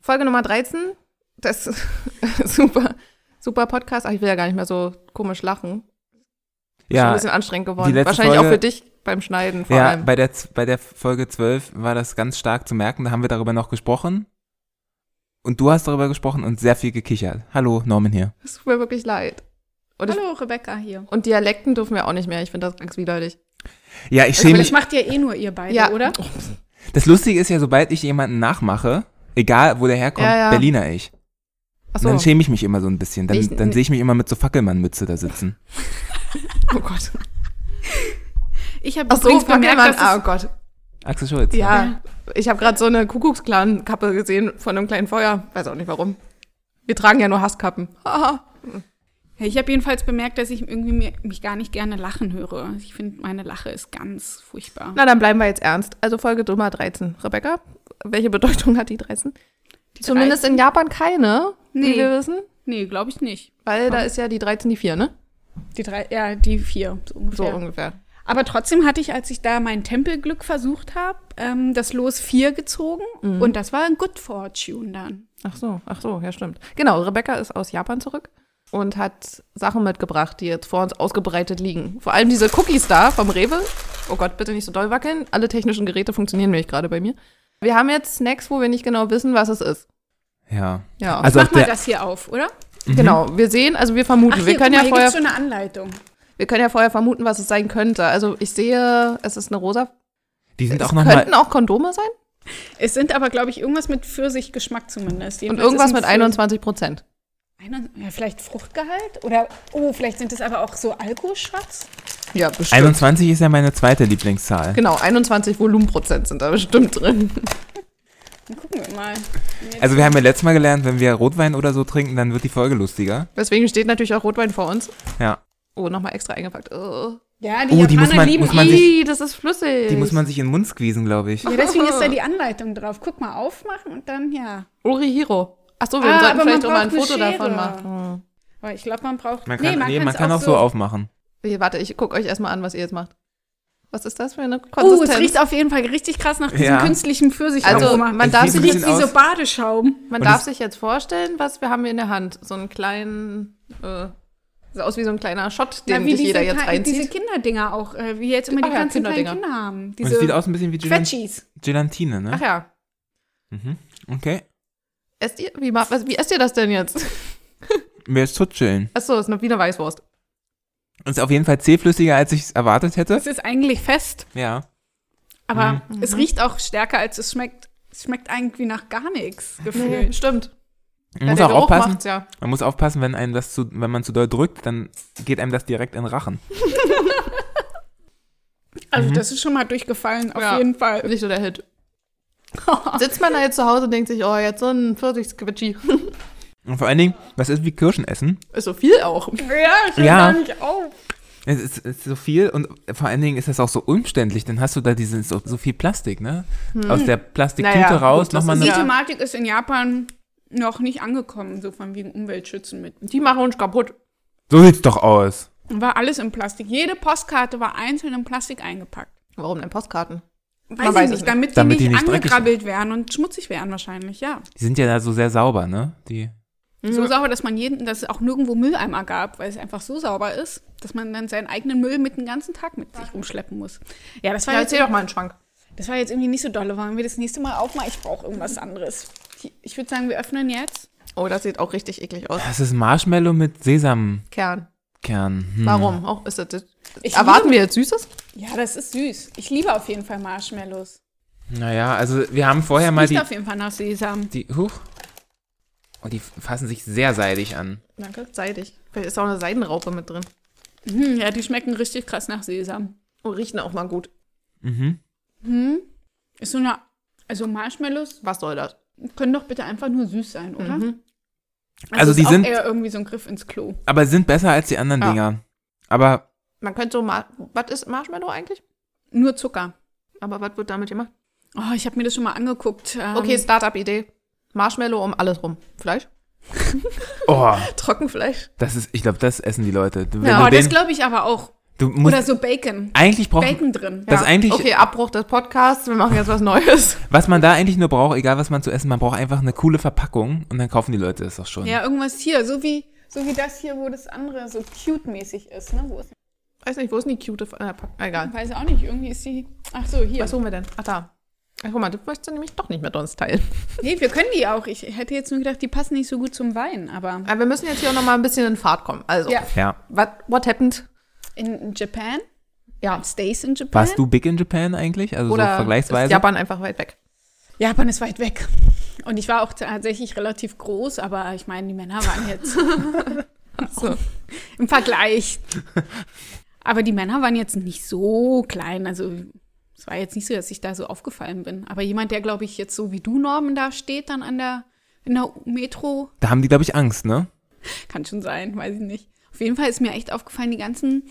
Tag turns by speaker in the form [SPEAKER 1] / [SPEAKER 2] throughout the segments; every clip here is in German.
[SPEAKER 1] Folge Nummer 13. Das ist super, super Podcast. Ach, ich will ja gar nicht mehr so komisch lachen. Ist schon ein
[SPEAKER 2] Ja,
[SPEAKER 1] bisschen anstrengend
[SPEAKER 2] die
[SPEAKER 1] geworden.
[SPEAKER 2] letzte
[SPEAKER 1] Wahrscheinlich auch
[SPEAKER 2] Folge-
[SPEAKER 1] für dich beim Schneiden vor
[SPEAKER 2] ja
[SPEAKER 1] allem.
[SPEAKER 2] bei, der, Z- bei der Folge 12 war das ganz stark zu merken. Da haben wir darüber noch gesprochen. Und du hast darüber gesprochen und sehr viel gekichert. Hallo, Norman hier.
[SPEAKER 1] Es tut mir wirklich leid. Und, ich,
[SPEAKER 3] Hallo, Rebecca hier.
[SPEAKER 1] und Dialekten dürfen wir auch nicht mehr. Ich finde das ganz widerlich.
[SPEAKER 2] Ja, ich
[SPEAKER 3] Also,
[SPEAKER 2] schäme
[SPEAKER 3] das
[SPEAKER 2] mich.
[SPEAKER 3] macht ja eh nur ihr beide,
[SPEAKER 1] Ja.
[SPEAKER 3] oder?
[SPEAKER 2] Das Lustige ist ja, sobald ich jemanden nachmache, egal wo der herkommt,
[SPEAKER 1] Ja, ja.
[SPEAKER 2] Berliner ich. Und
[SPEAKER 1] Achso.
[SPEAKER 2] Dann schäme ich mich immer so ein bisschen. Dann,
[SPEAKER 1] Ich-
[SPEAKER 2] dann sehe ich mich immer mit so Fackelmannmütze da sitzen.
[SPEAKER 1] Oh Gott.
[SPEAKER 3] Ich habe
[SPEAKER 1] Achso,
[SPEAKER 3] übrigens bemerkt, dass
[SPEAKER 1] Ah, oh
[SPEAKER 3] es,
[SPEAKER 1] Gott.
[SPEAKER 2] Axel Schulz.
[SPEAKER 1] Ja, ich habe gerade so eine Kuckucksklan-Kappe gesehen von einem kleinen Feuer. Weiß auch nicht warum. Wir tragen ja nur Hasskappen. Haha.
[SPEAKER 3] ich habe jedenfalls bemerkt, dass ich irgendwie mir, mich gar nicht gerne lachen höre. Ich finde, meine Lache ist ganz furchtbar.
[SPEAKER 1] Na, dann bleiben wir jetzt ernst. Also Folge Nummer 13. Rebecca, welche Bedeutung hat die 13?
[SPEAKER 3] Die
[SPEAKER 1] Zumindest in Japan keine, wie
[SPEAKER 3] Nee.
[SPEAKER 1] wir wissen.
[SPEAKER 3] Nee, glaube ich nicht.
[SPEAKER 1] Weil da ist ja die 13 die 4, ne?
[SPEAKER 3] Die drei, ja, die vier, so
[SPEAKER 1] So
[SPEAKER 3] ungefähr.
[SPEAKER 1] ungefähr.
[SPEAKER 3] Aber trotzdem hatte ich, als ich da mein Tempelglück versucht habe, ähm, das Los 4 gezogen.
[SPEAKER 2] Mhm.
[SPEAKER 3] Und das war ein Good Fortune dann.
[SPEAKER 1] Ach so, ach so, ja stimmt. Genau, Rebecca ist aus Japan zurück und hat Sachen mitgebracht, die jetzt vor uns ausgebreitet liegen. Vor allem diese Cookies da vom Rewe. Oh Gott, bitte nicht so doll wackeln. Alle technischen Geräte funktionieren nämlich gerade bei mir. Wir haben jetzt Snacks, wo wir nicht genau wissen, was es ist.
[SPEAKER 2] Ja.
[SPEAKER 1] Ja,
[SPEAKER 2] Also auf
[SPEAKER 3] Mach mal
[SPEAKER 2] der,
[SPEAKER 3] das hier auf, oder?
[SPEAKER 1] genau. Wir sehen, also wir vermuten.
[SPEAKER 3] mhm. Ach,
[SPEAKER 1] wir,
[SPEAKER 3] hier,
[SPEAKER 1] können
[SPEAKER 3] guck mal,
[SPEAKER 1] ja
[SPEAKER 3] hier
[SPEAKER 1] vorher,
[SPEAKER 3] gibt's schon eine Anleitung.
[SPEAKER 1] wir können ja vorher vermuten, was es sein könnte. Also ich sehe, es ist eine rosa.
[SPEAKER 2] die sind
[SPEAKER 1] es
[SPEAKER 2] auch nochmal.
[SPEAKER 1] könnten auch Kondome sein
[SPEAKER 3] Es sind aber, glaube ich, irgendwas mit Pfirsichgeschmack zumindest.
[SPEAKER 1] und
[SPEAKER 3] Jedenfalls
[SPEAKER 1] irgendwas
[SPEAKER 3] ist ein
[SPEAKER 1] mit 21 Prozent.
[SPEAKER 3] Einund- Ja, vielleicht Fruchtgehalt? Oder, oh, vielleicht sind es aber auch so Alkoholschrats?
[SPEAKER 1] Ja, bestimmt.
[SPEAKER 2] 21 ist ja meine zweite Lieblingszahl.
[SPEAKER 1] Genau, 21 Volumenprozent sind da bestimmt drin.
[SPEAKER 3] Dann gucken wir mal.
[SPEAKER 2] Also wir haben ja letztes Mal gelernt, wenn wir Rotwein oder so trinken, dann wird die Folge lustiger.
[SPEAKER 1] Deswegen steht natürlich auch Rotwein vor uns.
[SPEAKER 2] Ja.
[SPEAKER 1] Oh, nochmal extra eingepackt. Oh.
[SPEAKER 3] Ja, die
[SPEAKER 2] Oh,
[SPEAKER 3] Japaner
[SPEAKER 2] die muss man-
[SPEAKER 3] lieben
[SPEAKER 2] muss man
[SPEAKER 3] ihn.
[SPEAKER 2] sich-
[SPEAKER 1] Ih, das ist flüssig.
[SPEAKER 2] Die muss man sich in den Mund squeezen, glaube ich.
[SPEAKER 3] Ja, deswegen ist da die Anleitung drauf. Guck mal, aufmachen und dann, ja.
[SPEAKER 1] Orihiro. Achso, wir
[SPEAKER 3] Ah,
[SPEAKER 1] sollten
[SPEAKER 3] aber man
[SPEAKER 1] vielleicht auch mal ein
[SPEAKER 3] braucht eine
[SPEAKER 1] Foto davon
[SPEAKER 3] Schere.
[SPEAKER 1] machen.
[SPEAKER 3] Aber ich glaube, man braucht...
[SPEAKER 2] Man kann, nee, man,
[SPEAKER 3] kann's
[SPEAKER 2] kann auch so aufmachen.
[SPEAKER 1] Hier, warte, ich guck euch erstmal an, was ihr jetzt macht. Was ist das für eine
[SPEAKER 3] Oh, es
[SPEAKER 1] Konsistenz?
[SPEAKER 3] riecht auf jeden Fall richtig krass nach diesem
[SPEAKER 2] Ja.
[SPEAKER 3] künstlichen Pfirsich.
[SPEAKER 1] also,
[SPEAKER 3] Aroma.
[SPEAKER 1] man
[SPEAKER 2] Es sieht
[SPEAKER 1] darf,
[SPEAKER 3] es
[SPEAKER 1] sich,
[SPEAKER 2] ein bisschen
[SPEAKER 3] riecht wie so
[SPEAKER 2] aus-
[SPEAKER 3] Badeschaum.
[SPEAKER 1] man
[SPEAKER 2] und
[SPEAKER 1] darf
[SPEAKER 2] es-
[SPEAKER 1] sich jetzt vorstellen, was wir haben hier in der Hand. So einen kleinen, äh, sieht aus wie so ein kleiner Shot, den
[SPEAKER 3] Na, wie
[SPEAKER 1] sich jeder
[SPEAKER 3] diese
[SPEAKER 1] jetzt
[SPEAKER 3] Ka- Diese
[SPEAKER 1] reinzieht.
[SPEAKER 3] Kinderdinger auch, äh, wie jetzt immer die
[SPEAKER 1] Ach ja,
[SPEAKER 3] ganzen kleinen
[SPEAKER 1] Kinderdinger.
[SPEAKER 3] Kinder haben.
[SPEAKER 2] Und es sieht
[SPEAKER 3] Diese
[SPEAKER 2] aus ein bisschen wie Gelan
[SPEAKER 3] Quetschis.
[SPEAKER 2] Gelatine, ne?
[SPEAKER 1] Ach ja.
[SPEAKER 2] Mhm. Okay.
[SPEAKER 1] Esst ihr, wie, ma- was, wie esst ihr das denn jetzt?
[SPEAKER 2] Mir ist zu chillen.
[SPEAKER 1] Achso, ist eine Wiener Weißwurst.
[SPEAKER 2] Ist auf jeden Fall zähflüssiger, als ich es erwartet hätte.
[SPEAKER 3] Es ist eigentlich fest,
[SPEAKER 2] Ja.
[SPEAKER 3] aber
[SPEAKER 2] Mhm.
[SPEAKER 1] Mhm.
[SPEAKER 3] es riecht auch stärker, als es schmeckt. Es schmeckt irgendwie nach gar nichts gefühlt.
[SPEAKER 1] Nee, stimmt.
[SPEAKER 2] Man muss
[SPEAKER 1] der
[SPEAKER 2] auch
[SPEAKER 1] Geruch
[SPEAKER 2] aufpassen.
[SPEAKER 1] macht's ja.
[SPEAKER 2] Man muss aufpassen, wenn einem das zu, wenn man zu doll drückt, dann geht einem das direkt in den Rachen.
[SPEAKER 3] Also
[SPEAKER 2] Mhm.
[SPEAKER 3] das ist schon mal durchgefallen, auf
[SPEAKER 1] Ja.
[SPEAKER 3] jeden Fall.
[SPEAKER 1] Nicht so der Hit. Sitzt man da jetzt zu Hause und denkt sich, oh, jetzt so ein Pfirsich-Squidgy.
[SPEAKER 2] Und vor allen Dingen, was ist wie Kirschen essen?
[SPEAKER 1] Ist so viel auch.
[SPEAKER 3] ja, ich
[SPEAKER 2] hör Ja. gar
[SPEAKER 3] nicht auf.
[SPEAKER 2] Es ist, es ist so viel und vor allen Dingen ist das auch so umständlich. Dann hast du da diese, so, so viel Plastik, ne? Aus der Plastiktüte
[SPEAKER 1] Hm. Naja,
[SPEAKER 2] raus,
[SPEAKER 1] gut, das
[SPEAKER 2] nochmal
[SPEAKER 1] ist
[SPEAKER 3] Die
[SPEAKER 2] eine.
[SPEAKER 1] Ja.
[SPEAKER 3] Thematik ist in Japan noch nicht angekommen, so von wegen Umweltschützen mit.
[SPEAKER 1] Die machen uns kaputt.
[SPEAKER 2] So sieht's doch aus.
[SPEAKER 3] War alles in Plastik. Jede Postkarte war einzeln in Plastik eingepackt.
[SPEAKER 1] Warum denn Postkarten? Man
[SPEAKER 3] Weiß ich
[SPEAKER 1] weiß
[SPEAKER 3] nicht,
[SPEAKER 1] es nicht.
[SPEAKER 3] damit die
[SPEAKER 2] Damit
[SPEAKER 3] nicht,
[SPEAKER 2] die nicht dreckig
[SPEAKER 3] angekrabbelt werden und schmutzig werden wahrscheinlich, ja.
[SPEAKER 2] Die sind ja da so sehr sauber, ne? Die.
[SPEAKER 3] So sauber, dass man jeden, dass es auch nirgendwo Mülleimer gab, weil es einfach so sauber ist, dass man dann seinen eigenen Müll mit den ganzen Tag mit sich rumschleppen muss. Ja, das war,
[SPEAKER 1] Ja,
[SPEAKER 3] jetzt,
[SPEAKER 1] erzähl doch mal einen Schrank.
[SPEAKER 3] das war jetzt irgendwie nicht so dolle. Wollen wir das nächste Mal aufmachen? Ich brauche irgendwas anderes. Ich, ich würde sagen, wir öffnen jetzt.
[SPEAKER 1] Oh, das sieht auch richtig eklig aus.
[SPEAKER 2] Das ist Marshmallow mit Sesamkern.
[SPEAKER 1] Kern.
[SPEAKER 2] Hm.
[SPEAKER 1] Warum? Auch ist das, das
[SPEAKER 3] Ich
[SPEAKER 1] erwarten wir jetzt Süßes?
[SPEAKER 3] Ja, das ist süß. Ich liebe auf jeden Fall Marshmallows.
[SPEAKER 2] Naja, also wir haben vorher mal
[SPEAKER 3] Riecht
[SPEAKER 2] die.
[SPEAKER 3] auf jeden Fall nach Sesam.
[SPEAKER 2] die huch. Und die fassen sich sehr seidig an.
[SPEAKER 1] Danke. Seidig. Vielleicht ist auch eine Seidenraupe mit drin.
[SPEAKER 3] Hm, ja, die schmecken richtig krass nach Sesam.
[SPEAKER 1] Und Oh, riechen auch mal gut.
[SPEAKER 2] Mhm.
[SPEAKER 3] Hm. Ist so eine, also Marshmallows
[SPEAKER 1] Was soll das? Mhm.
[SPEAKER 3] können doch bitte einfach nur süß sein, oder?
[SPEAKER 2] Mhm. Also
[SPEAKER 3] ist
[SPEAKER 2] die
[SPEAKER 3] auch
[SPEAKER 2] sind-
[SPEAKER 3] eher irgendwie so ein Griff ins Klo.
[SPEAKER 2] Aber sind besser als die anderen
[SPEAKER 3] Ah.
[SPEAKER 1] Ja.
[SPEAKER 2] Dinger. Aber
[SPEAKER 1] Man könnte so mal. Was ist Marshmallow eigentlich?
[SPEAKER 3] Nur Zucker.
[SPEAKER 1] Aber was wird damit gemacht?
[SPEAKER 3] Oh, ich habe mir das schon mal angeguckt. Ähm,
[SPEAKER 1] Okay, Startup-Idee. Marshmallow um alles rum. Fleisch?
[SPEAKER 2] oh,
[SPEAKER 1] Trockenfleisch?
[SPEAKER 2] das ist, ich glaube, das essen die Leute. Wenn
[SPEAKER 1] Ja,
[SPEAKER 3] oh,
[SPEAKER 2] du
[SPEAKER 3] das
[SPEAKER 2] den,
[SPEAKER 3] glaube ich aber auch.
[SPEAKER 2] Du musst,
[SPEAKER 3] Oder so Bacon.
[SPEAKER 2] eigentlich braucht
[SPEAKER 3] Bacon drin.
[SPEAKER 2] das eigentlich,
[SPEAKER 1] Okay, Abbruch des Podcasts, wir machen jetzt was Neues.
[SPEAKER 2] was man da eigentlich nur braucht, egal was man zu essen, man braucht einfach eine coole Verpackung und dann kaufen die Leute das doch schon.
[SPEAKER 3] Ja, irgendwas hier, so wie, so wie das hier, wo das andere so cute-mäßig ist, ne? Wo ist
[SPEAKER 1] Weiß nicht, wo ist denn die cute äh, Pack- ah, Egal.
[SPEAKER 3] Weiß auch nicht, irgendwie ist die. Ach so, hier.
[SPEAKER 1] Was suchen wir denn? Ach da. Ach, guck mal, das möchtest du nämlich doch nicht mit uns teilen.
[SPEAKER 3] Nee, wir können die auch. Ich hätte jetzt nur gedacht, die passen nicht so gut zum Wein, aber.
[SPEAKER 1] Aber wir müssen jetzt hier auch nochmal ein bisschen in Fahrt kommen. Also,
[SPEAKER 3] Ja.
[SPEAKER 2] ja.
[SPEAKER 1] what, what happened?
[SPEAKER 3] In Japan?
[SPEAKER 1] Ja.
[SPEAKER 3] Stays in Japan?
[SPEAKER 2] Warst du big in Japan eigentlich? Also so
[SPEAKER 1] Oder
[SPEAKER 2] vergleichsweise?
[SPEAKER 1] ist Japan einfach weit weg?
[SPEAKER 3] Japan ist weit weg. Und ich war auch tatsächlich relativ groß, aber ich meine, die Männer waren jetzt
[SPEAKER 1] So.
[SPEAKER 3] im Vergleich. Aber die Männer waren jetzt nicht so klein. Also es war jetzt nicht so, dass ich da so aufgefallen bin. Aber jemand, der, glaube ich, jetzt so wie du, Norman, da steht, dann an der, in der Metro,
[SPEAKER 2] Da haben die, glaube ich, Angst, ne?
[SPEAKER 3] Kann schon sein, weiß ich nicht. Auf jeden Fall ist mir echt aufgefallen, die ganzen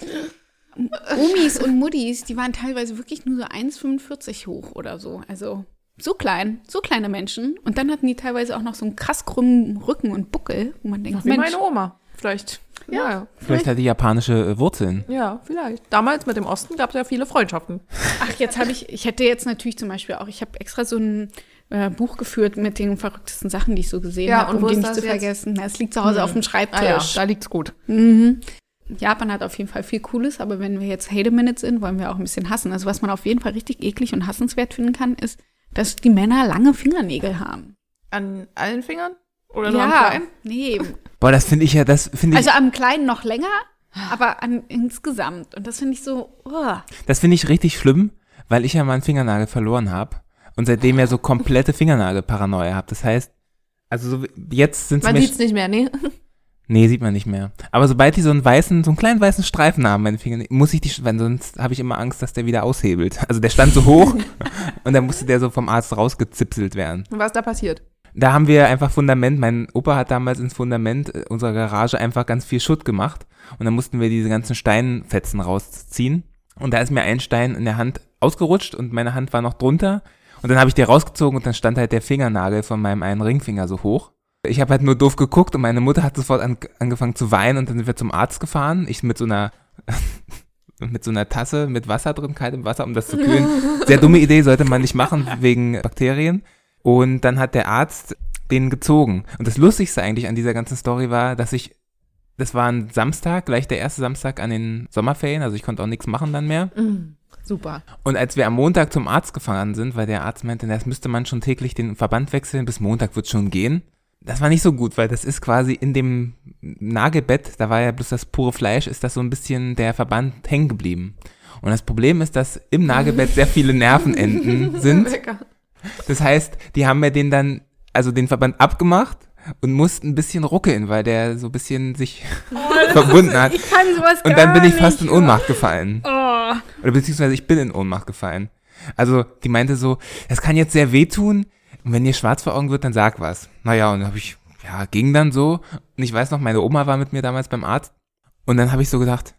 [SPEAKER 3] Omis und Muttis, die waren teilweise wirklich nur so 1,45 hoch oder so. Also so klein, so kleine Menschen. Und dann hatten die teilweise auch noch so einen krass krummen Rücken und Buckel, wo man denkt,
[SPEAKER 1] Wie
[SPEAKER 3] Mensch,
[SPEAKER 1] meine Oma. Vielleicht.
[SPEAKER 3] Ja.
[SPEAKER 1] ja.
[SPEAKER 3] Hm.
[SPEAKER 2] Vielleicht hat die japanische äh, Wurzeln.
[SPEAKER 1] Ja, vielleicht. Damals mit dem Osten gab es ja viele Freundschaften.
[SPEAKER 3] ach, jetzt habe ich, ich hätte jetzt natürlich zum Beispiel auch, ich habe extra so ein äh, Buch geführt mit den verrücktesten Sachen, die ich so gesehen
[SPEAKER 1] Ja,
[SPEAKER 3] habe,
[SPEAKER 1] und
[SPEAKER 3] um
[SPEAKER 1] wo
[SPEAKER 3] die
[SPEAKER 1] ist
[SPEAKER 3] nicht
[SPEAKER 1] das
[SPEAKER 3] zu
[SPEAKER 1] jetzt? Hm. Ah,
[SPEAKER 3] vergessen. Na, Es liegt zu Hause auf dem Schreibtisch.
[SPEAKER 1] da liegt's gut.
[SPEAKER 3] Mhm. Japan hat auf jeden Fall viel Cooles, aber wenn wir jetzt Hate a Minute sind, wollen wir auch ein bisschen hassen. Also was man auf jeden Fall richtig eklig und hassenswert finden kann, ist, dass die Männer lange Fingernägel haben.
[SPEAKER 1] An allen Fingern? Oder nur am Kleinen?
[SPEAKER 3] nee.
[SPEAKER 2] Boah, das finde ich ja, das finde ich,
[SPEAKER 3] Also am Kleinen noch länger, aber an, insgesamt. Und das finde ich so, oh.
[SPEAKER 2] das finde ich richtig schlimm, weil ich ja meinen Fingernagel verloren habe und seitdem ja so komplette Fingernagelparanoia habe. Das heißt, also so, wie- jetzt sind sie
[SPEAKER 1] Man
[SPEAKER 2] mir,
[SPEAKER 1] sieht's nicht mehr, nee.
[SPEAKER 2] nee, sieht man nicht mehr. Aber sobald die so einen weißen, so einen kleinen weißen Streifen haben, meine Finger, muss ich die, sch- weil sonst habe ich immer Angst, dass der wieder aushebelt. Also der stand so hoch und dann musste der so vom Arzt rausgezipselt werden.
[SPEAKER 1] Und Was da passiert?
[SPEAKER 2] Da haben wir einfach Fundament. Mein Opa hat damals ins Fundament äh, unserer Garage einfach ganz viel Schutt gemacht. Und dann mussten wir diese ganzen Steinfetzen rausziehen. Und da ist mir ein Stein in der Hand ausgerutscht und meine Hand war noch drunter. Und dann habe ich den rausgezogen und dann stand halt der Fingernagel von meinem einen Ringfinger so hoch. Ich habe halt nur doof geguckt und meine Mutter hat sofort an, angefangen zu weinen und dann sind wir zum Arzt gefahren. Ich mit so einer mit so einer Tasse mit Wasser drin, kaltem Wasser, um das zu kühlen. Sehr dumme Idee, sollte man nicht machen wegen Bakterien. Und dann hat der Arzt den gezogen. Und das Lustigste eigentlich an dieser ganzen Story war, dass ich, das war ein Samstag, gleich der erste Samstag an den Sommerferien, also ich konnte auch nichts machen dann mehr.
[SPEAKER 1] Super.
[SPEAKER 2] Und als wir am Montag zum Arzt gefahren sind, weil der Arzt meinte, na, das müsste man schon täglich den Verband wechseln, bis Montag wird schon gehen. Das war nicht so gut, weil das ist quasi in dem Nagelbett, da war ja bloß das pure Fleisch, ist das so ein bisschen der Verband hängen geblieben. Und das Problem ist, dass im Nagelbett sehr viele Nervenenden sind.
[SPEAKER 1] Lecker.
[SPEAKER 2] Das heißt, die haben mir den dann, also den Verband abgemacht und mussten ein bisschen ruckeln, weil der so ein bisschen sich verbunden hat.
[SPEAKER 3] Ich kann sowas
[SPEAKER 2] Und dann bin ich fast in Ohnmacht gefallen.
[SPEAKER 3] Oh.
[SPEAKER 2] Oder beziehungsweise ich bin in Ohnmacht gefallen. Also die meinte so, das kann jetzt sehr wehtun. Und wenn dir schwarz vor Augen wird, dann sag was. Naja, und dann habe ich, ja, ging dann so. Und ich weiß noch, meine Oma war mit mir damals beim Arzt. Und dann habe ich so gedacht,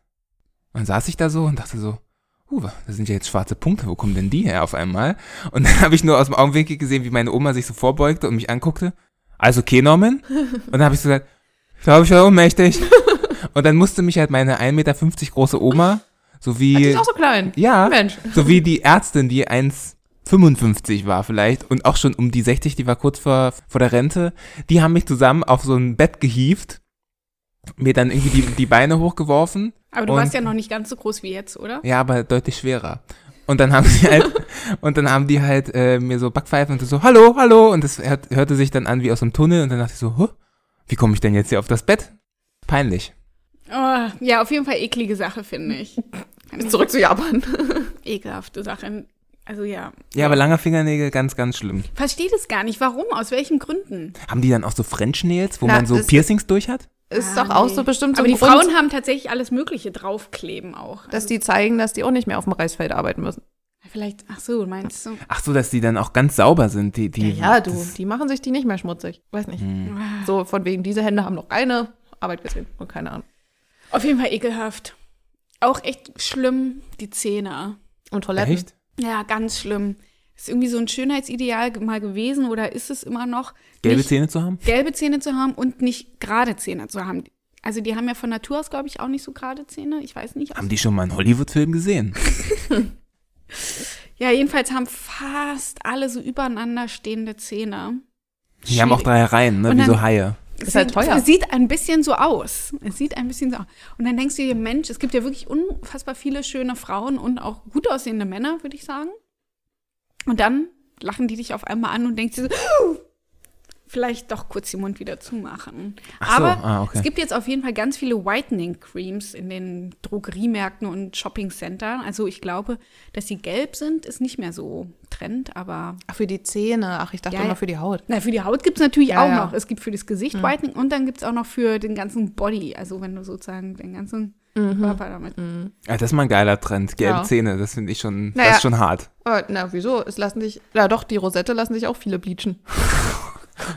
[SPEAKER 2] dann saß ich da so und dachte so, huh, da sind ja jetzt schwarze Punkte, wo kommen denn die her auf einmal? Und dann habe ich nur aus dem Augenwinkel gesehen, wie meine Oma sich so vorbeugte und mich anguckte. Alles okay, Norman? Und dann habe ich so gesagt, ich glaube, ich war ohnmächtig. Und dann musste mich halt meine 1,50 Meter große Oma,
[SPEAKER 1] Die
[SPEAKER 2] sowie,
[SPEAKER 1] ist auch so klein.
[SPEAKER 2] ja,
[SPEAKER 1] Mensch.
[SPEAKER 2] sowie die Ärztin, die 1,55 war vielleicht und auch schon um die 60, die war kurz vor, vor der Rente, die haben mich zusammen auf so ein Bett gehievt, mir dann irgendwie die, die Beine hochgeworfen
[SPEAKER 3] Aber du
[SPEAKER 2] Und-
[SPEAKER 3] warst ja noch nicht ganz so groß wie jetzt, oder?
[SPEAKER 2] ja, aber deutlich schwerer. Und dann haben sie halt, und dann haben die halt äh, mir so Backpfeifen und so, hallo, hallo. Und das hört, hörte sich dann an wie aus einem Tunnel. Und dann dachte ich so, huh, wie komme ich denn jetzt hier auf das Bett? Peinlich.
[SPEAKER 3] Oh, ja, auf jeden Fall eklige Sache, finde ich.
[SPEAKER 1] Zurück zu Japan.
[SPEAKER 3] Ekelhafte Sache. Also ja.
[SPEAKER 2] Ja, aber lange Fingernägel, ganz, ganz schlimm.
[SPEAKER 3] Versteht es gar nicht. Warum? Aus welchen Gründen?
[SPEAKER 2] Haben die dann auch so French Nails, wo
[SPEAKER 1] Na,
[SPEAKER 2] man so
[SPEAKER 1] das-
[SPEAKER 2] Piercings durch hat?
[SPEAKER 1] Ist
[SPEAKER 3] Ah,
[SPEAKER 1] doch auch
[SPEAKER 3] nee.
[SPEAKER 1] so bestimmt so
[SPEAKER 3] Aber
[SPEAKER 1] ein
[SPEAKER 3] die
[SPEAKER 1] Grund,
[SPEAKER 3] Frauen haben tatsächlich alles Mögliche draufkleben auch.
[SPEAKER 1] dass die zeigen, dass die auch nicht mehr auf dem Reisfeld arbeiten müssen.
[SPEAKER 3] Vielleicht, ach so, meinst du?
[SPEAKER 2] Ach so, dass die dann auch ganz sauber sind, die, die.
[SPEAKER 1] Ja, ja, du,
[SPEAKER 2] das-
[SPEAKER 1] die machen sich die nicht mehr schmutzig. Weiß nicht.
[SPEAKER 3] Ah,
[SPEAKER 1] So, von wegen, diese Hände haben noch keine Arbeit gesehen und keine Ahnung.
[SPEAKER 3] Auf jeden Fall ekelhaft. Auch echt schlimm, die Zähne.
[SPEAKER 1] Und Toiletten.
[SPEAKER 2] Echt?
[SPEAKER 3] Ja, ganz schlimm. Ist irgendwie so ein Schönheitsideal ge- mal gewesen oder ist es immer noch?
[SPEAKER 2] Gelbe
[SPEAKER 3] nicht
[SPEAKER 2] Zähne zu haben?
[SPEAKER 3] gelbe Zähne zu haben und nicht gerade Zähne zu haben. Also die haben ja von Natur aus, glaube ich, auch nicht so gerade Zähne. Ich weiß nicht.
[SPEAKER 2] Haben die schon mal einen Hollywood-Film gesehen?
[SPEAKER 3] Ja, jedenfalls haben fast alle so übereinander stehende Zähne.
[SPEAKER 2] Die haben auch drei Reihen, ne?
[SPEAKER 3] Und
[SPEAKER 2] wie so
[SPEAKER 3] dann-
[SPEAKER 2] Haie.
[SPEAKER 1] Ist halt teuer.
[SPEAKER 3] Es sieht ein bisschen so aus. Es sieht ein bisschen so aus. Und dann denkst du dir, Mensch, es gibt ja wirklich unfassbar viele schöne Frauen und auch gut aussehende Männer, würde ich sagen. Und dann lachen die dich auf einmal an und denkst dir so, "Huh, vielleicht doch kurz den Mund wieder zumachen.
[SPEAKER 2] Ach so,
[SPEAKER 3] Aber
[SPEAKER 2] ah, okay.
[SPEAKER 3] es gibt jetzt auf jeden Fall ganz viele Whitening Creams in den Drogeriemärkten und Shoppingcentern. Also ich glaube, dass sie gelb sind, ist nicht mehr so Trend, aber
[SPEAKER 1] Ach, für die Zähne. Ach, ich dachte
[SPEAKER 3] Ja, ja.
[SPEAKER 1] immer für die Haut.
[SPEAKER 3] na, für die Haut gibt es natürlich
[SPEAKER 1] Ja,
[SPEAKER 3] auch
[SPEAKER 1] ja.
[SPEAKER 3] noch. Es gibt für das Gesicht Whitening und dann gibt es auch noch für den ganzen Body, also wenn du sozusagen den ganzen
[SPEAKER 1] Mhm.
[SPEAKER 3] Körper damit.
[SPEAKER 2] Ja, Ah, das ist mal ein geiler Trend. Gelbe
[SPEAKER 1] Ja.
[SPEAKER 2] Zähne, das finde ich schon,
[SPEAKER 1] Naja.
[SPEAKER 2] das ist schon hart.
[SPEAKER 1] Aber, na, wieso? Es lassen sich, ja doch, die Rosette lassen sich auch viele bleachen.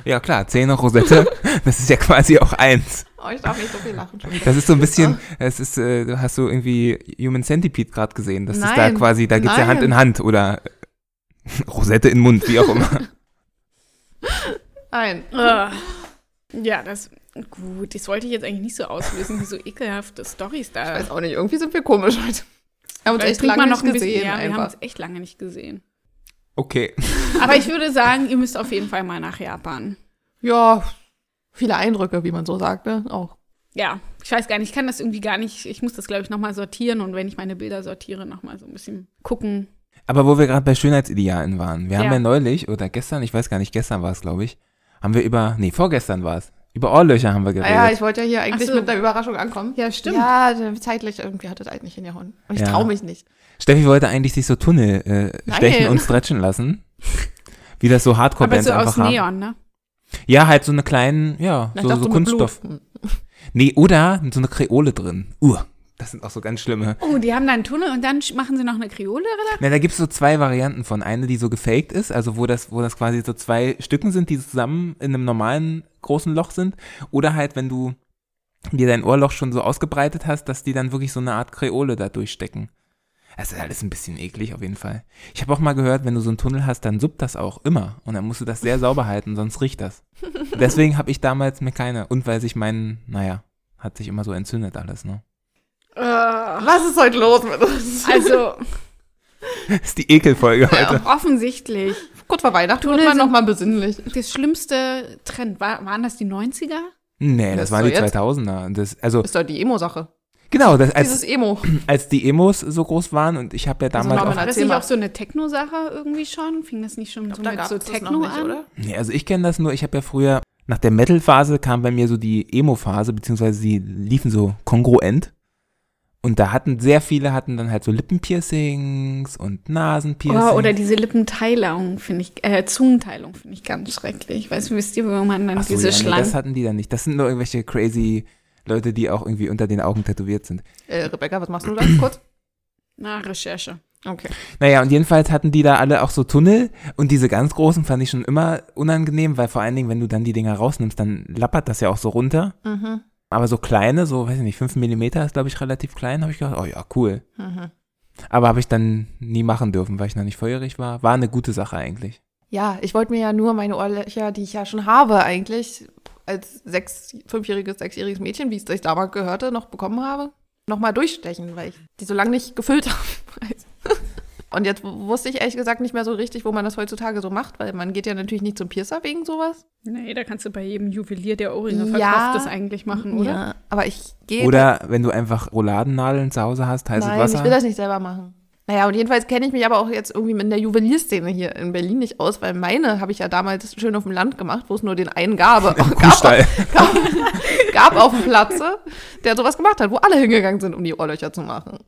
[SPEAKER 2] Ja klar, Zähne, Rosette, das ist ja quasi auch eins.
[SPEAKER 1] Oh, ich darf nicht so viel lachen. schon.
[SPEAKER 2] Das ist so ein bisschen, es ist, äh, hast du irgendwie Human Centipede gerade gesehen? Das ist da
[SPEAKER 1] Nein,
[SPEAKER 2] quasi, da geht's ja Hand
[SPEAKER 1] nein.
[SPEAKER 2] in Hand oder äh, Rosette in Mund, wie auch immer.
[SPEAKER 1] Nein.
[SPEAKER 3] Ah. Ja, das gut. Das wollte ich jetzt eigentlich nicht so auslösen, wie so ekelhafte Storys da.
[SPEAKER 1] Weiß auch nicht, irgendwie sind wir komisch heute. Wir haben
[SPEAKER 3] Vielleicht
[SPEAKER 1] uns echt
[SPEAKER 3] trinkt man
[SPEAKER 1] lange noch nicht gesehen.
[SPEAKER 3] bisschen, ja, wir haben
[SPEAKER 1] einfach.
[SPEAKER 3] uns echt lange nicht gesehen.
[SPEAKER 2] Okay.
[SPEAKER 3] Aber ich würde sagen, ihr müsst auf jeden Fall mal nach Japan.
[SPEAKER 1] Ja, viele Eindrücke, wie man so sagt, ne? Auch.
[SPEAKER 3] Ja, ich weiß gar nicht, ich kann das irgendwie gar nicht, ich muss das, glaube ich, nochmal sortieren und wenn ich meine Bilder sortiere, nochmal so ein bisschen gucken.
[SPEAKER 2] Aber wo wir gerade bei Schönheitsidealen waren, wir haben
[SPEAKER 3] Ja.
[SPEAKER 2] ja neulich oder gestern, ich weiß gar nicht, gestern war es, glaube ich, haben wir über, nee, vorgestern war es, über Ohrlöcher haben wir
[SPEAKER 1] Ah
[SPEAKER 2] geredet.
[SPEAKER 1] ja, ich wollte ja hier eigentlich
[SPEAKER 3] Ach so.
[SPEAKER 1] mit einer Überraschung ankommen.
[SPEAKER 3] Ja, stimmt.
[SPEAKER 1] Ja, zeitlich irgendwie hat das eigentlich in Und ich
[SPEAKER 2] Ja.
[SPEAKER 1] traue mich nicht.
[SPEAKER 2] Steffi wollte eigentlich sich so Tunnel äh,
[SPEAKER 1] Nein.
[SPEAKER 2] stechen und stretchen lassen. Wie das so
[SPEAKER 3] Aber
[SPEAKER 2] Hardcore-Bands
[SPEAKER 3] so aus
[SPEAKER 2] einfach haben.
[SPEAKER 3] Neon, ne?
[SPEAKER 2] Ja, halt so eine kleinen, ja,
[SPEAKER 1] Na, ich
[SPEAKER 2] so,
[SPEAKER 1] dachte,
[SPEAKER 2] so
[SPEAKER 1] mit
[SPEAKER 2] Kunststoff.
[SPEAKER 1] Blut.
[SPEAKER 2] Nee, oder so eine Kreole drin. Uh, das sind auch so ganz schlimme.
[SPEAKER 3] Oh, die haben da einen Tunnel und dann sch- machen sie noch eine Kreole oder?
[SPEAKER 2] Na, da gibt's so zwei Varianten von. Eine, die so gefaked ist, also wo das, wo das quasi so zwei Stücken sind, die zusammen in einem normalen großen Loch sind. Oder halt, wenn du dir dein Ohrloch schon so ausgebreitet hast, dass die dann wirklich so eine Art Kreole da durchstecken. Das ist alles ein bisschen eklig auf jeden Fall. Ich habe auch mal gehört, wenn du so einen Tunnel hast, dann suppt das auch immer. Und dann musst du das sehr sauber halten, sonst riecht das. Deswegen habe ich damals mir keine. Und weil sich mein, naja, hat sich immer so entzündet alles, ne?
[SPEAKER 1] Was ist heute los mit uns?
[SPEAKER 3] Also
[SPEAKER 2] Das ist die Ekelfolge heute.
[SPEAKER 3] offensichtlich.
[SPEAKER 1] Kurz vor Weihnachten
[SPEAKER 3] Tunnel
[SPEAKER 1] wird man
[SPEAKER 3] sind-
[SPEAKER 1] nochmal besinnlich.
[SPEAKER 3] Das schlimmste Trend, war, waren das die 90er?
[SPEAKER 2] Nee, das,
[SPEAKER 1] Das
[SPEAKER 2] waren
[SPEAKER 1] so
[SPEAKER 2] die
[SPEAKER 1] jetzt?
[SPEAKER 2] 2000er. Das, also,
[SPEAKER 1] Ist doch die Emo-Sache.
[SPEAKER 2] genau, das, als,
[SPEAKER 1] Dieses Emo.
[SPEAKER 2] als die Emos so groß waren und ich habe ja
[SPEAKER 1] Also
[SPEAKER 2] damals
[SPEAKER 1] Norman
[SPEAKER 2] auch,
[SPEAKER 1] hat-
[SPEAKER 3] War das
[SPEAKER 1] erzähl
[SPEAKER 3] nicht
[SPEAKER 1] mal.
[SPEAKER 3] auch so eine Techno-Sache irgendwie schon? Fing das nicht schon so mit so Techno an?
[SPEAKER 2] nee, also ich kenne das nur, ich habe ja früher, nach der Metal-Phase kam bei mir so die Emo-Phase, beziehungsweise die liefen so kongruent. Und da hatten sehr viele, hatten dann halt so Lippenpiercings und Nasenpiercings.
[SPEAKER 3] Oh, oder diese Lippenteilung finde ich, äh, Zungenteilung finde ich ganz schrecklich. Ich weiß, wisst ihr, wo man dann
[SPEAKER 2] Ach so,
[SPEAKER 3] diese
[SPEAKER 2] ja, nee,
[SPEAKER 3] Schlangen.
[SPEAKER 2] das hatten die dann nicht. Das sind nur irgendwelche crazy Leute, die auch irgendwie unter den Augen tätowiert sind.
[SPEAKER 1] Äh, Rebecca, was machst du da kurz?
[SPEAKER 3] Na, Recherche.
[SPEAKER 1] Okay.
[SPEAKER 2] Naja, und jedenfalls hatten die da alle auch so Tunnel und diese ganz großen fand ich schon immer unangenehm, weil vor allen Dingen, wenn du dann die Dinger rausnimmst, dann lappert das ja auch so runter.
[SPEAKER 1] Mhm.
[SPEAKER 2] Aber so kleine, so, weiß ich nicht, 5 Millimeter ist, glaube ich, relativ klein, habe ich gedacht, oh ja, cool.
[SPEAKER 1] Mhm.
[SPEAKER 2] Aber habe ich dann nie machen dürfen, weil ich noch nicht feuerig war. War eine gute Sache eigentlich.
[SPEAKER 1] Ja, ich wollte mir ja nur meine Ohrlöcher, die ich ja schon habe eigentlich, als sechs, fünfjähriges, sechsjähriges Mädchen, wie ich es damals gehörte, noch bekommen habe, nochmal durchstechen, weil ich die so lange nicht gefüllt habe. Und jetzt wusste ich ehrlich gesagt nicht mehr so richtig, wo man das heutzutage so macht, weil man geht ja natürlich nicht zum Piercer wegen sowas.
[SPEAKER 3] Nee, da kannst du bei jedem Juwelier, der Ohrringe
[SPEAKER 1] Ja.
[SPEAKER 3] verkauft, das eigentlich machen, oder?
[SPEAKER 1] Ja, aber ich gehe.
[SPEAKER 2] Oder wenn du einfach Rouladennadeln zu Hause hast, heißes
[SPEAKER 1] Nein,
[SPEAKER 2] Also Wasser.
[SPEAKER 1] ich will das nicht selber machen. Naja, und jedenfalls kenne ich mich aber auch jetzt irgendwie mit der Juwelierszene hier in Berlin nicht aus, weil meine habe ich ja damals schön auf dem Land gemacht, wo es nur den einen gab, gab,
[SPEAKER 2] Kuhstall.
[SPEAKER 1] gab, gab auf dem Platze, der sowas gemacht hat, wo alle hingegangen sind, um die Ohrlöcher zu machen.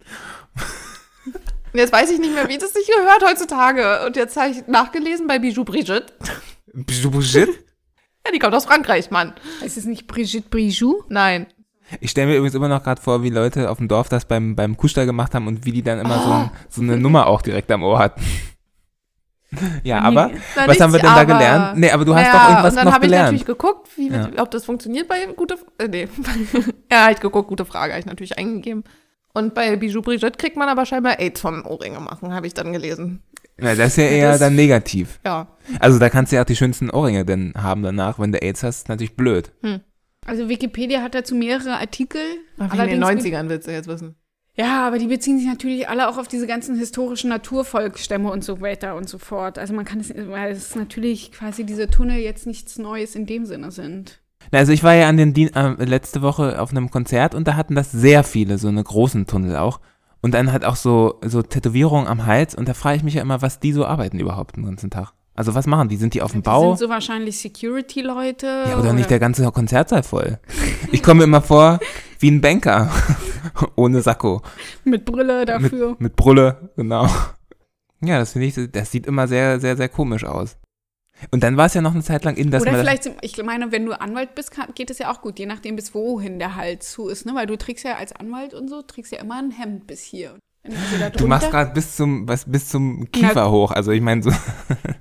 [SPEAKER 1] Und jetzt weiß ich nicht mehr, wie das sich gehört heutzutage. Und jetzt habe ich nachgelesen bei Bijou Brigitte.
[SPEAKER 2] Brigitte?
[SPEAKER 1] Ja, die kommt aus Frankreich, Mann.
[SPEAKER 3] Ist es nicht Brigitte Brijoux?
[SPEAKER 1] Nein.
[SPEAKER 2] Ich stelle mir übrigens immer noch gerade vor, wie Leute auf dem Dorf das beim, beim Kuhstall gemacht haben und wie die dann immer so,
[SPEAKER 1] Ah.
[SPEAKER 2] ein, so eine Nummer auch direkt am Ohr hatten. Ja, aber
[SPEAKER 1] Na,
[SPEAKER 2] was
[SPEAKER 1] nicht
[SPEAKER 2] haben wir
[SPEAKER 1] die
[SPEAKER 2] denn da
[SPEAKER 1] aber.
[SPEAKER 2] gelernt? Nee, aber du hast
[SPEAKER 1] ja,
[SPEAKER 2] doch irgendwas
[SPEAKER 1] und dann
[SPEAKER 2] noch
[SPEAKER 1] habe ich
[SPEAKER 2] gelernt.
[SPEAKER 1] natürlich geguckt, wie,
[SPEAKER 2] Ja.
[SPEAKER 1] ob das funktioniert bei gute äh, nee. ja, hab ich geguckt, gute Frage, habe ich natürlich eingegeben. Und bei Bijou Brigitte kriegt man aber scheinbar AIDS vom Ohrringe machen, habe ich dann gelesen.
[SPEAKER 2] Na, das ist ja eher
[SPEAKER 3] Das-
[SPEAKER 2] dann negativ.
[SPEAKER 1] Ja.
[SPEAKER 2] Also da kannst du ja auch die schönsten Ohrringe denn haben danach. Wenn du Aids hast, ist natürlich blöd.
[SPEAKER 3] Also Wikipedia hat dazu mehrere Artikel.
[SPEAKER 1] Aber wie in den
[SPEAKER 3] Allerdings-
[SPEAKER 1] 90ern willst du jetzt wissen.
[SPEAKER 3] Ja, aber die beziehen sich natürlich alle auch auf diese ganzen historischen Naturvolksstämme und so weiter und so fort. Also man kann es, weil es natürlich quasi diese Tunnel jetzt nichts Neues in dem Sinne sind.
[SPEAKER 2] Na, also ich war ja an den Dien äh, letzte Woche auf einem Konzert und da hatten das sehr viele, so eine großen Tunnel auch. Und dann hat auch so, so Tätowierungen am Hals und da frage ich mich ja immer, was die so arbeiten überhaupt den ganzen Tag. Also was machen die? Sind die auf dem
[SPEAKER 3] Die
[SPEAKER 2] Bau?
[SPEAKER 3] sind äh, so wahrscheinlich Security-Leute.
[SPEAKER 2] ja, oder nicht der ganze Konzertsaal voll. Ich komme mir immer vor wie ein Banker. Ohne Sakko.
[SPEAKER 3] mit Brille dafür.
[SPEAKER 2] Mit Brille, genau. Ja, das finde ich, das sieht immer sehr, sehr, sehr komisch aus. Und dann war es ja noch eine Zeit lang in das
[SPEAKER 3] oder vielleicht, sind- ich meine, wenn du Anwalt bist, kann, geht es ja auch gut, je nachdem bis wohin der Halt zu ist, ne? Weil du trägst ja als Anwalt und so, trägst ja immer ein Hemd bis hier. Wenn du so da
[SPEAKER 2] Du machst
[SPEAKER 3] drunter-
[SPEAKER 2] gerade bis zum, was, bis zum Kiefer hoch. Also ich meine so,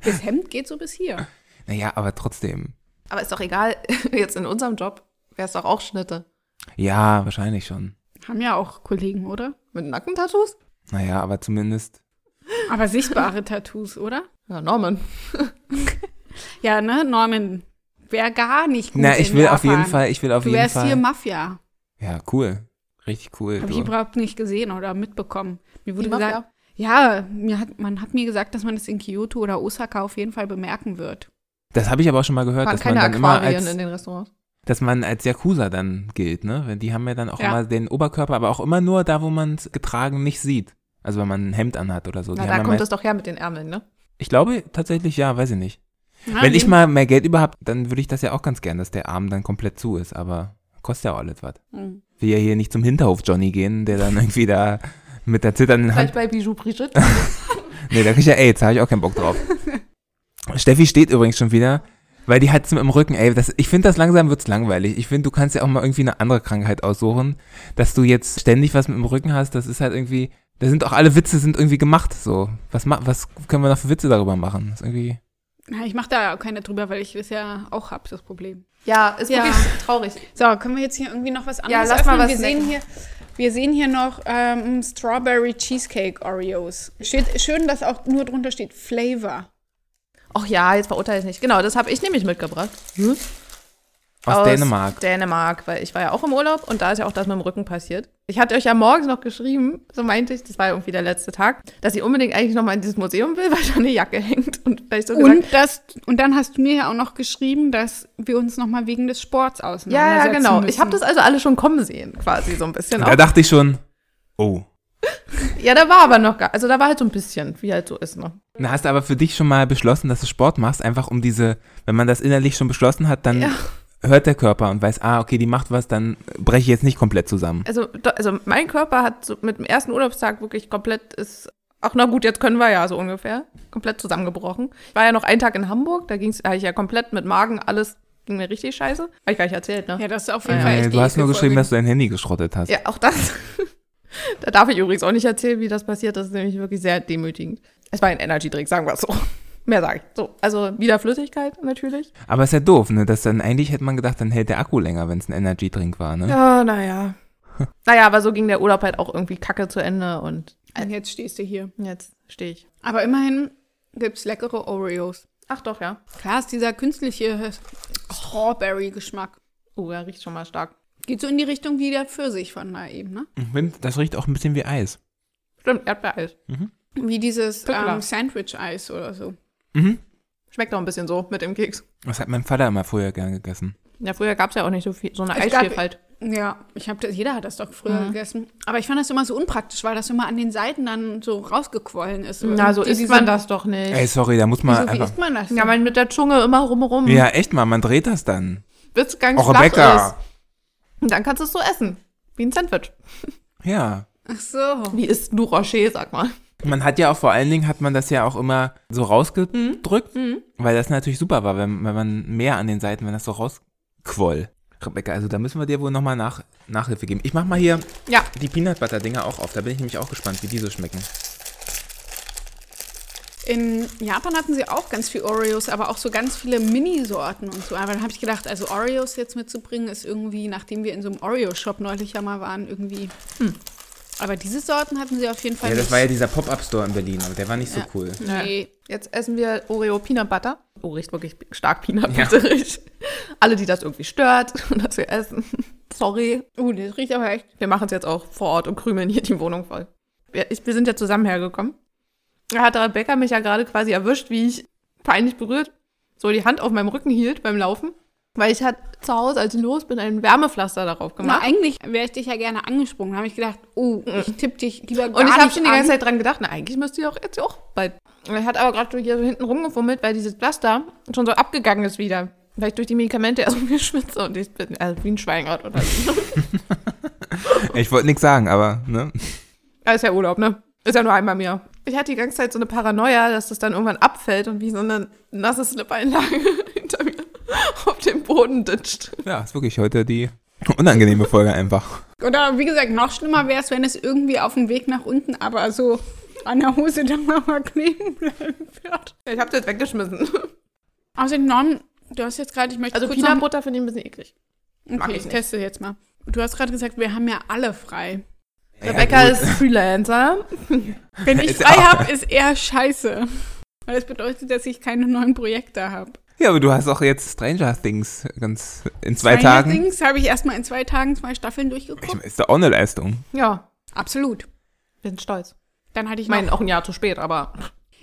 [SPEAKER 3] Das Hemd geht so bis hier.
[SPEAKER 2] naja, aber trotzdem.
[SPEAKER 1] Aber ist doch egal, jetzt in unserem Job wäre es doch auch Schnitte.
[SPEAKER 2] Ja, wahrscheinlich schon.
[SPEAKER 3] Haben ja auch Kollegen, oder?
[SPEAKER 1] Mit Nackentattoos?
[SPEAKER 2] Naja, aber zumindest.
[SPEAKER 3] Aber sichtbare Tattoos, oder?
[SPEAKER 1] Ja, Norman.
[SPEAKER 3] Ja, ne, Norman, wäre gar nicht gut.
[SPEAKER 2] Na, ich
[SPEAKER 3] in
[SPEAKER 2] will
[SPEAKER 3] Japan.
[SPEAKER 2] auf jeden Fall, ich will auf
[SPEAKER 3] Du
[SPEAKER 2] jeden
[SPEAKER 3] wärst hier
[SPEAKER 2] Fall.
[SPEAKER 3] Mafia.
[SPEAKER 2] Ja, cool. Richtig cool.
[SPEAKER 3] Habe ich
[SPEAKER 2] Du.
[SPEAKER 3] überhaupt nicht gesehen oder mitbekommen. Mir wurde
[SPEAKER 1] Die
[SPEAKER 3] gesagt,
[SPEAKER 1] Mafia.
[SPEAKER 3] ja, mir hat, man hat mir gesagt, dass man das in Kyoto oder Osaka auf jeden Fall bemerken wird.
[SPEAKER 2] Das habe ich aber auch schon mal gehört,
[SPEAKER 1] Waren
[SPEAKER 2] dass man
[SPEAKER 1] keine
[SPEAKER 2] dann immer
[SPEAKER 1] Aquarien
[SPEAKER 2] als,
[SPEAKER 1] in den Restaurants.
[SPEAKER 2] dass man als Yakuza dann gilt, ne? Weil Die haben ja dann auch
[SPEAKER 3] Ja.
[SPEAKER 2] immer den Oberkörper, aber auch immer nur da, wo man es getragen nicht sieht. Also wenn man ein Hemd anhat oder so.
[SPEAKER 1] Na,
[SPEAKER 2] Die
[SPEAKER 1] da
[SPEAKER 2] haben ja
[SPEAKER 1] kommt
[SPEAKER 2] meist-
[SPEAKER 1] es doch her mit den Ärmeln, ne?
[SPEAKER 2] ich glaube tatsächlich ja, weiß ich nicht.
[SPEAKER 1] Ah,
[SPEAKER 3] Ja,
[SPEAKER 2] Wenn ich
[SPEAKER 3] nee.
[SPEAKER 2] mal mehr Geld über hab, dann würde ich das ja auch ganz gern, dass der Arm dann komplett zu ist, aber kostet ja auch alles was.
[SPEAKER 3] Mhm.
[SPEAKER 2] Will ja hier nicht zum Hinterhof Johnny gehen, der dann irgendwie da mit der zitternden Hand
[SPEAKER 1] Vielleicht bei Bijou Brigitte.
[SPEAKER 2] Nee, da krieg ich ja AIDS, da habe ich auch keinen Bock drauf. Steffi steht übrigens schon wieder, weil die hat's im Rücken, ey, das, ich finde das langsam wird's langweilig. Ich finde, du kannst ja auch mal irgendwie eine andere Krankheit aussuchen, dass du jetzt ständig was mit dem Rücken hast, das ist halt irgendwie, da sind auch alle Witze sind irgendwie gemacht, so. Was, ma- was können wir noch für Witze darüber machen? Das ist irgendwie,
[SPEAKER 3] Ja, ich mache da auch keine drüber, weil ich das ja auch habe, das Problem.
[SPEAKER 1] ja, ist
[SPEAKER 3] Ja.
[SPEAKER 1] wirklich traurig.
[SPEAKER 3] So, können wir jetzt hier irgendwie noch was
[SPEAKER 1] Ja,
[SPEAKER 3] anderes
[SPEAKER 1] lass mal
[SPEAKER 3] öffnen?
[SPEAKER 1] was
[SPEAKER 3] wir, sehen
[SPEAKER 1] snacken.
[SPEAKER 3] hier, wir sehen hier noch ähm, Strawberry Cheesecake Oreos. Steht, schön, dass auch nur drunter steht Flavor.
[SPEAKER 1] Ach ja, jetzt verurteile ich nicht. Genau, das habe ich nämlich mitgebracht. Hm?
[SPEAKER 2] aus, Dänemark.
[SPEAKER 1] Dänemark, weil ich war ja auch im Urlaub und da ist ja auch das mit dem Rücken passiert. Ich hatte euch ja morgens noch geschrieben, so meinte ich, das war irgendwie der letzte Tag, dass ich unbedingt eigentlich nochmal in dieses Museum will, weil da eine Jacke hängt. Und weil ich so gesagt,
[SPEAKER 3] Und, das, und dann hast du mir ja auch noch geschrieben, dass wir uns nochmal wegen des Sports
[SPEAKER 1] ja,
[SPEAKER 3] auseinandersetzen
[SPEAKER 1] ja, genau.
[SPEAKER 3] Müssen.
[SPEAKER 1] Ich habe das also alle schon kommen sehen, quasi so ein bisschen.
[SPEAKER 2] Da
[SPEAKER 1] Auch.
[SPEAKER 2] dachte ich schon, oh.
[SPEAKER 1] Ja, da war aber noch gar, also da war halt so ein bisschen, wie halt so ist, ne?
[SPEAKER 2] Na, hast du aber für dich schon mal beschlossen, dass du Sport machst, einfach um diese, wenn man das innerlich schon beschlossen hat, dann
[SPEAKER 1] Ja.
[SPEAKER 2] hört der Körper und weiß, ah, okay, die macht was, dann breche ich jetzt nicht komplett zusammen.
[SPEAKER 1] Also, do- also mein Körper hat so mit dem ersten Urlaubstag wirklich komplett ist ach na gut, jetzt können wir ja so ungefähr komplett zusammengebrochen. Ich war ja noch einen Tag in Hamburg, da ging's da hatte ich ja komplett mit Magen alles ging mir richtig scheiße. Habe ich gar nicht erzählt, ne?
[SPEAKER 3] Ja, das ist auf jeden Fall
[SPEAKER 2] Nee,
[SPEAKER 3] echt
[SPEAKER 2] Äh, du hast nur geschrieben, dass
[SPEAKER 3] ekelvoll.
[SPEAKER 2] du dein Handy geschrottet hast.
[SPEAKER 1] Ja, auch das. da darf ich übrigens auch nicht erzählen, wie das passiert. Das ist nämlich wirklich sehr demütigend. Es war ein Energy-Drink, sagen wir es so. Mehr sage ich. So, also wieder Flüssigkeit natürlich.
[SPEAKER 2] Aber ist ja doof, ne? Dass dann eigentlich hätte man gedacht, dann hält der Akku länger, wenn es ein Energy-Drink war, ne?
[SPEAKER 1] Ja, naja. naja, aber so ging der Urlaub halt auch irgendwie kacke zu Ende und
[SPEAKER 3] Und jetzt stehst du hier.
[SPEAKER 1] jetzt stehe ich.
[SPEAKER 3] Aber immerhin gibt's leckere Oreos.
[SPEAKER 1] Ach doch, ja.
[SPEAKER 3] Klar ist dieser künstliche Strawberry-Geschmack.
[SPEAKER 1] Oh, ja, riecht schon mal stark.
[SPEAKER 3] Geht so in die Richtung wie der Pfirsich von da eben, ne?
[SPEAKER 2] Ich find, das riecht auch ein bisschen wie Eis.
[SPEAKER 1] Stimmt, Erdbeereis.
[SPEAKER 3] Wie dieses
[SPEAKER 1] Pückler.
[SPEAKER 3] ähm, Sandwich-Eis oder so.
[SPEAKER 2] Mhm.
[SPEAKER 1] Schmeckt auch ein bisschen so mit dem Keks.
[SPEAKER 2] Das hat mein Vater immer früher gern gegessen.
[SPEAKER 1] Ja, früher gab es ja auch nicht so viel, so eine halt.
[SPEAKER 3] Es gab-
[SPEAKER 1] Eisvielfalt.
[SPEAKER 3] Ja, ich hab das, jeder hat das doch früher gegessen. Aber ich fand das immer so unpraktisch, weil das immer an den Seiten dann so rausgequollen ist.
[SPEAKER 1] Na, so
[SPEAKER 3] Und die-
[SPEAKER 1] isst
[SPEAKER 3] diese-
[SPEAKER 1] man das doch nicht.
[SPEAKER 2] Ey, sorry, da muss man
[SPEAKER 3] Wieso, wie
[SPEAKER 2] einfach.
[SPEAKER 3] isst man das?
[SPEAKER 1] ja,
[SPEAKER 3] denn?
[SPEAKER 1] man mit der Zunge immer rumrum, rum,
[SPEAKER 2] Ja, echt mal, man dreht das dann.
[SPEAKER 1] bis es ganz
[SPEAKER 2] Och,
[SPEAKER 1] flach
[SPEAKER 2] Rebecca.
[SPEAKER 1] ist. Und dann kannst du es so essen. Wie ein Sandwich.
[SPEAKER 2] Ja.
[SPEAKER 3] Ach so.
[SPEAKER 1] Wie isst du Rocher, sag mal.
[SPEAKER 2] Man hat ja auch vor allen Dingen, hat man das ja auch immer so rausgedrückt, weil das natürlich super war, wenn, wenn man mehr an den Seiten, wenn das so rausquoll. Rebecca, also da müssen wir dir wohl nochmal nach, Nachhilfe geben. Ich mach mal hier
[SPEAKER 1] Ja,
[SPEAKER 2] die Peanut Butter Dinger auch auf, da bin ich nämlich auch gespannt, wie die so schmecken.
[SPEAKER 3] In Japan hatten sie auch ganz viel Oreos, aber auch so ganz viele Mini-Sorten und so. Aber dann habe ich gedacht, also Oreos jetzt mitzubringen, ist irgendwie, nachdem wir in so einem Oreo-Shop neulich ja mal waren, irgendwie. Hm. Aber diese Sorten hatten sie auf jeden Fall
[SPEAKER 2] Ja, das
[SPEAKER 3] nicht.
[SPEAKER 2] war ja dieser Pop-Up-Store in Berlin, aber der war nicht so cool.
[SPEAKER 3] nee.
[SPEAKER 1] jetzt essen wir Oreo Peanut Butter. Oh, riecht wirklich stark Peanut Butterig. Alle, die das irgendwie stört, dass wir essen. Sorry,
[SPEAKER 3] Uh, das riecht aber echt.
[SPEAKER 1] wir machen es jetzt auch vor Ort und krümeln hier die Wohnung voll. Wir, ich, wir sind ja zusammen hergekommen. Da hat Rebecca mich ja gerade quasi erwischt, wie ich peinlich berührt so die Hand auf meinem Rücken hielt beim Laufen. Weil ich hatte zu Hause, als ich los bin, ein Wärmepflaster darauf
[SPEAKER 3] Na,
[SPEAKER 1] gemacht.
[SPEAKER 3] eigentlich wäre ich dich ja gerne angesprungen. Da habe ich gedacht, oh, ich tippe dich lieber gar
[SPEAKER 1] und ich habe
[SPEAKER 3] nicht
[SPEAKER 1] schon die ganze
[SPEAKER 3] an.
[SPEAKER 1] Zeit dran gedacht, na eigentlich müsste die doch jetzt auch bald. Ich hatte aber gerade so hier so hinten rumgefummelt, weil dieses Pflaster schon so abgegangen ist wieder. Weil ich durch die Medikamente erst irgendwie schwitze und ich bin also wie ein Schweinrad oder so.
[SPEAKER 2] Ich wollte nichts sagen, aber, ne?
[SPEAKER 1] Ja, ist ja Urlaub, ne? Ist ja nur einmal im Jahr. Ich hatte die ganze Zeit so eine Paranoia, dass das dann irgendwann abfällt und wie so eine nasse Slip-Einlage hinter mir auf dem Boden ditcht.
[SPEAKER 2] Ja, ist wirklich heute die unangenehme Folge einfach.
[SPEAKER 3] Oder wie gesagt, noch schlimmer wäre es, wenn es irgendwie auf dem Weg nach unten, aber so an der Hose der Mama kleben bleiben wird.
[SPEAKER 1] Ich hab's jetzt weggeschmissen.
[SPEAKER 3] Außerdem, Norm, du hast jetzt gerade, ich möchte
[SPEAKER 1] Also
[SPEAKER 3] kurz noch,
[SPEAKER 1] Pina-Butter finde ich ein bisschen eklig. mag
[SPEAKER 3] okay,
[SPEAKER 1] ich
[SPEAKER 3] ich
[SPEAKER 1] nicht.
[SPEAKER 3] teste jetzt mal. Du hast gerade gesagt, wir haben ja alle frei.
[SPEAKER 1] Rebecca
[SPEAKER 2] ja, gut.
[SPEAKER 1] ist Freelancer.
[SPEAKER 3] Wenn ich
[SPEAKER 2] Ist
[SPEAKER 3] frei
[SPEAKER 2] auch-
[SPEAKER 3] habe, ist eher scheiße. Weil das bedeutet, dass ich keine neuen Projekte habe.
[SPEAKER 2] Ja, aber du hast auch jetzt Stranger Things ganz in zwei
[SPEAKER 3] Stranger
[SPEAKER 2] Tagen.
[SPEAKER 3] Things habe ich erstmal in zwei Tagen zwei Staffeln durchgeguckt.
[SPEAKER 2] Ich, ist doch auch eine Leistung.
[SPEAKER 1] Ja,
[SPEAKER 3] Absolut.
[SPEAKER 1] bin stolz.
[SPEAKER 3] Dann hatte ich
[SPEAKER 1] Ich
[SPEAKER 3] noch
[SPEAKER 1] meine, auch ein Jahr zu spät, aber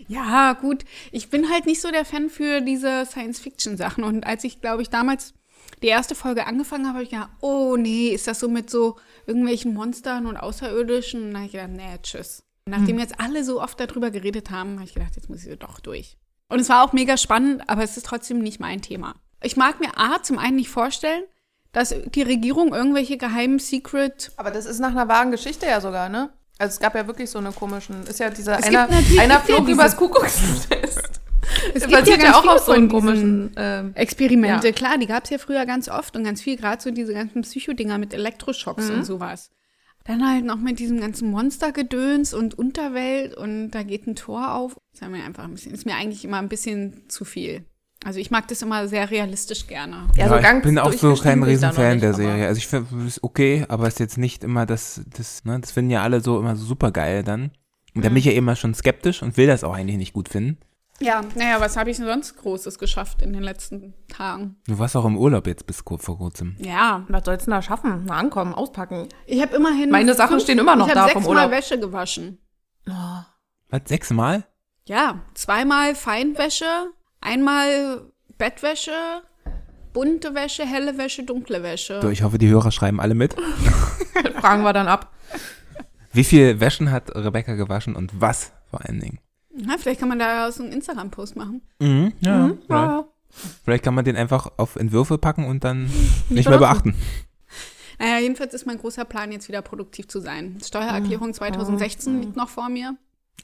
[SPEAKER 3] Ja, gut. Ich bin halt nicht so der Fan für diese Science-Fiction-Sachen. Und als ich, glaube ich, damals die erste Folge angefangen habe, habe ich gedacht, oh nee, ist das so mit so irgendwelchen Monstern und Außerirdischen? Und dann habe ich gedacht, nee, tschüss. Und Nachdem jetzt alle so oft darüber geredet haben, habe ich gedacht, jetzt muss ich doch durch. Und es war auch mega spannend, aber es ist trotzdem nicht mein Thema. Ich mag mir A, zum einen nicht vorstellen, dass die Regierung irgendwelche geheimen Secret
[SPEAKER 1] Aber das ist nach einer wahren Geschichte ja sogar, ne? Also es gab ja wirklich so eine komischen, ist ja dieser
[SPEAKER 3] Es gibt
[SPEAKER 1] einer,
[SPEAKER 3] natürlich-
[SPEAKER 1] einer
[SPEAKER 3] gibt ja
[SPEAKER 1] flog
[SPEAKER 3] diese-
[SPEAKER 1] übers Kuckucksnest.
[SPEAKER 3] Es gibt
[SPEAKER 1] basiert
[SPEAKER 3] ja ganz viele
[SPEAKER 1] einem
[SPEAKER 3] von diesen-
[SPEAKER 1] ähm,
[SPEAKER 3] Experimente,
[SPEAKER 1] Ja.
[SPEAKER 3] klar, die gab es ja früher ganz oft und ganz viel, gerade so diese ganzen Psychodinger mit Elektroschocks
[SPEAKER 1] Mhm.
[SPEAKER 3] und sowas. Dann halt noch mit diesem ganzen Monstergedöns und Unterwelt und da geht ein Tor auf. Das haben wir einfach ein bisschen, ist mir eigentlich immer ein bisschen zu viel. Also ich mag das immer sehr realistisch gerne.
[SPEAKER 1] äh, ja, so
[SPEAKER 2] ich
[SPEAKER 1] ganz
[SPEAKER 2] bin auch so
[SPEAKER 1] durchgestiegen
[SPEAKER 2] kein
[SPEAKER 1] bin ich da noch
[SPEAKER 2] Riesenfan
[SPEAKER 1] nicht,
[SPEAKER 2] der
[SPEAKER 1] aber-
[SPEAKER 2] Serie. Also ich finde es okay, aber es ist jetzt nicht immer das, das, ne, das finden ja alle so immer super geil dann. Und da bin ich ja immer schon skeptisch und will das auch eigentlich nicht gut finden.
[SPEAKER 3] Ja, naja, was habe ich denn sonst Großes geschafft in den letzten Tagen?
[SPEAKER 2] Du warst auch im Urlaub jetzt bis kur- vor kurzem.
[SPEAKER 3] Ja,
[SPEAKER 1] Was sollst du denn da schaffen? Na, ankommen, auspacken.
[SPEAKER 3] ich habe immerhin
[SPEAKER 1] Meine Sachen stehen immer noch
[SPEAKER 3] ich hab
[SPEAKER 1] da vom
[SPEAKER 3] sechsmal
[SPEAKER 1] Urlaub.
[SPEAKER 3] Wäsche gewaschen.
[SPEAKER 2] Was, sechsmal?
[SPEAKER 3] Ja, zweimal Feinwäsche, einmal Bettwäsche, bunte Wäsche, helle Wäsche, dunkle Wäsche.
[SPEAKER 2] So, ich hoffe, die Hörer schreiben alle mit.
[SPEAKER 1] Fragen wir dann ab.
[SPEAKER 2] Wie viel Wäschen hat Rebecca gewaschen und was vor allen Dingen?
[SPEAKER 3] Na, vielleicht kann man daraus einen Instagram-Post machen.
[SPEAKER 2] Mhm, ja. Vielleicht,
[SPEAKER 1] Ja.
[SPEAKER 2] vielleicht kann man den einfach auf Entwürfe packen und dann nicht
[SPEAKER 1] soll
[SPEAKER 2] mehr
[SPEAKER 1] das-
[SPEAKER 2] beachten.
[SPEAKER 3] Naja, jedenfalls ist mein großer Plan, jetzt wieder produktiv zu sein.
[SPEAKER 1] Ah,
[SPEAKER 3] Steuererklärung 2016 liegt noch vor mir.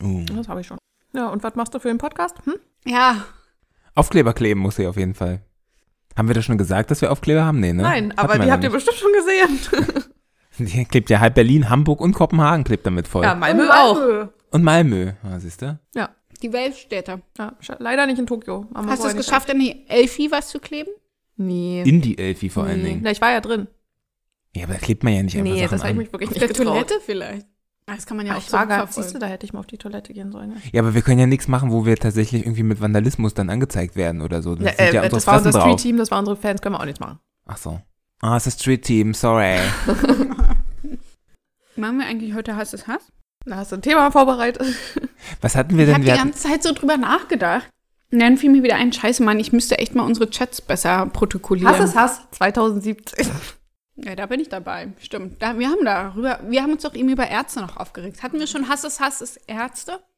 [SPEAKER 2] Uh.
[SPEAKER 1] Das habe ich schon. Ja, und was machst du für den Podcast? Hm?
[SPEAKER 3] Ja,
[SPEAKER 2] Aufkleber kleben muss sie auf jeden Fall. Haben wir das schon gesagt, dass wir Aufkleber haben? Nee, ne?
[SPEAKER 1] Nein,
[SPEAKER 2] Hatten
[SPEAKER 1] aber
[SPEAKER 2] wir
[SPEAKER 1] die
[SPEAKER 2] noch
[SPEAKER 1] habt ihr bestimmt schon gesehen.
[SPEAKER 2] nicht. Die klebt ja halb Berlin, Hamburg und Kopenhagen klebt damit voll.
[SPEAKER 1] Ja, Malmö auch.
[SPEAKER 3] Malmö.
[SPEAKER 2] Und Malmö, ah, siehst du?
[SPEAKER 1] Ja.
[SPEAKER 3] Die Weltstädte.
[SPEAKER 1] ja, sch- leider nicht in Tokio. Haben wir
[SPEAKER 3] Hast du
[SPEAKER 1] vorher
[SPEAKER 3] es
[SPEAKER 1] nicht
[SPEAKER 3] geschafft, an die Elfi was zu kleben?
[SPEAKER 1] gemacht. Nee.
[SPEAKER 2] In die Elfi vor allen
[SPEAKER 1] nee.
[SPEAKER 2] Dingen.
[SPEAKER 1] Na, ich war ja drin.
[SPEAKER 2] Ja, aber da klebt man ja nicht einfach
[SPEAKER 1] nee,
[SPEAKER 2] Sachen
[SPEAKER 1] das habe ich
[SPEAKER 2] an.
[SPEAKER 1] mich wirklich
[SPEAKER 3] Auf
[SPEAKER 1] nicht
[SPEAKER 3] der
[SPEAKER 1] getraut.
[SPEAKER 3] Toilette vielleicht. Ah, Das kann man ja
[SPEAKER 1] Ja,
[SPEAKER 3] auch
[SPEAKER 1] ich
[SPEAKER 3] so
[SPEAKER 1] war gar, siehst du,
[SPEAKER 3] verfolgen.
[SPEAKER 1] da hätte ich mal auf die Toilette gehen sollen. ne? ja.
[SPEAKER 2] Ja, aber wir können ja nichts machen, wo wir tatsächlich irgendwie mit Vandalismus dann angezeigt werden oder so. Das
[SPEAKER 1] Ja,
[SPEAKER 2] sind
[SPEAKER 1] äh,
[SPEAKER 2] ja unsere
[SPEAKER 1] das war
[SPEAKER 2] Fressen
[SPEAKER 1] unser
[SPEAKER 2] drauf.
[SPEAKER 1] Street-Team, das waren unsere Fans, können wir auch nichts machen.
[SPEAKER 2] Ach so. Ah, es ist Street Team, sorry.
[SPEAKER 3] Machen wir eigentlich heute Hass ist Hass?
[SPEAKER 1] Na, hast du ein Thema vorbereitet?
[SPEAKER 2] Was hatten
[SPEAKER 3] Ich
[SPEAKER 2] wir denn?
[SPEAKER 3] habe die
[SPEAKER 2] Wir hatten,
[SPEAKER 3] ganze Zeit so drüber nachgedacht. Und dann fiel mir wieder ein Scheiße, Mann, ich müsste echt mal unsere Chats besser protokollieren.
[SPEAKER 1] Hass ist Hass 2017.
[SPEAKER 3] ja, da bin ich dabei. Stimmt. Da, wir haben darüber, wir haben uns doch eben über Ärzte noch aufgeregt. Hatten wir schon Hass ist Hass ist Ärzte?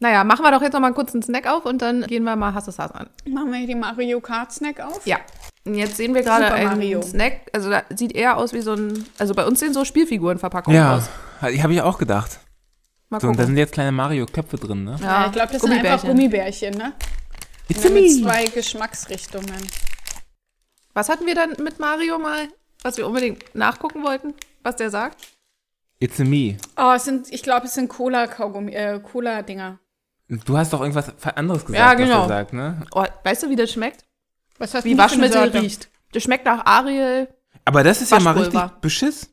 [SPEAKER 1] Naja, machen wir doch jetzt noch mal kurz einen Snack auf und dann gehen wir mal Hass ist Hass an.
[SPEAKER 3] Machen wir hier den Mario Kart Snack auf?
[SPEAKER 1] Ja. Und jetzt sehen wir gerade
[SPEAKER 3] Super
[SPEAKER 1] einen
[SPEAKER 3] Mario.
[SPEAKER 1] Snack. Also da sieht eher aus wie so ein. Also bei uns sehen so Spielfigurenverpackungen
[SPEAKER 2] ja,
[SPEAKER 1] aus.
[SPEAKER 2] habe ich auch gedacht.
[SPEAKER 1] Mal
[SPEAKER 2] So, und da
[SPEAKER 1] gucken.
[SPEAKER 2] sind jetzt kleine Mario-Köpfe drin, ne?
[SPEAKER 3] Ja, ich glaube, das sind einfach Gummibärchen, ne?
[SPEAKER 2] It's a
[SPEAKER 3] Mit
[SPEAKER 2] me.
[SPEAKER 3] zwei Geschmacksrichtungen.
[SPEAKER 1] Was hatten wir dann mit Mario mal, was wir unbedingt nachgucken wollten, was der sagt?
[SPEAKER 2] It's a me.
[SPEAKER 3] Oh, es sind, ich glaube, es sind Cola-Kaugummi, äh, Cola-Dinger.
[SPEAKER 2] Du hast doch irgendwas anderes gesagt,
[SPEAKER 1] Ja, genau.
[SPEAKER 2] was er sagt, ne?
[SPEAKER 1] Oh, weißt du, wie das schmeckt?
[SPEAKER 3] Was hast
[SPEAKER 1] Wie
[SPEAKER 3] du denn für eine
[SPEAKER 1] Waschmittel
[SPEAKER 3] Sorte?
[SPEAKER 1] riecht. Das schmeckt nach Ariel.
[SPEAKER 2] Aber das ist ja mal richtig
[SPEAKER 1] Waschpulver.
[SPEAKER 2] beschiss.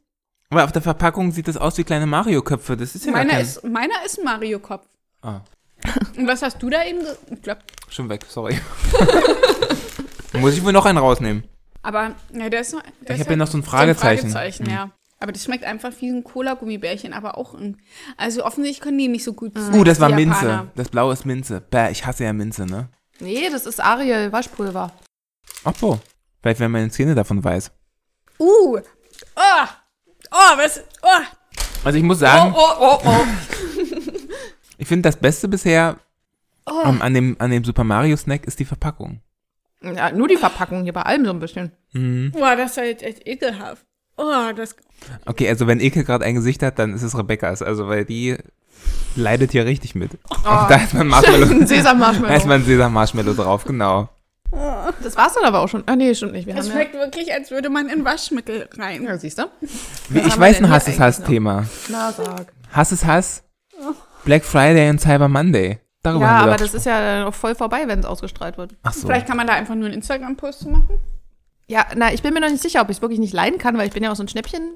[SPEAKER 2] Aber auf der Verpackung sieht das aus wie kleine Mario-Köpfe. Das ist ja gar
[SPEAKER 3] Meiner
[SPEAKER 2] kein...
[SPEAKER 3] ist, meiner ist ein Mario-Kopf.
[SPEAKER 2] Ah,
[SPEAKER 3] Und was hast du da eben ge Ich glaube,
[SPEAKER 2] schon weg, sorry. Muss ich wohl noch einen rausnehmen.
[SPEAKER 3] Aber ja, der ist, der
[SPEAKER 2] Ich
[SPEAKER 3] ist
[SPEAKER 2] habe ja noch so ein Fragezeichen.
[SPEAKER 3] So ein Fragezeichen Mhm. ja. Aber das schmeckt einfach wie ein Cola-Gummibärchen, aber auch ein. Also offensichtlich können die nicht so gut.
[SPEAKER 2] Uh, das war
[SPEAKER 3] die
[SPEAKER 2] Minze.
[SPEAKER 3] Japaner.
[SPEAKER 2] Das blaue ist Minze. Bäh, ich hasse ja Minze, ne?
[SPEAKER 1] Nee, das ist Ariel Waschpulver.
[SPEAKER 2] Ach so. Vielleicht, wenn meine Zähne davon weiß.
[SPEAKER 3] Uh! Oh! Oh, was? Oh!
[SPEAKER 2] Also ich muss sagen,
[SPEAKER 1] oh, oh, oh.
[SPEAKER 3] oh.
[SPEAKER 2] ich finde das Beste bisher ähm, an, dem, an dem Super Mario Snack ist die Verpackung.
[SPEAKER 1] Ja, nur die Verpackung hier bei allem so ein bisschen.
[SPEAKER 3] Boah, das ist halt echt ekelhaft. Oh, das.
[SPEAKER 2] Okay, also wenn Ekel gerade ein Gesicht hat, dann ist es Rebecca's. Also weil die leidet hier richtig mit.
[SPEAKER 3] Oh.
[SPEAKER 2] Ach, da ist mein Marshmallow. Da ist
[SPEAKER 1] Sesam-Marshmallow.
[SPEAKER 2] mein Sesam-Marshmallow drauf, genau.
[SPEAKER 1] Das war's dann aber auch schon. Ah, nee, stimmt nicht. Wir
[SPEAKER 3] Es
[SPEAKER 1] haben
[SPEAKER 3] schmeckt wirklich, als würde man in Waschmittel rein.
[SPEAKER 1] ja, ja, siehst du?
[SPEAKER 2] Wie,
[SPEAKER 1] haben
[SPEAKER 2] ich
[SPEAKER 1] wir
[SPEAKER 2] weiß
[SPEAKER 1] denn
[SPEAKER 2] ein
[SPEAKER 1] hier
[SPEAKER 2] Hass ist
[SPEAKER 1] eigentlich noch?
[SPEAKER 2] Hass-Thema.
[SPEAKER 1] Na, sag.
[SPEAKER 2] Hass ist Hass. Black Friday und Cyber Monday. Darüber
[SPEAKER 1] Ja,
[SPEAKER 2] haben wir
[SPEAKER 1] aber
[SPEAKER 2] doch-
[SPEAKER 1] das ist ja dann auch voll vorbei, wenn es ausgestrahlt wird.
[SPEAKER 2] Ach so.
[SPEAKER 3] Vielleicht kann man da einfach nur einen Instagram-Post zu machen.
[SPEAKER 1] Ja, na, ich bin mir noch nicht sicher, ob ich es wirklich nicht leiden kann, weil ich bin ja auch so ein Schnäppchen.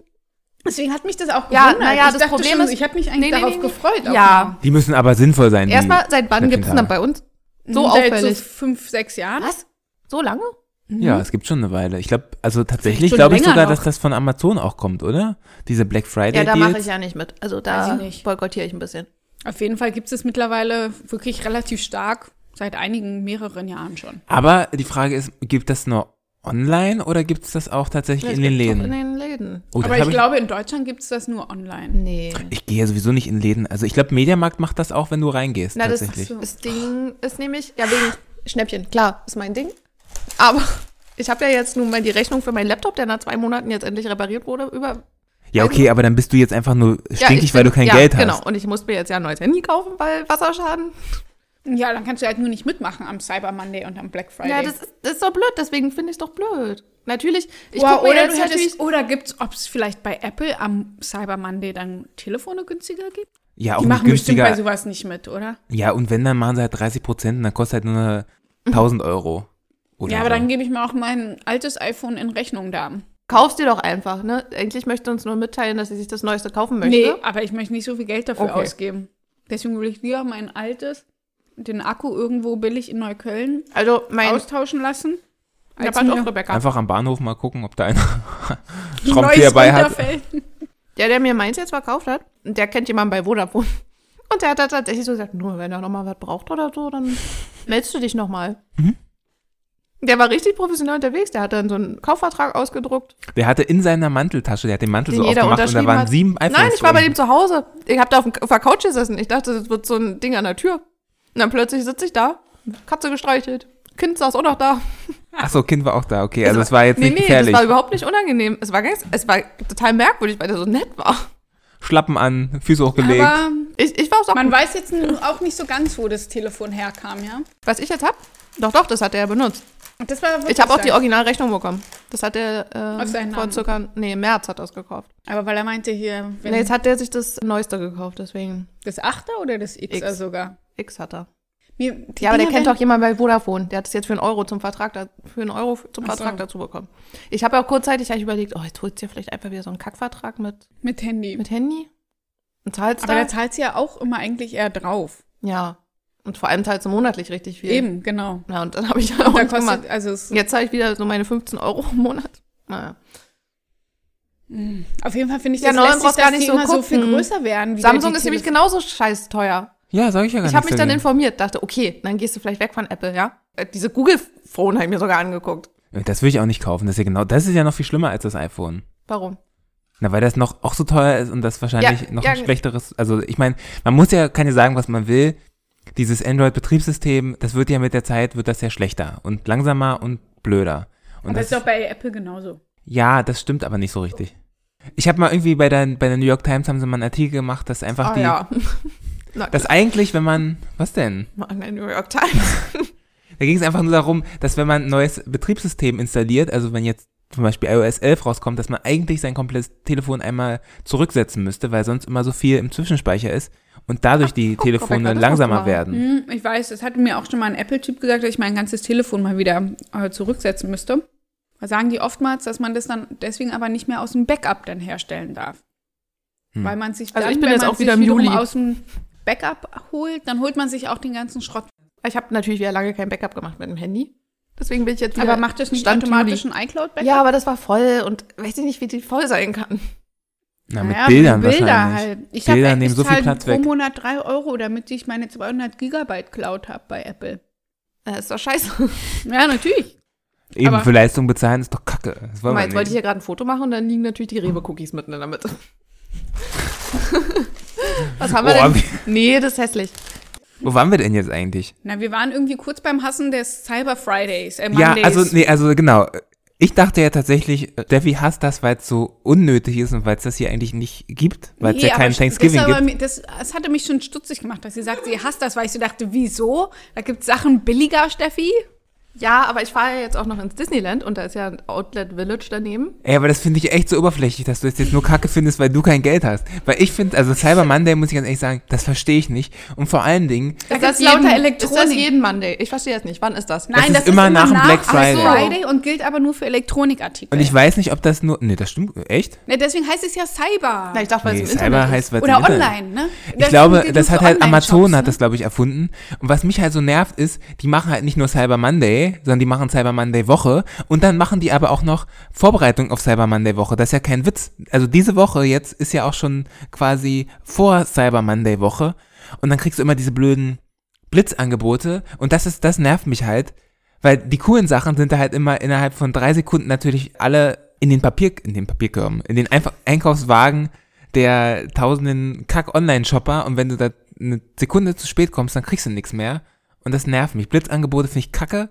[SPEAKER 3] Deswegen hat mich das auch
[SPEAKER 1] Ja,
[SPEAKER 3] gewundert.
[SPEAKER 1] na ja,
[SPEAKER 3] ich
[SPEAKER 1] das
[SPEAKER 3] dachte
[SPEAKER 1] Problem
[SPEAKER 3] schon,
[SPEAKER 1] ist-
[SPEAKER 3] ich habe mich eigentlich
[SPEAKER 1] Nee, nee,
[SPEAKER 3] darauf
[SPEAKER 1] nee, nee.
[SPEAKER 3] gefreut. auf
[SPEAKER 1] Ja.
[SPEAKER 2] Die müssen aber sinnvoll sein. die-
[SPEAKER 1] Erstmal, seit wann
[SPEAKER 2] Schnäppchen
[SPEAKER 1] gibt's denn das
[SPEAKER 2] haben.
[SPEAKER 1] bei uns?
[SPEAKER 3] einmal.
[SPEAKER 1] So
[SPEAKER 3] Seit
[SPEAKER 1] auffällig.
[SPEAKER 3] So fünf, sechs Jahren.
[SPEAKER 1] Was? So lange? hm?
[SPEAKER 2] Ja, es gibt schon eine Weile. Ich glaube, also tatsächlich
[SPEAKER 3] schon
[SPEAKER 2] glaube ich
[SPEAKER 3] länger
[SPEAKER 2] sogar,
[SPEAKER 3] noch.
[SPEAKER 2] dass das von Amazon auch kommt, oder? Diese Black Friday
[SPEAKER 1] Ja, da mache ich
[SPEAKER 2] Deals.
[SPEAKER 1] ja nicht mit. Also
[SPEAKER 3] Weiß
[SPEAKER 1] da
[SPEAKER 3] ich nicht.
[SPEAKER 1] boykottiere ich ein bisschen.
[SPEAKER 3] Auf jeden Fall gibt es es mittlerweile wirklich relativ stark, seit einigen, mehreren Jahren schon.
[SPEAKER 2] Aber die Frage ist, gibt das nur online oder gibt es das auch tatsächlich in den
[SPEAKER 1] Das gibt's doch
[SPEAKER 2] Läden?
[SPEAKER 1] In den Läden.
[SPEAKER 2] Oh, das
[SPEAKER 3] Aber
[SPEAKER 2] hab
[SPEAKER 3] ich glaube, in Deutschland gibt es das nur online.
[SPEAKER 1] Nee.
[SPEAKER 2] ich gehe ja sowieso nicht in Läden. Also ich glaube, Mediamarkt macht das auch, wenn du reingehst.
[SPEAKER 1] Na, das,
[SPEAKER 2] tatsächlich.
[SPEAKER 1] das Ding ist nämlich, ja, wegen Schnäppchen, klar, ist mein Ding. Aber ich habe ja jetzt nun mal die Rechnung für meinen Laptop, der nach zwei Monaten jetzt endlich repariert wurde, über.
[SPEAKER 2] ja, okay, aber dann bist du jetzt einfach nur
[SPEAKER 1] Ja,
[SPEAKER 2] stinkig,
[SPEAKER 1] ich
[SPEAKER 2] weil du
[SPEAKER 1] bin-
[SPEAKER 2] kein
[SPEAKER 1] ja,
[SPEAKER 2] Geld hast.
[SPEAKER 1] Genau, und ich musste mir jetzt ja ein neues Handy kaufen, weil Wasserschaden.
[SPEAKER 3] Ja, dann kannst du halt nur nicht mitmachen am Cyber Monday und am Black Friday.
[SPEAKER 1] Ja, das ist, das ist doch blöd, deswegen finde ich es doch blöd. Natürlich, ich
[SPEAKER 3] Boah,
[SPEAKER 1] guck mir
[SPEAKER 3] oder
[SPEAKER 1] jetzt
[SPEAKER 3] du
[SPEAKER 1] natürlich.
[SPEAKER 3] hättest, oder gibt's, ob es vielleicht bei Apple am Cyber Monday dann Telefone günstiger gibt?
[SPEAKER 2] Ja, auch
[SPEAKER 3] Die
[SPEAKER 2] nicht
[SPEAKER 3] machen bestimmt bei
[SPEAKER 2] günstiger.
[SPEAKER 3] sowas nicht mit, oder?
[SPEAKER 2] Ja, und wenn, dann machen sie halt 30 Prozent und dann kostet halt nur
[SPEAKER 1] Mhm.
[SPEAKER 2] 1000 Euro. Oder
[SPEAKER 3] Ja, aber
[SPEAKER 2] so.
[SPEAKER 3] dann gebe ich mir auch mein altes iPhone in Rechnung da.
[SPEAKER 1] Kauf's dir doch einfach, ne? Eigentlich möchte uns nur mitteilen, dass sie sich das Neueste kaufen möchte.
[SPEAKER 3] Nee, aber ich möchte nicht so viel Geld dafür
[SPEAKER 1] Okay.
[SPEAKER 3] ausgeben. Deswegen würde ich lieber mein altes, den Akku irgendwo billig in Neukölln
[SPEAKER 1] Also, mein.
[SPEAKER 3] austauschen lassen.
[SPEAKER 1] Ja,
[SPEAKER 3] als
[SPEAKER 1] pass
[SPEAKER 3] mir-
[SPEAKER 1] auf, Rebecca.
[SPEAKER 2] Einfach am Bahnhof mal gucken, ob da einer
[SPEAKER 3] Neues
[SPEAKER 2] Schraubenzieher bei hat.
[SPEAKER 3] runterfällt.
[SPEAKER 1] Der, der mir meins jetzt verkauft hat, der kennt jemanden bei Vodafone. Und der hat da tatsächlich so gesagt, nur wenn er nochmal was braucht oder so, dann meldest du dich nochmal. Der war richtig professionell unterwegs. Der hat dann so einen Kaufvertrag ausgedruckt,
[SPEAKER 2] Der hatte in seiner Manteltasche, der hat den Mantel
[SPEAKER 1] den
[SPEAKER 2] so
[SPEAKER 1] jeder
[SPEAKER 2] aufgemacht und da
[SPEAKER 1] unterschrieben
[SPEAKER 2] waren
[SPEAKER 1] hat.
[SPEAKER 2] sieben iPhones
[SPEAKER 1] Nein, ich war bei
[SPEAKER 2] drin.
[SPEAKER 1] dem zu Hause. Ich habe da auf, dem, auf der Couch gesessen. Ich dachte, das wird so ein Ding an der Tür. Und dann plötzlich sitze ich da, Katze gestreichelt. Kind saß auch noch da.
[SPEAKER 2] Ach so, Kind war auch da, okay. Also es war jetzt
[SPEAKER 1] Nee,
[SPEAKER 2] nicht
[SPEAKER 1] nee, das
[SPEAKER 2] gefährlich.
[SPEAKER 1] war überhaupt nicht unangenehm. Es war, ganz, es war total merkwürdig, weil der so nett war.
[SPEAKER 2] Schlappen an, Füße hochgelegt.
[SPEAKER 3] Aber
[SPEAKER 1] Ich, ich war auch
[SPEAKER 3] man weiß jetzt nun auch nicht so ganz, wo das Telefon herkam, ja?
[SPEAKER 1] Was ich jetzt hab? Doch, doch, das hat er ja benutzt.
[SPEAKER 3] Und das war
[SPEAKER 1] Ich habe auch die
[SPEAKER 3] wirklich-
[SPEAKER 1] Originalrechnung bekommen. Das hat er
[SPEAKER 3] Auf
[SPEAKER 1] äh,
[SPEAKER 3] seinen
[SPEAKER 1] vor
[SPEAKER 3] Namen.
[SPEAKER 1] circa, nee, im März hat er es gekauft.
[SPEAKER 3] Aber weil er meinte hier, wenn
[SPEAKER 1] Nee, jetzt hat er sich das Neueste gekauft, deswegen
[SPEAKER 3] das Achter oder das Xer
[SPEAKER 1] X.
[SPEAKER 3] sogar?
[SPEAKER 1] X hat er.
[SPEAKER 3] Mir, die
[SPEAKER 1] Ja, aber der
[SPEAKER 3] Dinger
[SPEAKER 1] kennt
[SPEAKER 3] werden-
[SPEAKER 1] doch jemand bei Vodafone. Der hat es jetzt für einen Euro zum Vertrag, da, für einen Euro zum
[SPEAKER 3] Ach so.
[SPEAKER 1] Vertrag dazu bekommen. Ich habe auch kurzzeitig hab ich überlegt, oh, jetzt holst du dir vielleicht einfach wieder so einen Kackvertrag mit,
[SPEAKER 3] mit Handy.
[SPEAKER 1] mit Handy und zahlst
[SPEAKER 3] aber
[SPEAKER 1] da.
[SPEAKER 3] da zahlt sie ja auch immer eigentlich eher drauf.
[SPEAKER 1] Ja. Und vor allem zahlst du monatlich richtig viel.
[SPEAKER 3] Eben, genau.
[SPEAKER 1] Ja, und dann habe ich ja auch
[SPEAKER 3] Und da
[SPEAKER 1] nicht gemacht.
[SPEAKER 3] kostet, also es,
[SPEAKER 1] Jetzt zahle ich wieder so meine 15 Euro im Monat. Naja.
[SPEAKER 3] hm. auf jeden Fall finde ich
[SPEAKER 1] Ja,
[SPEAKER 3] das
[SPEAKER 1] Neumann
[SPEAKER 3] lästig,
[SPEAKER 1] brauchst
[SPEAKER 3] dass
[SPEAKER 1] gar nicht
[SPEAKER 3] die
[SPEAKER 1] so
[SPEAKER 3] immer so viel
[SPEAKER 1] gucken.
[SPEAKER 3] größer werden. wie
[SPEAKER 1] Samsung
[SPEAKER 3] die
[SPEAKER 1] ist nämlich
[SPEAKER 3] Tele-
[SPEAKER 1] genau scheiß teuer.
[SPEAKER 2] ja, sag ich ja gar
[SPEAKER 1] Ich
[SPEAKER 2] nicht.
[SPEAKER 1] habe mich dann informiert, dachte, okay, dann gehst du vielleicht weg von Apple, ja? Äh, Diese Google-Phone habe ich mir sogar angeguckt.
[SPEAKER 2] das will ich auch nicht kaufen. Das ist ja genau, das ist ja noch viel schlimmer als das iPhone.
[SPEAKER 1] Warum?
[SPEAKER 2] Na, weil das noch auch so teuer ist und das wahrscheinlich
[SPEAKER 1] Ja,
[SPEAKER 2] noch
[SPEAKER 1] ja.
[SPEAKER 2] ein schlechteres. Also ich meine, man muss ja, kann ja sagen, was man will. Dieses Android-Betriebssystem, das wird ja mit der Zeit, wird das ja schlechter und langsamer und blöder.
[SPEAKER 1] genau
[SPEAKER 2] Und
[SPEAKER 3] Aber
[SPEAKER 2] das,
[SPEAKER 3] ist doch bei Apple genauso.
[SPEAKER 2] ja, das stimmt aber nicht so richtig. Ich habe mal irgendwie bei der, bei der New York Times haben sie mal einen Artikel gemacht, dass einfach
[SPEAKER 1] ah
[SPEAKER 2] die,
[SPEAKER 1] ja. Na,
[SPEAKER 2] dass eigentlich, wenn man, was denn?
[SPEAKER 1] mal an der New York Times.
[SPEAKER 2] Da ging es einfach nur darum, dass wenn man ein neues Betriebssystem installiert, also wenn jetzt zum Beispiel iOS 11 rauskommt, dass man eigentlich sein komplettes Telefon einmal zurücksetzen müsste, weil sonst immer so viel im Zwischenspeicher ist und dadurch die
[SPEAKER 1] guck, Rebecca,
[SPEAKER 2] Telefone
[SPEAKER 1] das
[SPEAKER 2] langsamer
[SPEAKER 1] hast du mal.
[SPEAKER 2] werden.
[SPEAKER 3] Hm, ich weiß, das hatte mir auch schon mal ein Apple-Typ gesagt, dass ich mein ganzes Telefon mal wieder äh, zurücksetzen müsste. Da sagen die oftmals, dass man das dann deswegen aber nicht mehr aus dem Backup dann herstellen darf.
[SPEAKER 2] Hm.
[SPEAKER 3] Weil man sich dann,
[SPEAKER 1] Also ich bin
[SPEAKER 3] wenn
[SPEAKER 1] jetzt
[SPEAKER 3] man
[SPEAKER 1] auch
[SPEAKER 3] sich
[SPEAKER 1] wieder im
[SPEAKER 3] wiederum
[SPEAKER 1] Juli.
[SPEAKER 3] aus dem Backup holt, dann holt man sich auch den ganzen Schrott.
[SPEAKER 1] Ich habe natürlich wieder lange kein Backup gemacht mit dem Handy. Deswegen bin ich jetzt wieder
[SPEAKER 3] Aber macht das nicht
[SPEAKER 1] Stand
[SPEAKER 3] automatisch
[SPEAKER 1] Juli.
[SPEAKER 3] ein iCloud-Backup?
[SPEAKER 1] Ja, aber das war voll und weiß ich nicht, wie die voll sein kann.
[SPEAKER 2] Na, mit
[SPEAKER 3] Naja,
[SPEAKER 2] Bildern
[SPEAKER 3] Bilder
[SPEAKER 2] wahrscheinlich.
[SPEAKER 3] halt. Ich
[SPEAKER 2] Bilder
[SPEAKER 3] hab,
[SPEAKER 2] nehmen
[SPEAKER 3] ich
[SPEAKER 2] so viel
[SPEAKER 3] zahl
[SPEAKER 2] Platz
[SPEAKER 3] pro
[SPEAKER 2] weg.
[SPEAKER 3] Monat 3 Euro, damit ich meine 200 Gigabyte Cloud habe bei Apple.
[SPEAKER 1] Äh, ist doch scheiße.
[SPEAKER 3] Ja, natürlich.
[SPEAKER 2] Eben
[SPEAKER 3] aber-
[SPEAKER 2] für Leistung bezahlen ist doch Kacke. Das wollen
[SPEAKER 1] Mal,
[SPEAKER 2] wir
[SPEAKER 1] jetzt wollte ich
[SPEAKER 2] nicht.
[SPEAKER 1] hier gerade ein Foto machen und dann liegen natürlich die Rewe-Cookies mitten in der Mitte. Was haben wir
[SPEAKER 2] Oh,
[SPEAKER 1] denn? Nee, das ist hässlich.
[SPEAKER 2] Wo waren wir denn jetzt eigentlich?
[SPEAKER 3] Na, wir waren irgendwie kurz beim Hassen des Cyber Fridays, äh,
[SPEAKER 2] Ja,
[SPEAKER 3] Mondays.
[SPEAKER 2] also, nee, also genau. Ich dachte ja tatsächlich, Steffi hasst das, weil es so unnötig ist und weil es das hier eigentlich nicht gibt, weil es
[SPEAKER 3] Nee,
[SPEAKER 2] ja keinen
[SPEAKER 3] aber
[SPEAKER 2] Thanksgiving
[SPEAKER 3] das
[SPEAKER 2] gibt.
[SPEAKER 3] aber mir- Das, das hatte mich schon stutzig gemacht, dass sie sagt, sie hasst das, weil ich so dachte, wieso? Da gibt es Sachen billiger, Steffi.
[SPEAKER 1] Ja, aber ich fahre ja jetzt auch noch ins Disneyland und da ist ja ein Outlet Village daneben.
[SPEAKER 2] Ey, aber das finde ich echt so oberflächlich, dass du es jetzt nur kacke findest, weil du kein Geld hast. Weil ich finde, also Cyber Monday, muss ich ganz ehrlich sagen, das verstehe ich nicht. Und vor allen Dingen,
[SPEAKER 3] Da gibt's jeden-
[SPEAKER 1] Ist das jeden Monday? Ich verstehe das nicht. Wann ist das?
[SPEAKER 2] ist immer nach dem
[SPEAKER 3] Black
[SPEAKER 2] Black
[SPEAKER 1] Friday.
[SPEAKER 3] Friday und gilt aber nur für Elektronikartikel.
[SPEAKER 2] und ich weiß nicht, ob das nur, nee, das stimmt, echt?
[SPEAKER 3] ne, deswegen heißt es ja Cyber.
[SPEAKER 1] Na, ich dachte, weil
[SPEAKER 2] Nee,
[SPEAKER 1] es im Internet
[SPEAKER 2] Cyber
[SPEAKER 1] ist.
[SPEAKER 2] heißt, weil es
[SPEAKER 3] Oder
[SPEAKER 2] im Internet-
[SPEAKER 3] online, ne?
[SPEAKER 2] Ich glaube, das hat halt Amazon hat das, glaube ich, erfunden. Und was mich halt so nervt, ist, die machen halt nicht nur Cyber Monday, sondern die machen Cyber Monday Woche und dann machen die aber auch noch Vorbereitung auf Cyber Monday Woche. Das ist ja kein Witz. Also diese Woche jetzt ist ja auch schon quasi vor Cyber Monday Woche und dann kriegst du immer diese blöden Blitzangebote und das ist, das nervt mich halt, weil die coolen Sachen sind da halt immer innerhalb von drei Sekunden natürlich alle in den Papier, in den Papierkörben, in den Einf Einkaufswagen der tausenden Kack-Online-Shopper und wenn du da eine Sekunde zu spät kommst, dann kriegst du nichts mehr und das nervt mich. Blitzangebote finde ich kacke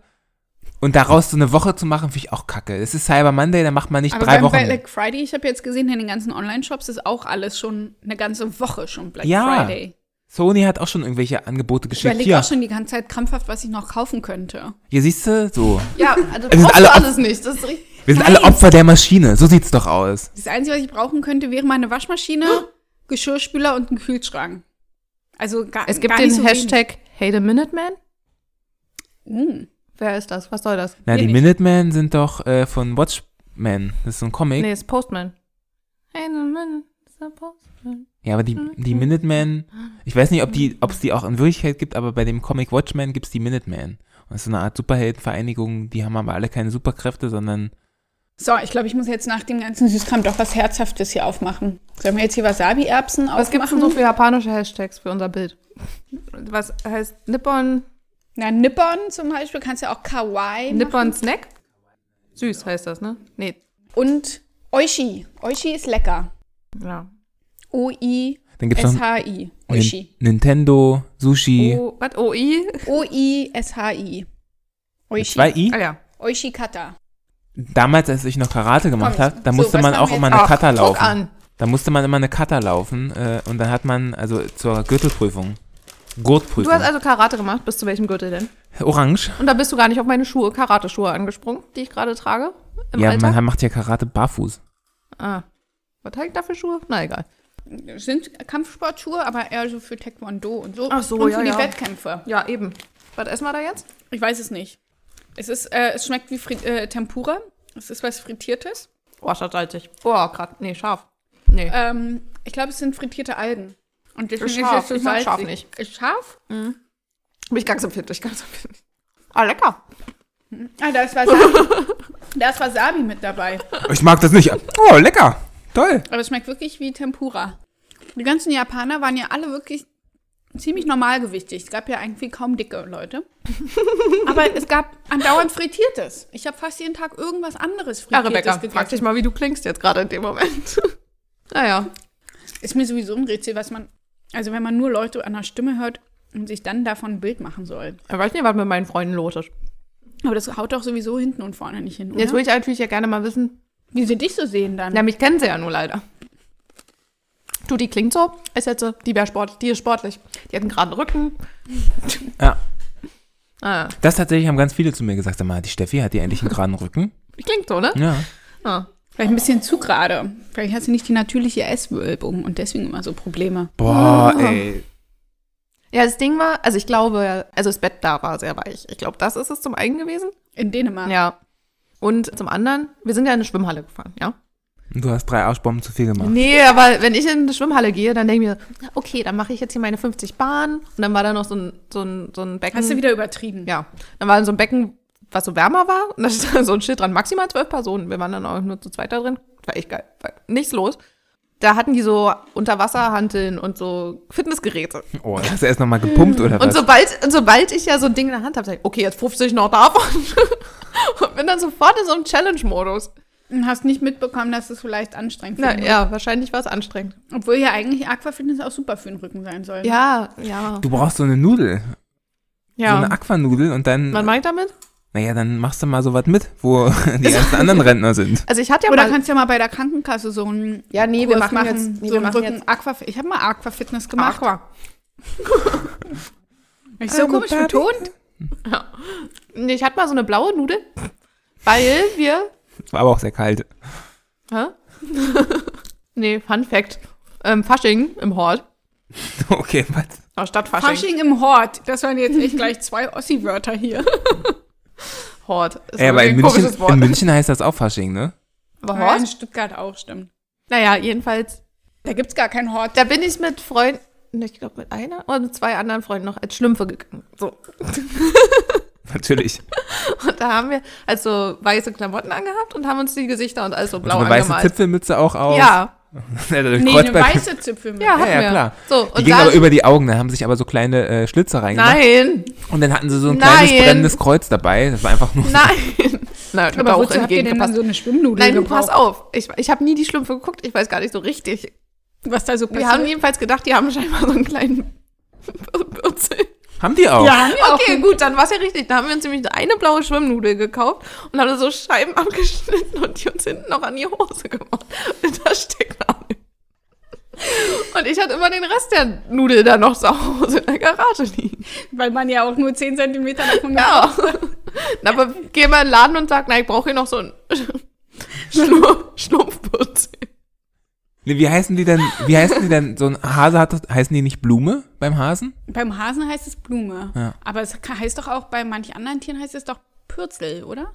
[SPEAKER 2] und daraus so eine Woche zu machen, finde ich auch kacke. Es ist Cyber Monday, da macht man nicht
[SPEAKER 3] Aber
[SPEAKER 2] drei
[SPEAKER 3] beim
[SPEAKER 2] Wochen.
[SPEAKER 3] Black Friday, ich habe jetzt gesehen, in den ganzen Online-Shops ist auch alles schon eine ganze Woche schon Black
[SPEAKER 2] Ja.
[SPEAKER 3] Friday.
[SPEAKER 2] Sony hat auch schon irgendwelche Angebote
[SPEAKER 3] Ich
[SPEAKER 2] geschickt.
[SPEAKER 3] überlege
[SPEAKER 2] Hier,
[SPEAKER 3] auch schon die ganze Zeit krampfhaft, was ich noch kaufen könnte.
[SPEAKER 2] hier siehst du, so.
[SPEAKER 1] Ja, also
[SPEAKER 2] Es sind
[SPEAKER 1] brauchst
[SPEAKER 2] alle
[SPEAKER 1] du
[SPEAKER 2] auf-
[SPEAKER 1] alles nicht. Das ist richtig.
[SPEAKER 2] Wir sind alle Opfer der Maschine. So sieht's doch aus.
[SPEAKER 3] Das Einzige, was ich brauchen könnte, wäre meine Waschmaschine, Geschirrspüler und ein Kühlschrank. Also gar,
[SPEAKER 1] Es gibt
[SPEAKER 3] gar
[SPEAKER 1] den
[SPEAKER 3] nicht so
[SPEAKER 1] Hashtag Hate a Minute Man.
[SPEAKER 3] Wenig. Hm.
[SPEAKER 1] Wer ist das? Was soll das?
[SPEAKER 2] Na,
[SPEAKER 3] Hier
[SPEAKER 2] die
[SPEAKER 3] nicht.
[SPEAKER 2] Minutemen sind doch äh, von Watchmen. Das ist so ein Comic.
[SPEAKER 1] Nee, ist Postman. Hate a Minute. ist der Postman.
[SPEAKER 2] Ja, aber die,
[SPEAKER 3] Hm,
[SPEAKER 2] die Minutemen, ich weiß nicht, ob die, ob es die auch in Wirklichkeit gibt, aber bei dem Comic Watchmen gibt's die Minutemen. Und das ist so eine Art Superheldenvereinigung, die haben aber alle keine Superkräfte, sondern
[SPEAKER 3] So, ich glaube, ich muss jetzt nach dem ganzen Süßkram doch was Herzhaftes hier aufmachen. Sollen wir jetzt hier Wasabi-Erbsen
[SPEAKER 1] Was gibt es
[SPEAKER 3] aufmachen?
[SPEAKER 1] denn so für japanische Hashtags für unser Bild? Was heißt Nippon,
[SPEAKER 3] Na, Nippon zum Beispiel, kannst ja auch Kawaii machen.
[SPEAKER 1] Nippon Snack? Süß heißt das, ne? Nee.
[SPEAKER 3] Und Oishi. Oishi ist lecker.
[SPEAKER 1] Ja.
[SPEAKER 3] O-I-S-H-I.
[SPEAKER 2] dann gibt's noch Nin
[SPEAKER 3] Oishi. Oh,
[SPEAKER 2] Nintendo, Sushi,
[SPEAKER 1] O, was? OI?
[SPEAKER 3] O-I-S-H-I.
[SPEAKER 2] mit zwei
[SPEAKER 3] Oishi. Also
[SPEAKER 2] I.
[SPEAKER 1] Ah ja.
[SPEAKER 3] Oishi Kata.
[SPEAKER 2] Damals, als ich noch Karate gemacht
[SPEAKER 3] Komm,
[SPEAKER 2] habe, da
[SPEAKER 3] so,
[SPEAKER 2] musste
[SPEAKER 3] was
[SPEAKER 2] man
[SPEAKER 3] haben
[SPEAKER 2] auch
[SPEAKER 3] wir
[SPEAKER 2] immer
[SPEAKER 3] jetzt?
[SPEAKER 2] eine
[SPEAKER 1] Ach,
[SPEAKER 2] Kata
[SPEAKER 1] guck
[SPEAKER 2] laufen.
[SPEAKER 1] an.
[SPEAKER 2] Da musste man immer eine Kata laufen äh, und dann hat man, also zur Gürtelprüfung, Gurtprüfung,
[SPEAKER 1] Du hast also Karate gemacht. Bis zu welchem Gürtel denn?
[SPEAKER 3] also
[SPEAKER 2] orange.
[SPEAKER 1] Und da bist du gar nicht auf meine Schuhe, Karateschuhe angesprungen, die ich gerade trage im
[SPEAKER 2] Ja,
[SPEAKER 1] Alltag.
[SPEAKER 2] man macht ja Karate barfuß.
[SPEAKER 1] Ah. Was habe ich da für Schuhe? Na egal.
[SPEAKER 3] Das sind Kampfsportschuhe, aber eher so für Taekwondo und so.
[SPEAKER 1] Ach so,
[SPEAKER 3] und
[SPEAKER 1] ja,
[SPEAKER 3] für die
[SPEAKER 1] ja.
[SPEAKER 3] Wettkämpfe.
[SPEAKER 1] Ja, eben. Was essen wir da jetzt?
[SPEAKER 3] Ich weiß es nicht. Es, ist, äh, es schmeckt wie Fri äh, Tempura. Es ist was Frittiertes.
[SPEAKER 1] Oh, ist das salzig. Oh, grad. Nee, scharf. Nee.
[SPEAKER 3] Ähm, ich glaube, es sind frittierte Algen. Und deswegen
[SPEAKER 1] Ist scharf.
[SPEAKER 3] es so
[SPEAKER 1] Ich mag scharf
[SPEAKER 3] salzig.
[SPEAKER 1] nicht.
[SPEAKER 3] Ist scharf?
[SPEAKER 1] bin ich ganz empfindlich, ganz empfindlich. Ah, lecker.
[SPEAKER 3] Ah, da ist Wasabi. da ist Wasabi mit dabei.
[SPEAKER 2] Ich mag das nicht. Oh, lecker. Toll.
[SPEAKER 3] Aber es schmeckt wirklich wie Tempura. Die ganzen Japaner waren ja alle wirklich ziemlich normalgewichtig. Es gab ja irgendwie kaum dicke Leute. Aber es gab andauernd Frittiertes. Ich habe fast jeden Tag irgendwas anderes Frittiertes
[SPEAKER 1] Ja, Ah, Rebecca, frag dich
[SPEAKER 3] gegessen.
[SPEAKER 1] mal, wie du klingst jetzt gerade in dem Moment. naja.
[SPEAKER 3] Ist mir sowieso ein Rätsel, was man, also wenn man nur Leute an der Stimme hört und sich dann davon ein Bild machen soll.
[SPEAKER 1] Ich weiß nicht, was mit meinen Freunden los ist.
[SPEAKER 3] Aber das haut doch sowieso hinten und vorne nicht hin,
[SPEAKER 1] Jetzt
[SPEAKER 3] oder?
[SPEAKER 1] würde ich natürlich ja gerne mal wissen.
[SPEAKER 3] Wie sie dich so sehen dann.
[SPEAKER 1] Na, mich kennen sie ja nur leider. Du, die klingt so, als hätte sie- die wäre sportlich, die ist sportlich. Die hat einen geraden Rücken.
[SPEAKER 2] Ja,
[SPEAKER 1] Ah,
[SPEAKER 2] das tatsächlich haben ganz viele zu mir gesagt. Sag mal, die Steffi hat die endlich einen geraden Rücken.
[SPEAKER 1] die klingt so, ne?
[SPEAKER 2] Ja.
[SPEAKER 1] Ah.
[SPEAKER 3] Vielleicht ein bisschen zu gerade. Vielleicht hast du nicht die natürliche Esswölbung und deswegen immer so Probleme.
[SPEAKER 2] Boah, Ah, ey.
[SPEAKER 1] Ja, das Ding war, also ich glaube, also das Bett da war sehr weich. Ich glaube, das ist es zum einen gewesen.
[SPEAKER 3] In Dänemark.
[SPEAKER 1] Ja. Und zum anderen, wir sind ja in eine Schwimmhalle gefahren, ja?
[SPEAKER 2] Du hast drei Arschbomben zu viel gemacht.
[SPEAKER 1] Nee, aber wenn ich in eine Schwimmhalle gehe, dann denke ich mir, okay, dann mache ich jetzt hier meine 50 Bahnen. Und dann war da noch so ein, so ein, so ein Becken.
[SPEAKER 3] Hast du wieder übertrieben.
[SPEAKER 1] Ja, dann war so ein Becken, was so wärmer war. Und da stand so ein Schild dran, maximal zwölf Personen. Wir waren dann auch nur zu zweit da drin. War echt geil. War nichts los. Da hatten die so Unterwasserhanteln und so Fitnessgeräte.
[SPEAKER 2] Oh, hast du erst nochmal gepumpt oder
[SPEAKER 1] Und
[SPEAKER 2] was?
[SPEAKER 1] sobald, und sobald ich ja so ein Ding in der Hand habe, sag ich, okay, jetzt 50 noch davon. und bin dann sofort in so einem Challenge-Modus.
[SPEAKER 3] Und hast nicht mitbekommen, dass es vielleicht anstrengend für
[SPEAKER 1] Na
[SPEAKER 3] den
[SPEAKER 1] ja, wahrscheinlich war es anstrengend.
[SPEAKER 3] Rücken- Obwohl ja eigentlich Aquafitness auch super für den Rücken sein soll.
[SPEAKER 1] Ja, ja.
[SPEAKER 2] Du brauchst so eine Nudel,
[SPEAKER 1] ja.
[SPEAKER 2] so eine Aquanudel und dann,
[SPEAKER 1] Man meint damit?
[SPEAKER 2] naja, dann machst du mal sowas mit, wo die ganzen anderen Rentner sind.
[SPEAKER 1] Also ich hatte ja
[SPEAKER 3] Oder
[SPEAKER 1] mal...
[SPEAKER 3] kannst ja mal bei der Krankenkasse so einen
[SPEAKER 1] Ja, nee, wir
[SPEAKER 3] Kurs
[SPEAKER 1] machen jetzt- nee,
[SPEAKER 3] so
[SPEAKER 1] wir
[SPEAKER 3] einen
[SPEAKER 1] machen
[SPEAKER 3] Rücken Aqua ich habe mal Aquafitness gemacht.
[SPEAKER 1] Aqua.
[SPEAKER 3] Hab ich so komisch betont.
[SPEAKER 1] Nee, ich hatte mal so eine blaue Nudel, weil wir...
[SPEAKER 2] War aber auch sehr kalt.
[SPEAKER 1] Hä? nee, Fun Fact. Ähm, Fasching im Hort.
[SPEAKER 2] Okay, was?
[SPEAKER 1] Oh, Stadtfasching.
[SPEAKER 3] Fasching im Hort. Das waren jetzt echt gleich zwei Ossi-Wörter hier.
[SPEAKER 1] Hort. Ist
[SPEAKER 2] Ja, aber in
[SPEAKER 1] irgendwie ein
[SPEAKER 2] München,
[SPEAKER 1] komisches Wort.
[SPEAKER 2] in München heißt das auch Fasching, ne?
[SPEAKER 1] aber
[SPEAKER 3] Ja, in
[SPEAKER 1] Hort?
[SPEAKER 3] Stuttgart auch, stimmt.
[SPEAKER 1] Naja, jedenfalls
[SPEAKER 3] Da gibt's gar keinen Hort.
[SPEAKER 1] Da bin ich mit Freunden, ich glaube mit einer oder mit zwei anderen Freunden noch als Schlümpfe gegangen. So.
[SPEAKER 2] Natürlich. Also
[SPEAKER 1] Und da haben wir also weiße Klamotten angehabt und haben uns die Gesichter und alles so
[SPEAKER 2] Und
[SPEAKER 1] blau
[SPEAKER 2] so eine weiße
[SPEAKER 1] angemalt.
[SPEAKER 2] Zipfelmütze auch auf.
[SPEAKER 1] ja,
[SPEAKER 2] nee,
[SPEAKER 3] Nee, eine weiße Zipfel.
[SPEAKER 1] ja, hatten
[SPEAKER 2] ja,
[SPEAKER 1] wir.
[SPEAKER 2] klar.
[SPEAKER 1] So,
[SPEAKER 2] Die
[SPEAKER 1] und
[SPEAKER 2] gingen
[SPEAKER 1] dann,
[SPEAKER 2] aber über die Augen, da haben sich aber so kleine äh, Schlitze reingemacht.
[SPEAKER 1] nein,
[SPEAKER 2] Und dann hatten sie so ein kleines
[SPEAKER 1] Nein.
[SPEAKER 2] brennendes Kreuz dabei. Das war einfach nur
[SPEAKER 1] nein. nein,
[SPEAKER 3] Aber
[SPEAKER 1] aber auch
[SPEAKER 3] wozu habt ihr denn dann
[SPEAKER 1] entgegengepasst.
[SPEAKER 3] so eine Schwimmnudel
[SPEAKER 1] Nein, du
[SPEAKER 3] gebraucht?
[SPEAKER 1] pass auf. Ich, ich habe nie die Schlümpfe geguckt. Ich weiß gar nicht so richtig.
[SPEAKER 3] Was da so
[SPEAKER 1] Wir haben
[SPEAKER 3] passiert.
[SPEAKER 1] jedenfalls gedacht, die haben scheinbar so einen kleinen Bürzel.
[SPEAKER 2] Haben die auch?
[SPEAKER 3] ja, haben wir
[SPEAKER 1] Oh. Okay, gut, dann war es ja richtig. Da haben wir uns nämlich eine blaue Schwimmnudel gekauft und haben so Scheiben abgeschnitten und die uns hinten noch an die Hose gemacht. Und da steckt Und ich hatte immer den Rest der Nudel dann noch zu Hause in der Garage liegen.
[SPEAKER 3] Weil man ja auch nur 10 cm davon ja.
[SPEAKER 1] Ja. Na, aber geh mal in den Laden und sag, na, ich brauche hier noch so ein Schlur- Schlumpfputz.
[SPEAKER 2] Nee, wie heißen die denn? Wie heißen die denn? So ein Hase hat das, heißen die nicht Blume beim Hasen?
[SPEAKER 3] Beim Hasen heißt es Blume.
[SPEAKER 2] Ja.
[SPEAKER 3] Aber es ka- heißt doch auch, bei manch anderen Tieren heißt es doch Pürzel, oder?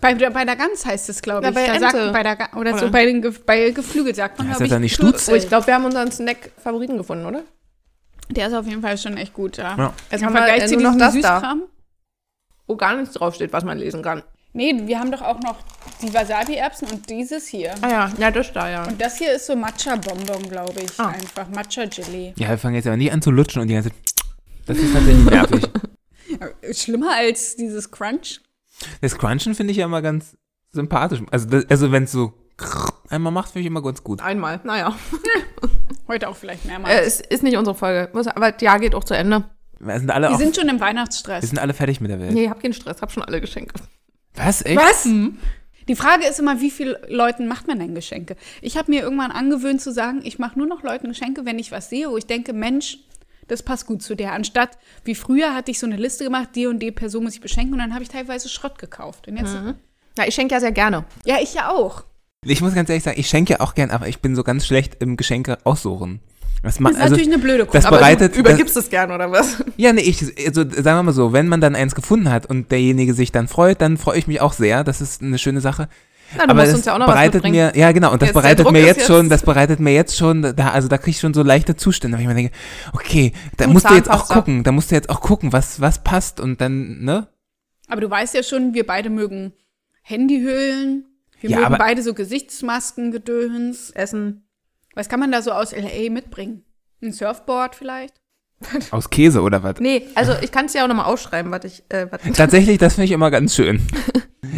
[SPEAKER 3] Bei, der- bei der Gans heißt es, glaube
[SPEAKER 1] Na,
[SPEAKER 3] ich.
[SPEAKER 1] bei
[SPEAKER 3] da
[SPEAKER 1] Ente.
[SPEAKER 3] sagt, bei der, Ga- oder, so
[SPEAKER 1] Oder?
[SPEAKER 3] bei, den, Ge- bei Geflügel sagt man,
[SPEAKER 2] Heißt
[SPEAKER 3] glaube
[SPEAKER 2] das
[SPEAKER 3] ich,
[SPEAKER 2] dann nicht
[SPEAKER 3] Pürzel.
[SPEAKER 1] Also ich glaube, wir haben unseren Snack-Favoriten gefunden, oder?
[SPEAKER 3] Der ist auf jeden Fall schon echt gut, ja. Also äh,
[SPEAKER 2] Ja.
[SPEAKER 1] Jetzt
[SPEAKER 3] Im Vergleich zu diesem Süßkram.
[SPEAKER 1] wo gar nichts draufsteht, was man lesen kann.
[SPEAKER 3] Nee, wir haben doch auch noch die Wasabi-Erbsen und dieses hier.
[SPEAKER 1] Ah ja, ja, das da, ja.
[SPEAKER 3] Und das hier ist so Matcha-Bonbon, glaube ich.
[SPEAKER 1] Ah.
[SPEAKER 3] Einfach Matcha-Gelee.
[SPEAKER 2] Ja, wir fangen jetzt aber nicht an zu lutschen und die ganze Das ist tatsächlich nervig.
[SPEAKER 3] Schlimmer als dieses Crunch.
[SPEAKER 2] Das Crunchen finde ich ja immer ganz sympathisch. Also, das- also wenn es so einmal macht, finde ich immer ganz gut.
[SPEAKER 1] Einmal, naja.
[SPEAKER 3] Heute auch vielleicht mehrmals.
[SPEAKER 1] Äh, es ist nicht unsere Folge. Muss, aber das Jahr geht auch zu Ende.
[SPEAKER 2] Wir sind alle
[SPEAKER 3] Die
[SPEAKER 2] auch, wir
[SPEAKER 3] sind schon im Weihnachtsstress.
[SPEAKER 2] sind alle fertig mit der Welt.
[SPEAKER 1] Nee, ich hab keinen Stress, hab schon alle Geschenke.
[SPEAKER 2] Was? Echt? Hm.
[SPEAKER 3] Was?
[SPEAKER 1] Mhm.
[SPEAKER 3] Die Frage ist immer, wie viel Leuten macht man denn Geschenke? Ich habe mir irgendwann angewöhnt zu sagen, ich mache nur noch Leuten Geschenke, wenn ich was sehe, wo ich denke, Mensch, das passt gut zu der. Anstatt, wie früher hatte ich so eine Liste gemacht, die und die Person muss ich beschenken und dann habe ich teilweise Schrott gekauft. Und jetzt,
[SPEAKER 2] Mhm.
[SPEAKER 1] Ja, ich schenke ja sehr gerne.
[SPEAKER 3] ja, ich ja auch.
[SPEAKER 2] Ich muss ganz ehrlich sagen, ich schenke ja auch gern, aber ich bin so ganz schlecht im Geschenke aussuchen. Das macht,
[SPEAKER 3] Das ist natürlich eine blöde
[SPEAKER 2] also das
[SPEAKER 3] Kunst.
[SPEAKER 1] Aber
[SPEAKER 2] bereitet,
[SPEAKER 1] du
[SPEAKER 2] das,
[SPEAKER 1] übergibst es gern, oder was?
[SPEAKER 2] Ja, nee, ich, also sagen wir mal so, wenn man dann eins gefunden hat und derjenige sich dann freut, dann freue ich mich auch sehr. Das ist eine schöne Sache.
[SPEAKER 1] Na, du
[SPEAKER 2] Aber
[SPEAKER 1] musst
[SPEAKER 2] das
[SPEAKER 1] uns ja auch noch was
[SPEAKER 2] bereitet
[SPEAKER 1] mitbringen.
[SPEAKER 2] mir, ja genau, und das
[SPEAKER 1] Jetzt, der
[SPEAKER 2] bereitet
[SPEAKER 1] Druck
[SPEAKER 2] mir
[SPEAKER 1] ist
[SPEAKER 2] jetzt, schon,
[SPEAKER 1] jetzt-
[SPEAKER 2] das bereitet mir jetzt schon, da, also da kriege ich schon so leichte Zustände, weil ich mir denke, okay, da
[SPEAKER 1] Und
[SPEAKER 2] musst du jetzt auch
[SPEAKER 1] Zahnpasta.
[SPEAKER 2] gucken, da musst du jetzt auch gucken, was, was passt und dann, ne?
[SPEAKER 3] Aber du weißt ja schon, wir beide mögen Handyhüllen. Wir
[SPEAKER 2] Ja,
[SPEAKER 3] mögen
[SPEAKER 2] aber-
[SPEAKER 3] beide so Gesichtsmasken, Gedöns.
[SPEAKER 1] Essen.
[SPEAKER 3] Was kann man da so aus L.A. mitbringen? Ein Surfboard vielleicht?
[SPEAKER 2] Aus Käse oder was?
[SPEAKER 1] Nee, also ich kann es ja auch nochmal aufschreiben, was ich. Äh, was
[SPEAKER 2] Tatsächlich, das finde ich immer ganz schön.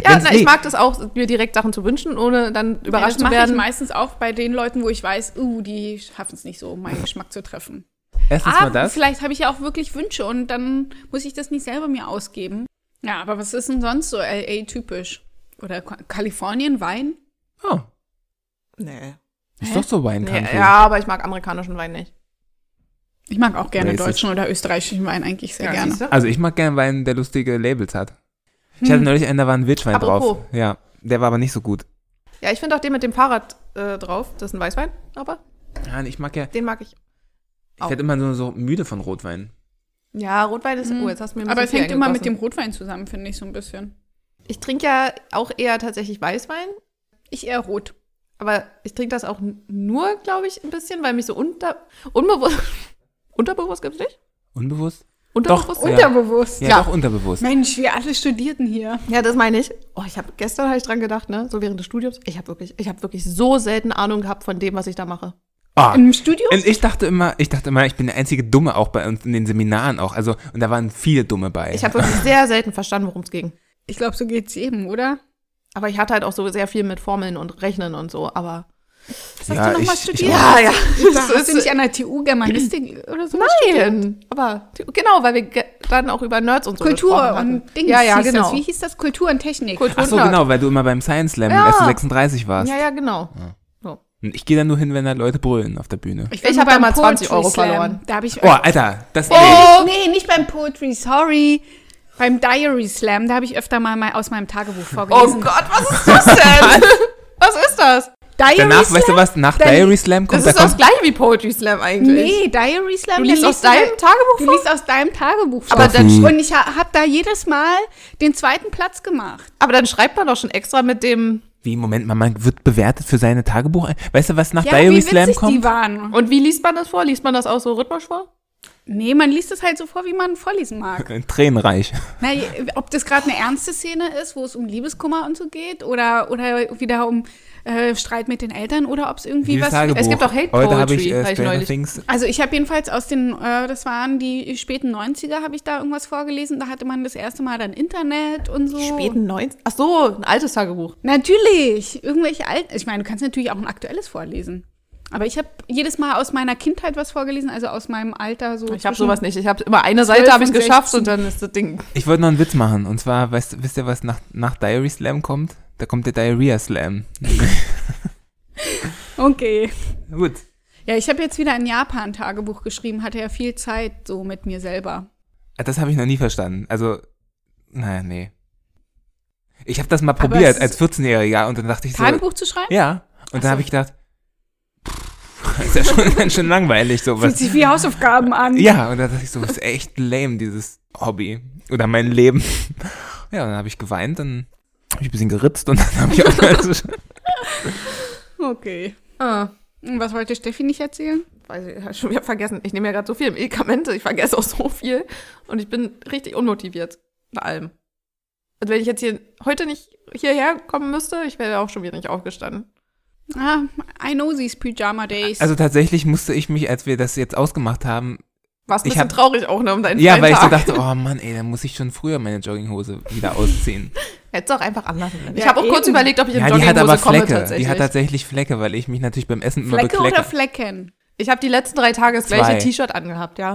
[SPEAKER 1] ja,
[SPEAKER 2] Wenn's-
[SPEAKER 1] na, ich mag das auch, mir direkt Sachen zu wünschen, ohne dann überrascht
[SPEAKER 3] ja, das
[SPEAKER 1] zu
[SPEAKER 3] mache ich
[SPEAKER 1] werden.
[SPEAKER 3] meistens auch bei den Leuten, wo ich weiß, uh, die schaffen es nicht so, um meinen Geschmack zu treffen.
[SPEAKER 2] Erstens
[SPEAKER 1] Ah,
[SPEAKER 2] mal
[SPEAKER 3] Aber
[SPEAKER 2] das.
[SPEAKER 3] vielleicht habe ich ja auch wirklich Wünsche und dann muss ich das nicht selber mir ausgeben. Ja, aber was ist denn sonst so LA-typisch? Oder Ka- Kalifornien, Wein?
[SPEAKER 2] Oh,
[SPEAKER 1] nee.
[SPEAKER 2] ist doch so Wine Country.
[SPEAKER 1] nee. Ja, aber ich mag amerikanischen Wein nicht.
[SPEAKER 3] Ich mag auch gerne
[SPEAKER 2] Racist.
[SPEAKER 3] deutschen oder österreichischen Wein eigentlich sehr gerne.
[SPEAKER 1] siehste?
[SPEAKER 2] Also ich mag gerne Wein, der lustige Labels hat. Ich hatte neulich einen, da war ein Wildschwein
[SPEAKER 1] Hm. Apropos.
[SPEAKER 2] drauf. Ja, der war aber nicht so gut.
[SPEAKER 1] Ja, ich finde auch den mit dem Fahrrad äh, drauf. Das ist ein Weißwein, aber
[SPEAKER 2] Ja, ich mag ja,
[SPEAKER 1] den mag ich.
[SPEAKER 2] ich
[SPEAKER 1] Auch.
[SPEAKER 2] werde immer nur so müde von Rotwein.
[SPEAKER 1] Ja, Rotwein ist. Oh, jetzt hast du mir ein
[SPEAKER 3] Aber es
[SPEAKER 1] bisschen
[SPEAKER 3] hängt
[SPEAKER 1] viel
[SPEAKER 3] immer mit
[SPEAKER 1] eingegossen.
[SPEAKER 3] dem Rotwein zusammen, finde ich so ein bisschen.
[SPEAKER 1] Ich trinke ja auch eher tatsächlich Weißwein.
[SPEAKER 3] Ich eher rot.
[SPEAKER 1] Aber ich trinke das auch n- nur, glaube ich, ein bisschen, weil mich so unter, unbewusst. Unterbewusst gibt's nicht?
[SPEAKER 2] Unbewusst?
[SPEAKER 1] Unterbewusst?
[SPEAKER 2] Ja.
[SPEAKER 3] Unterbewusst.
[SPEAKER 2] Ja,
[SPEAKER 1] Ja.
[SPEAKER 2] doch unterbewusst.
[SPEAKER 3] Mensch, wir alle studierten hier.
[SPEAKER 1] Ja, das meine ich. Oh, ich habe gestern habe ich dran gedacht, ne, so während des Studiums. Ich habe wirklich, ich habe wirklich so selten Ahnung gehabt von dem, was ich da mache.
[SPEAKER 2] Ah.
[SPEAKER 3] Im Studium?
[SPEAKER 2] Und ich dachte immer, ich dachte immer, ich bin der einzige Dumme auch bei uns in den Seminaren auch. Also, und da waren viele Dumme bei.
[SPEAKER 1] Ich habe wirklich sehr selten verstanden, worum es ging.
[SPEAKER 3] Ich glaube, so geht's jedem, oder?
[SPEAKER 1] Aber ich hatte halt auch so sehr viel mit Formeln und Rechnen und so. Aber
[SPEAKER 3] Was
[SPEAKER 2] Ja,
[SPEAKER 3] hast du nochmal
[SPEAKER 2] ich- ich
[SPEAKER 3] studiert?
[SPEAKER 2] auch.
[SPEAKER 3] Da
[SPEAKER 1] ja, das
[SPEAKER 3] hast du
[SPEAKER 1] ist
[SPEAKER 3] nicht an der TU Germanistik oder so?
[SPEAKER 1] nein. Aber genau, weil wir ge- dann auch über Nerds und so
[SPEAKER 3] Kultur
[SPEAKER 1] gesprochen hatten.
[SPEAKER 3] und Dings
[SPEAKER 1] Ja, ja,
[SPEAKER 3] hieß das.
[SPEAKER 1] genau.
[SPEAKER 3] Wie hieß das? Kultur und Technik.
[SPEAKER 1] Kultur
[SPEAKER 2] Ach so,
[SPEAKER 1] und Nerd.
[SPEAKER 2] genau, weil du immer beim Science Slam
[SPEAKER 1] Ja.
[SPEAKER 2] ja. S36 warst.
[SPEAKER 1] Ja, ja, genau.
[SPEAKER 2] Und ich gehe da nur hin, wenn da Leute brüllen auf der Bühne.
[SPEAKER 3] war
[SPEAKER 1] Ich
[SPEAKER 3] nur
[SPEAKER 1] habe
[SPEAKER 3] beim
[SPEAKER 1] einmal 20
[SPEAKER 3] Poetry
[SPEAKER 1] Euro
[SPEAKER 3] Slam.
[SPEAKER 1] verloren.
[SPEAKER 3] Da habe ich.
[SPEAKER 2] Oh, Alter, das
[SPEAKER 3] Oh. Nee, nicht beim Poetry, sorry. Beim Diary Slam, da habe ich öfter mal mein- aus meinem Tagebuch vorgelesen.
[SPEAKER 1] Oh Gott, was ist das denn? was ist das?
[SPEAKER 3] Diary
[SPEAKER 2] Danach,
[SPEAKER 3] Slam?
[SPEAKER 2] weißt du was, nach
[SPEAKER 3] Dann-
[SPEAKER 2] Diary Slam kommt,
[SPEAKER 1] Das
[SPEAKER 2] da
[SPEAKER 1] ist doch das
[SPEAKER 2] kommt,
[SPEAKER 1] gleiche wie Poetry Slam eigentlich.
[SPEAKER 3] Nee, Diary Slam.
[SPEAKER 1] Du
[SPEAKER 3] da
[SPEAKER 1] liest aus
[SPEAKER 3] du-
[SPEAKER 1] deinem Tagebuch
[SPEAKER 3] Du liest aus deinem Tagebuch vor.
[SPEAKER 1] Aber dann-
[SPEAKER 3] und ich ha- habe da jedes Mal den zweiten Platz gemacht.
[SPEAKER 1] Aber dann schreibt man doch schon extra mit dem.
[SPEAKER 2] wie, Moment mal, man wird bewertet für seine Tagebuch. Weißt du, was nach
[SPEAKER 3] Ja,
[SPEAKER 2] Diary
[SPEAKER 3] wie
[SPEAKER 2] Slam
[SPEAKER 3] witzig die
[SPEAKER 2] kommt?
[SPEAKER 3] waren.
[SPEAKER 1] Und wie liest man das vor? Liest man das auch so rhythmisch vor?
[SPEAKER 3] Nee, man liest es halt so vor, wie man vorlesen mag.
[SPEAKER 2] Äh, Tränenreich.
[SPEAKER 3] Na, ob das gerade eine ernste Szene ist, wo es um Liebeskummer und so geht, oder, oder wieder um äh, Streit mit den Eltern, oder ob es irgendwie
[SPEAKER 2] Dieses
[SPEAKER 3] was.
[SPEAKER 2] Tagebuch.
[SPEAKER 1] es gibt auch Hate
[SPEAKER 2] Heute habe
[SPEAKER 1] Poetry,
[SPEAKER 2] ich,
[SPEAKER 1] hab
[SPEAKER 2] äh,
[SPEAKER 1] ich
[SPEAKER 2] Stranger
[SPEAKER 1] neulich.
[SPEAKER 2] Things.
[SPEAKER 3] Also ich habe jedenfalls aus den, äh, das waren die späten 90er, habe ich da irgendwas vorgelesen. Da hatte man das erste Mal dann Internet und so.
[SPEAKER 1] Späten 90. Oh. Ach so, ein altes Tagebuch.
[SPEAKER 3] Natürlich, irgendwelche alten. Ich meine, du kannst natürlich auch ein aktuelles vorlesen. Aber ich habe jedes Mal aus meiner Kindheit was vorgelesen, also aus meinem Alter so.
[SPEAKER 1] Ich habe
[SPEAKER 3] zwischen-
[SPEAKER 1] sowas nicht. Ich habe immer eine Seite habe ich
[SPEAKER 3] und
[SPEAKER 1] geschafft
[SPEAKER 3] 16.
[SPEAKER 1] und dann ist das Ding.
[SPEAKER 2] Ich wollte noch einen Witz machen. Und zwar, weißt, du- wisst ihr, was nach, nach Diary Slam kommt? Da kommt der Diarrhea Slam.
[SPEAKER 3] Okay.
[SPEAKER 2] Gut.
[SPEAKER 3] Ja, ich habe jetzt wieder ein Japan-Tagebuch geschrieben, hatte ja viel Zeit so mit mir selber.
[SPEAKER 2] Ah, Das habe ich noch nie verstanden. Also, naja, nee. Ich habe das mal
[SPEAKER 3] Aber es
[SPEAKER 2] probiert
[SPEAKER 3] ist-
[SPEAKER 2] als 14-Jähriger und dann dachte ich so,
[SPEAKER 3] Tagebuch zu schreiben?
[SPEAKER 2] ja.
[SPEAKER 3] so.
[SPEAKER 2] Und dann habe ich gedacht, pff, ist ja schon ganz schön langweilig
[SPEAKER 3] Fühlt
[SPEAKER 2] sowas.
[SPEAKER 3] sich wie Hausaufgaben an.
[SPEAKER 2] Ja, und dann dachte ich so, ist echt lame, dieses Hobby oder mein Leben. Ja, und dann habe ich geweint, dann habe ich ein bisschen geritzt und dann habe ich aufgehört zu schreiben.
[SPEAKER 3] Okay.
[SPEAKER 1] Ah,
[SPEAKER 3] Und was wollte Steffi nicht erzählen?
[SPEAKER 1] weiß ich, hab schon wieder vergessen. Ich nehme ja gerade so viel Medikamente. Ich vergesse auch so viel und ich bin richtig unmotiviert bei allem. Und wenn ich jetzt hier heute nicht hierher kommen müsste, ich wäre ja auch schon wieder nicht aufgestanden.
[SPEAKER 3] Ah, I know these Pyjama Days.
[SPEAKER 2] Also tatsächlich musste ich mich, als wir das jetzt ausgemacht haben,
[SPEAKER 1] War es ein
[SPEAKER 2] Ich
[SPEAKER 1] bisschen
[SPEAKER 2] hab-
[SPEAKER 1] traurig auch, ne, um deinen
[SPEAKER 2] ja,
[SPEAKER 1] freien
[SPEAKER 2] weil ich so
[SPEAKER 1] Tag.
[SPEAKER 2] dachte, oh Mann, ey, dann muss ich schon früher meine Jogginghose wieder ausziehen.
[SPEAKER 1] Hättest du auch einfach anders machen können. Ich
[SPEAKER 3] Ja,
[SPEAKER 1] habe auch kurz
[SPEAKER 3] eben.
[SPEAKER 1] überlegt, ob ich in
[SPEAKER 2] Ja, die
[SPEAKER 1] Jogginghose
[SPEAKER 2] hat aber
[SPEAKER 1] komme
[SPEAKER 2] Flecke.
[SPEAKER 1] tatsächlich.
[SPEAKER 2] Die hat tatsächlich Flecke, weil ich mich natürlich beim Essen immer
[SPEAKER 3] Flecke
[SPEAKER 2] beklecke.
[SPEAKER 3] oder Flecken?
[SPEAKER 1] ich habe die letzten drei Tage das gleiche
[SPEAKER 2] Zwei.
[SPEAKER 1] T-Shirt angehabt, ja.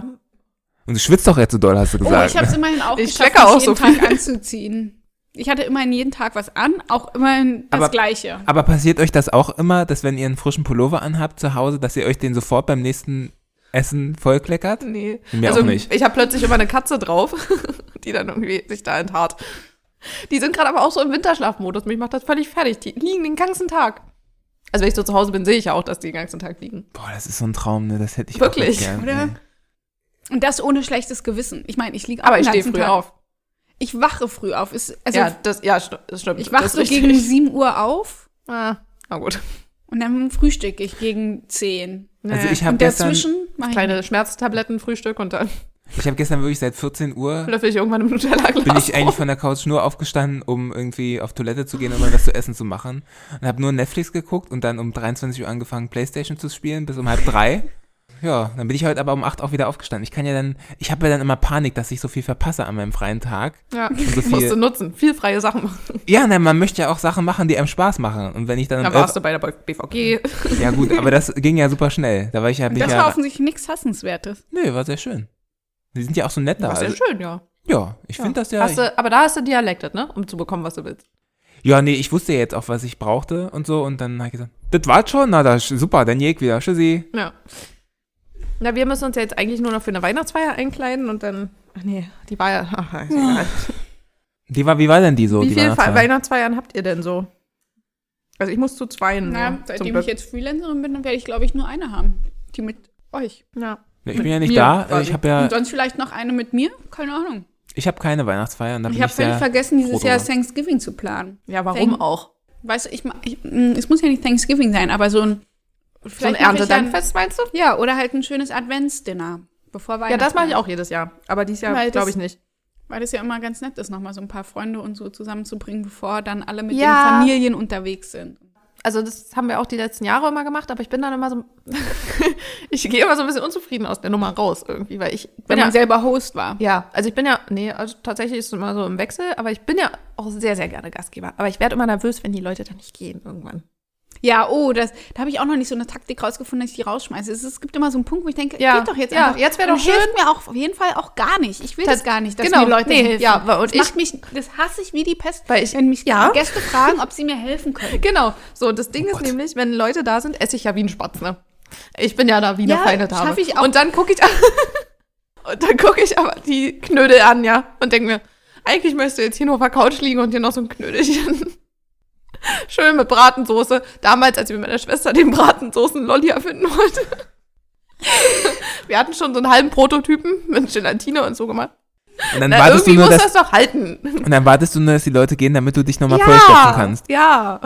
[SPEAKER 2] Und du schwitzt doch jetzt so doll, hast du
[SPEAKER 3] Oh,
[SPEAKER 2] gesagt. ne?
[SPEAKER 3] ich habe es immerhin auch
[SPEAKER 1] Ich
[SPEAKER 3] geschafft,
[SPEAKER 1] schlecke auch
[SPEAKER 3] mich jeden
[SPEAKER 1] so
[SPEAKER 3] Tag
[SPEAKER 1] viel.
[SPEAKER 3] anzuziehen. Ich hatte immerhin jeden Tag was an, auch immerhin das
[SPEAKER 2] Aber-
[SPEAKER 3] Gleiche.
[SPEAKER 2] aber passiert euch das auch immer, dass wenn ihr einen frischen Pullover anhabt zu Hause, dass ihr euch den sofort beim nächsten Essen vollkleckert?
[SPEAKER 1] Nee.
[SPEAKER 2] Mir
[SPEAKER 1] also,
[SPEAKER 2] auch nicht.
[SPEAKER 1] Ich habe plötzlich immer eine Katze drauf, die dann irgendwie sich da enthaart. Die sind gerade aber auch so im Winterschlafmodus. Mich macht das völlig fertig. Die liegen den ganzen Tag. Also wenn ich so zu Hause bin, sehe ich ja auch, dass die den ganzen Tag liegen.
[SPEAKER 2] Boah, das ist so ein Traum, ne? Das hätte ich
[SPEAKER 1] Wirklich,
[SPEAKER 2] auch nicht gern.
[SPEAKER 3] oder?
[SPEAKER 2] Nee.
[SPEAKER 3] Und das ohne schlechtes Gewissen. Ich meine, ich liege auch
[SPEAKER 1] Aber
[SPEAKER 3] den
[SPEAKER 1] ich stehe
[SPEAKER 3] ganzen
[SPEAKER 1] früh
[SPEAKER 3] Tag.
[SPEAKER 1] auf.
[SPEAKER 3] Ich wache früh auf. Ist, also
[SPEAKER 1] ja, das, ja, st das stimmt.
[SPEAKER 3] ich wache
[SPEAKER 1] das
[SPEAKER 3] so gegen 7 Uhr auf
[SPEAKER 1] Ah, na gut.
[SPEAKER 3] und dann frühstücke ich gegen 10.
[SPEAKER 2] Also
[SPEAKER 1] Nee.
[SPEAKER 2] ich habe
[SPEAKER 3] Und
[SPEAKER 2] gestern,
[SPEAKER 3] dazwischen mache ich
[SPEAKER 1] Kleine Schmerztabletten, Frühstück und dann
[SPEAKER 2] ich habe gestern wirklich seit 14 Uhr
[SPEAKER 1] löffel ich irgendwann im Nutella-Glas.
[SPEAKER 2] bin ich
[SPEAKER 1] hoch.
[SPEAKER 2] eigentlich von der Couch nur aufgestanden, um irgendwie auf Toilette zu gehen und mal was zu essen zu machen. Und habe nur Netflix geguckt und dann um 23 Uhr angefangen, Playstation zu spielen, bis um halb drei. Ja, dann bin ich heute aber um acht auch wieder aufgestanden. Ich kann ja dann, ich habe ja dann immer Panik, dass ich so viel verpasse an meinem freien Tag.
[SPEAKER 1] Ja,
[SPEAKER 2] So
[SPEAKER 1] musst du
[SPEAKER 2] viel.
[SPEAKER 1] nutzen. Viel freie Sachen machen.
[SPEAKER 2] Ja, na, man möchte ja auch Sachen machen, die einem Spaß machen. Und wenn ich dann,
[SPEAKER 1] Da
[SPEAKER 2] um
[SPEAKER 1] warst du bei der BVG.
[SPEAKER 2] elf- ja gut, aber das ging ja super schnell. Da war ich ja, bin
[SPEAKER 3] das
[SPEAKER 2] ich
[SPEAKER 3] war
[SPEAKER 2] ja,
[SPEAKER 3] offensichtlich nichts Hassenswertes.
[SPEAKER 2] nö, war sehr schön. Die sind ja auch so nett da.
[SPEAKER 1] War sehr
[SPEAKER 2] also,
[SPEAKER 1] schön, ja.
[SPEAKER 2] ja, ich finde das ja.
[SPEAKER 1] Hast du, aber da hast du dialektet, ne? Um zu bekommen, was du willst.
[SPEAKER 2] Ja, nee, ich wusste ja jetzt auch, was ich brauchte und so. Und dann hab ich gesagt, das war's schon, na, das ist super, dann jäg wieder, tschüssi.
[SPEAKER 1] Ja. Na, wir müssen uns ja jetzt eigentlich nur noch für eine Weihnachtsfeier einkleiden und dann. Ach nee, die war ja. Ach, ist egal.
[SPEAKER 2] Die war, wie war denn die so?
[SPEAKER 1] Wie
[SPEAKER 2] die
[SPEAKER 1] viele Fe-
[SPEAKER 2] Weihnachtsfeier?
[SPEAKER 1] Weihnachtsfeiern habt ihr denn so? Also ich muss zu zweien.
[SPEAKER 3] Na,
[SPEAKER 1] nur, zum
[SPEAKER 3] seitdem
[SPEAKER 1] Glück.
[SPEAKER 3] ich jetzt Freelancerin bin, dann werde ich, glaube ich, nur eine haben. Die mit euch.
[SPEAKER 1] Ja.
[SPEAKER 2] Nee, Ich bin ja nicht
[SPEAKER 1] Mir
[SPEAKER 2] da,
[SPEAKER 1] quasi.
[SPEAKER 2] ich habe ja,
[SPEAKER 3] Und sonst vielleicht noch eine mit mir? Keine Ahnung.
[SPEAKER 2] ich habe keine Weihnachtsfeier und da bin
[SPEAKER 3] Ich
[SPEAKER 2] ich,
[SPEAKER 3] habe völlig
[SPEAKER 2] sehr,
[SPEAKER 3] vergessen, dieses
[SPEAKER 2] froh
[SPEAKER 3] Jahr
[SPEAKER 2] drüber.
[SPEAKER 3] Thanksgiving zu planen.
[SPEAKER 1] ja,
[SPEAKER 3] Thank-
[SPEAKER 1] warum auch?
[SPEAKER 3] Weißt du, ich, ma- ich, mm, es muss ja nicht Thanksgiving sein, aber so ein,
[SPEAKER 1] So
[SPEAKER 3] mache
[SPEAKER 1] ein
[SPEAKER 3] ich ja
[SPEAKER 1] Erntedankfest meinst du?
[SPEAKER 3] Ja, oder halt ein schönes Adventsdinner. Bevor
[SPEAKER 1] Ja,
[SPEAKER 3] Weihnachten.
[SPEAKER 1] das mache ich auch jedes Jahr. Aber dieses Jahr
[SPEAKER 3] Weil das-
[SPEAKER 1] glaube ich nicht.
[SPEAKER 3] Weil das ja immer ganz nett ist, nochmal so ein paar Freunde und so zusammenzubringen, bevor dann alle mit
[SPEAKER 1] Ja.
[SPEAKER 3] den Familien unterwegs sind.
[SPEAKER 1] Also das haben wir auch die letzten Jahre immer gemacht, aber ich bin dann immer so, ich gehe immer so ein bisschen unzufrieden aus der Nummer raus irgendwie, weil ich bin
[SPEAKER 3] Wenn
[SPEAKER 1] ja,
[SPEAKER 3] man selber Host war.
[SPEAKER 1] ja, also ich bin ja, nee, also tatsächlich ist es immer so im Wechsel, aber ich bin ja auch sehr, sehr gerne Gastgeber. Aber ich werde immer nervös, wenn die Leute dann nicht gehen irgendwann.
[SPEAKER 3] Ja, oh, das, da habe ich auch noch nicht so eine Taktik rausgefunden, dass ich die rausschmeiße. Es, ist- es gibt immer so einen Punkt, wo ich denke,
[SPEAKER 1] Ja,
[SPEAKER 3] geht doch jetzt
[SPEAKER 1] ja,
[SPEAKER 3] einfach.
[SPEAKER 1] jetzt wär doch
[SPEAKER 3] Und Hilft mir auch auf jeden Fall auch gar nicht. Ich will
[SPEAKER 1] Das-
[SPEAKER 3] das, gar nicht, dass
[SPEAKER 1] genau,
[SPEAKER 3] mir Leute
[SPEAKER 1] nee,
[SPEAKER 3] helfen.
[SPEAKER 1] ja, wa- und
[SPEAKER 3] das macht mich, das hasse ich wie die Pest,
[SPEAKER 1] Weil ich-
[SPEAKER 3] wenn mich
[SPEAKER 1] ja.
[SPEAKER 3] Gäste fragen, ob sie mir helfen können.
[SPEAKER 1] Genau, so das
[SPEAKER 3] Oh
[SPEAKER 1] Ding ist
[SPEAKER 2] Gott.
[SPEAKER 1] nämlich, wenn Leute da sind, esse ich ja wie ein Spatz, ne? Ich bin ja da wie eine
[SPEAKER 3] Ja,
[SPEAKER 1] feine Dame.
[SPEAKER 3] schaff ich auch.
[SPEAKER 1] Und dann gucke ich und dann gucke ich aber die Knödel an, ja, und denke mir, eigentlich möchtest du jetzt hier nur auf der Couch liegen und hier noch so ein Knödelchen. Schön mit Bratensoße. Damals, als ich mit meiner Schwester den Bratensoßen-Lolli erfinden wollte. Wir hatten schon so einen halben Prototypen mit Gelatine und so gemacht.
[SPEAKER 2] Und dann,
[SPEAKER 1] Na,
[SPEAKER 2] wartest du
[SPEAKER 1] irgendwie
[SPEAKER 2] nur,
[SPEAKER 1] muss
[SPEAKER 2] dass,
[SPEAKER 1] das doch halten.
[SPEAKER 2] und dann wartest du nur, dass die Leute gehen, damit du dich nochmal vollstopfen kannst.
[SPEAKER 1] ja.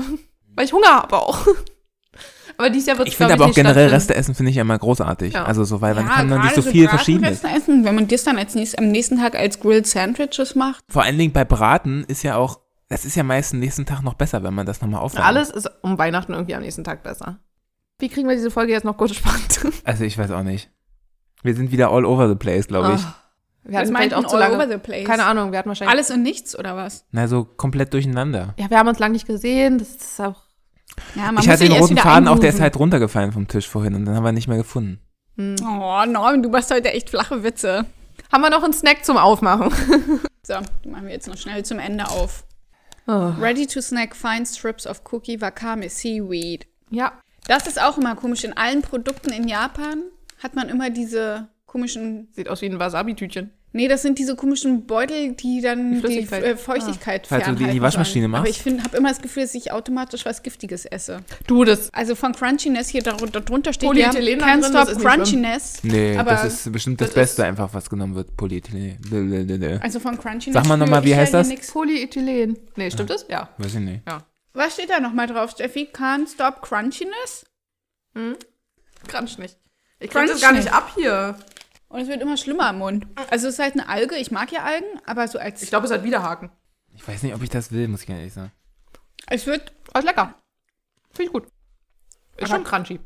[SPEAKER 1] Weil ich Hunger habe auch. Aber dieses Jahr wird
[SPEAKER 2] Ich finde aber auch generell Reste essen finde ich immer großartig.
[SPEAKER 1] Ja.
[SPEAKER 2] Also so, weil man kann noch
[SPEAKER 3] gerade
[SPEAKER 2] nicht so viel
[SPEAKER 3] Braten
[SPEAKER 2] Verschiedenes.
[SPEAKER 3] Essen, wenn man das dann als nächstes, am nächsten Tag als Grilled Sandwiches macht.
[SPEAKER 2] Vor allen Dingen bei Braten ist ja auch, das ist ja meist am nächsten Tag noch besser, wenn man das nochmal aufwärmt.
[SPEAKER 1] Alles ist um Weihnachten irgendwie am nächsten Tag besser. Wie kriegen wir diese Folge jetzt noch gut gespannt?
[SPEAKER 2] Also ich weiß auch nicht. Wir sind wieder all over the place, glaube ich.
[SPEAKER 1] Ah, wir hatten vielleicht auch zu
[SPEAKER 3] all over
[SPEAKER 1] lange.
[SPEAKER 3] the place.
[SPEAKER 1] Keine Ahnung, wir hatten wahrscheinlich.
[SPEAKER 3] Alles und nichts oder was?
[SPEAKER 2] Na, so komplett durcheinander.
[SPEAKER 1] Ja, wir haben uns lange nicht gesehen. Das ist auch.
[SPEAKER 3] Ja, man
[SPEAKER 2] ich hatte den
[SPEAKER 3] sich erst
[SPEAKER 2] roten
[SPEAKER 3] wieder
[SPEAKER 2] Faden auch, der ist
[SPEAKER 3] eingrooven.
[SPEAKER 2] halt runtergefallen vom Tisch vorhin und dann haben wir ihn nicht mehr gefunden.
[SPEAKER 3] Oh, Norm, du machst heute echt flache Witze.
[SPEAKER 1] hm. Haben wir noch einen Snack zum Aufmachen?
[SPEAKER 3] So, die machen wir jetzt noch schnell zum Ende auf.
[SPEAKER 1] Oh.
[SPEAKER 3] Ready to snack fine strips of cookie wakame seaweed.
[SPEAKER 1] Ja.
[SPEAKER 3] Das ist auch immer komisch. In allen Produkten in Japan hat man immer diese komischen.
[SPEAKER 1] Sieht aus wie ein Wasabi-Tütchen.
[SPEAKER 3] Nee, das sind diese komischen Beutel, die dann die,
[SPEAKER 1] Die Flüssigkeit. Ah.
[SPEAKER 3] äh, Feuchtigkeit
[SPEAKER 2] Falls du die in die
[SPEAKER 3] fernhalten
[SPEAKER 2] Waschmaschine
[SPEAKER 3] sollen. Aber
[SPEAKER 2] machst.
[SPEAKER 3] ich habe immer das Gefühl, dass ich automatisch was Giftiges esse.
[SPEAKER 1] Du, das.
[SPEAKER 3] Also von Crunchiness hier dar- darunter steht ja
[SPEAKER 1] Polyethylen da
[SPEAKER 3] Can't
[SPEAKER 1] drin, das
[SPEAKER 3] Stop
[SPEAKER 1] ist nicht schlimm.
[SPEAKER 3] Crunchiness.
[SPEAKER 2] Nee,
[SPEAKER 3] aber
[SPEAKER 2] das ist bestimmt das,
[SPEAKER 1] das
[SPEAKER 2] Beste einfach, was genommen wird. Polyethylen. Blablabla.
[SPEAKER 3] also von Crunchiness.
[SPEAKER 2] Sag mal noch mal, wie
[SPEAKER 3] ich
[SPEAKER 2] heißt
[SPEAKER 3] stell dir
[SPEAKER 2] das?
[SPEAKER 3] nix
[SPEAKER 1] Polyethylen. Nee, stimmt das? Ja.
[SPEAKER 2] Weiß ich nicht.
[SPEAKER 3] Was steht da nochmal drauf, Steffi? Can't stop crunchiness?
[SPEAKER 1] Hm. Crunch nicht. Ich krieg
[SPEAKER 3] Crunch
[SPEAKER 1] das gar nicht
[SPEAKER 3] nicht.
[SPEAKER 1] ab hier.
[SPEAKER 3] Und es wird immer schlimmer im Mund. Also es ist halt eine Alge. Ich mag ja Algen, aber so als...
[SPEAKER 1] Ah. Ich glaube, es hat Widerhaken.
[SPEAKER 2] Ich weiß nicht, ob ich das will, muss ich ehrlich sagen.
[SPEAKER 3] es wird...
[SPEAKER 1] Aber ist lecker. Finde ich gut. Ist
[SPEAKER 3] Aber-
[SPEAKER 1] schon crunchy.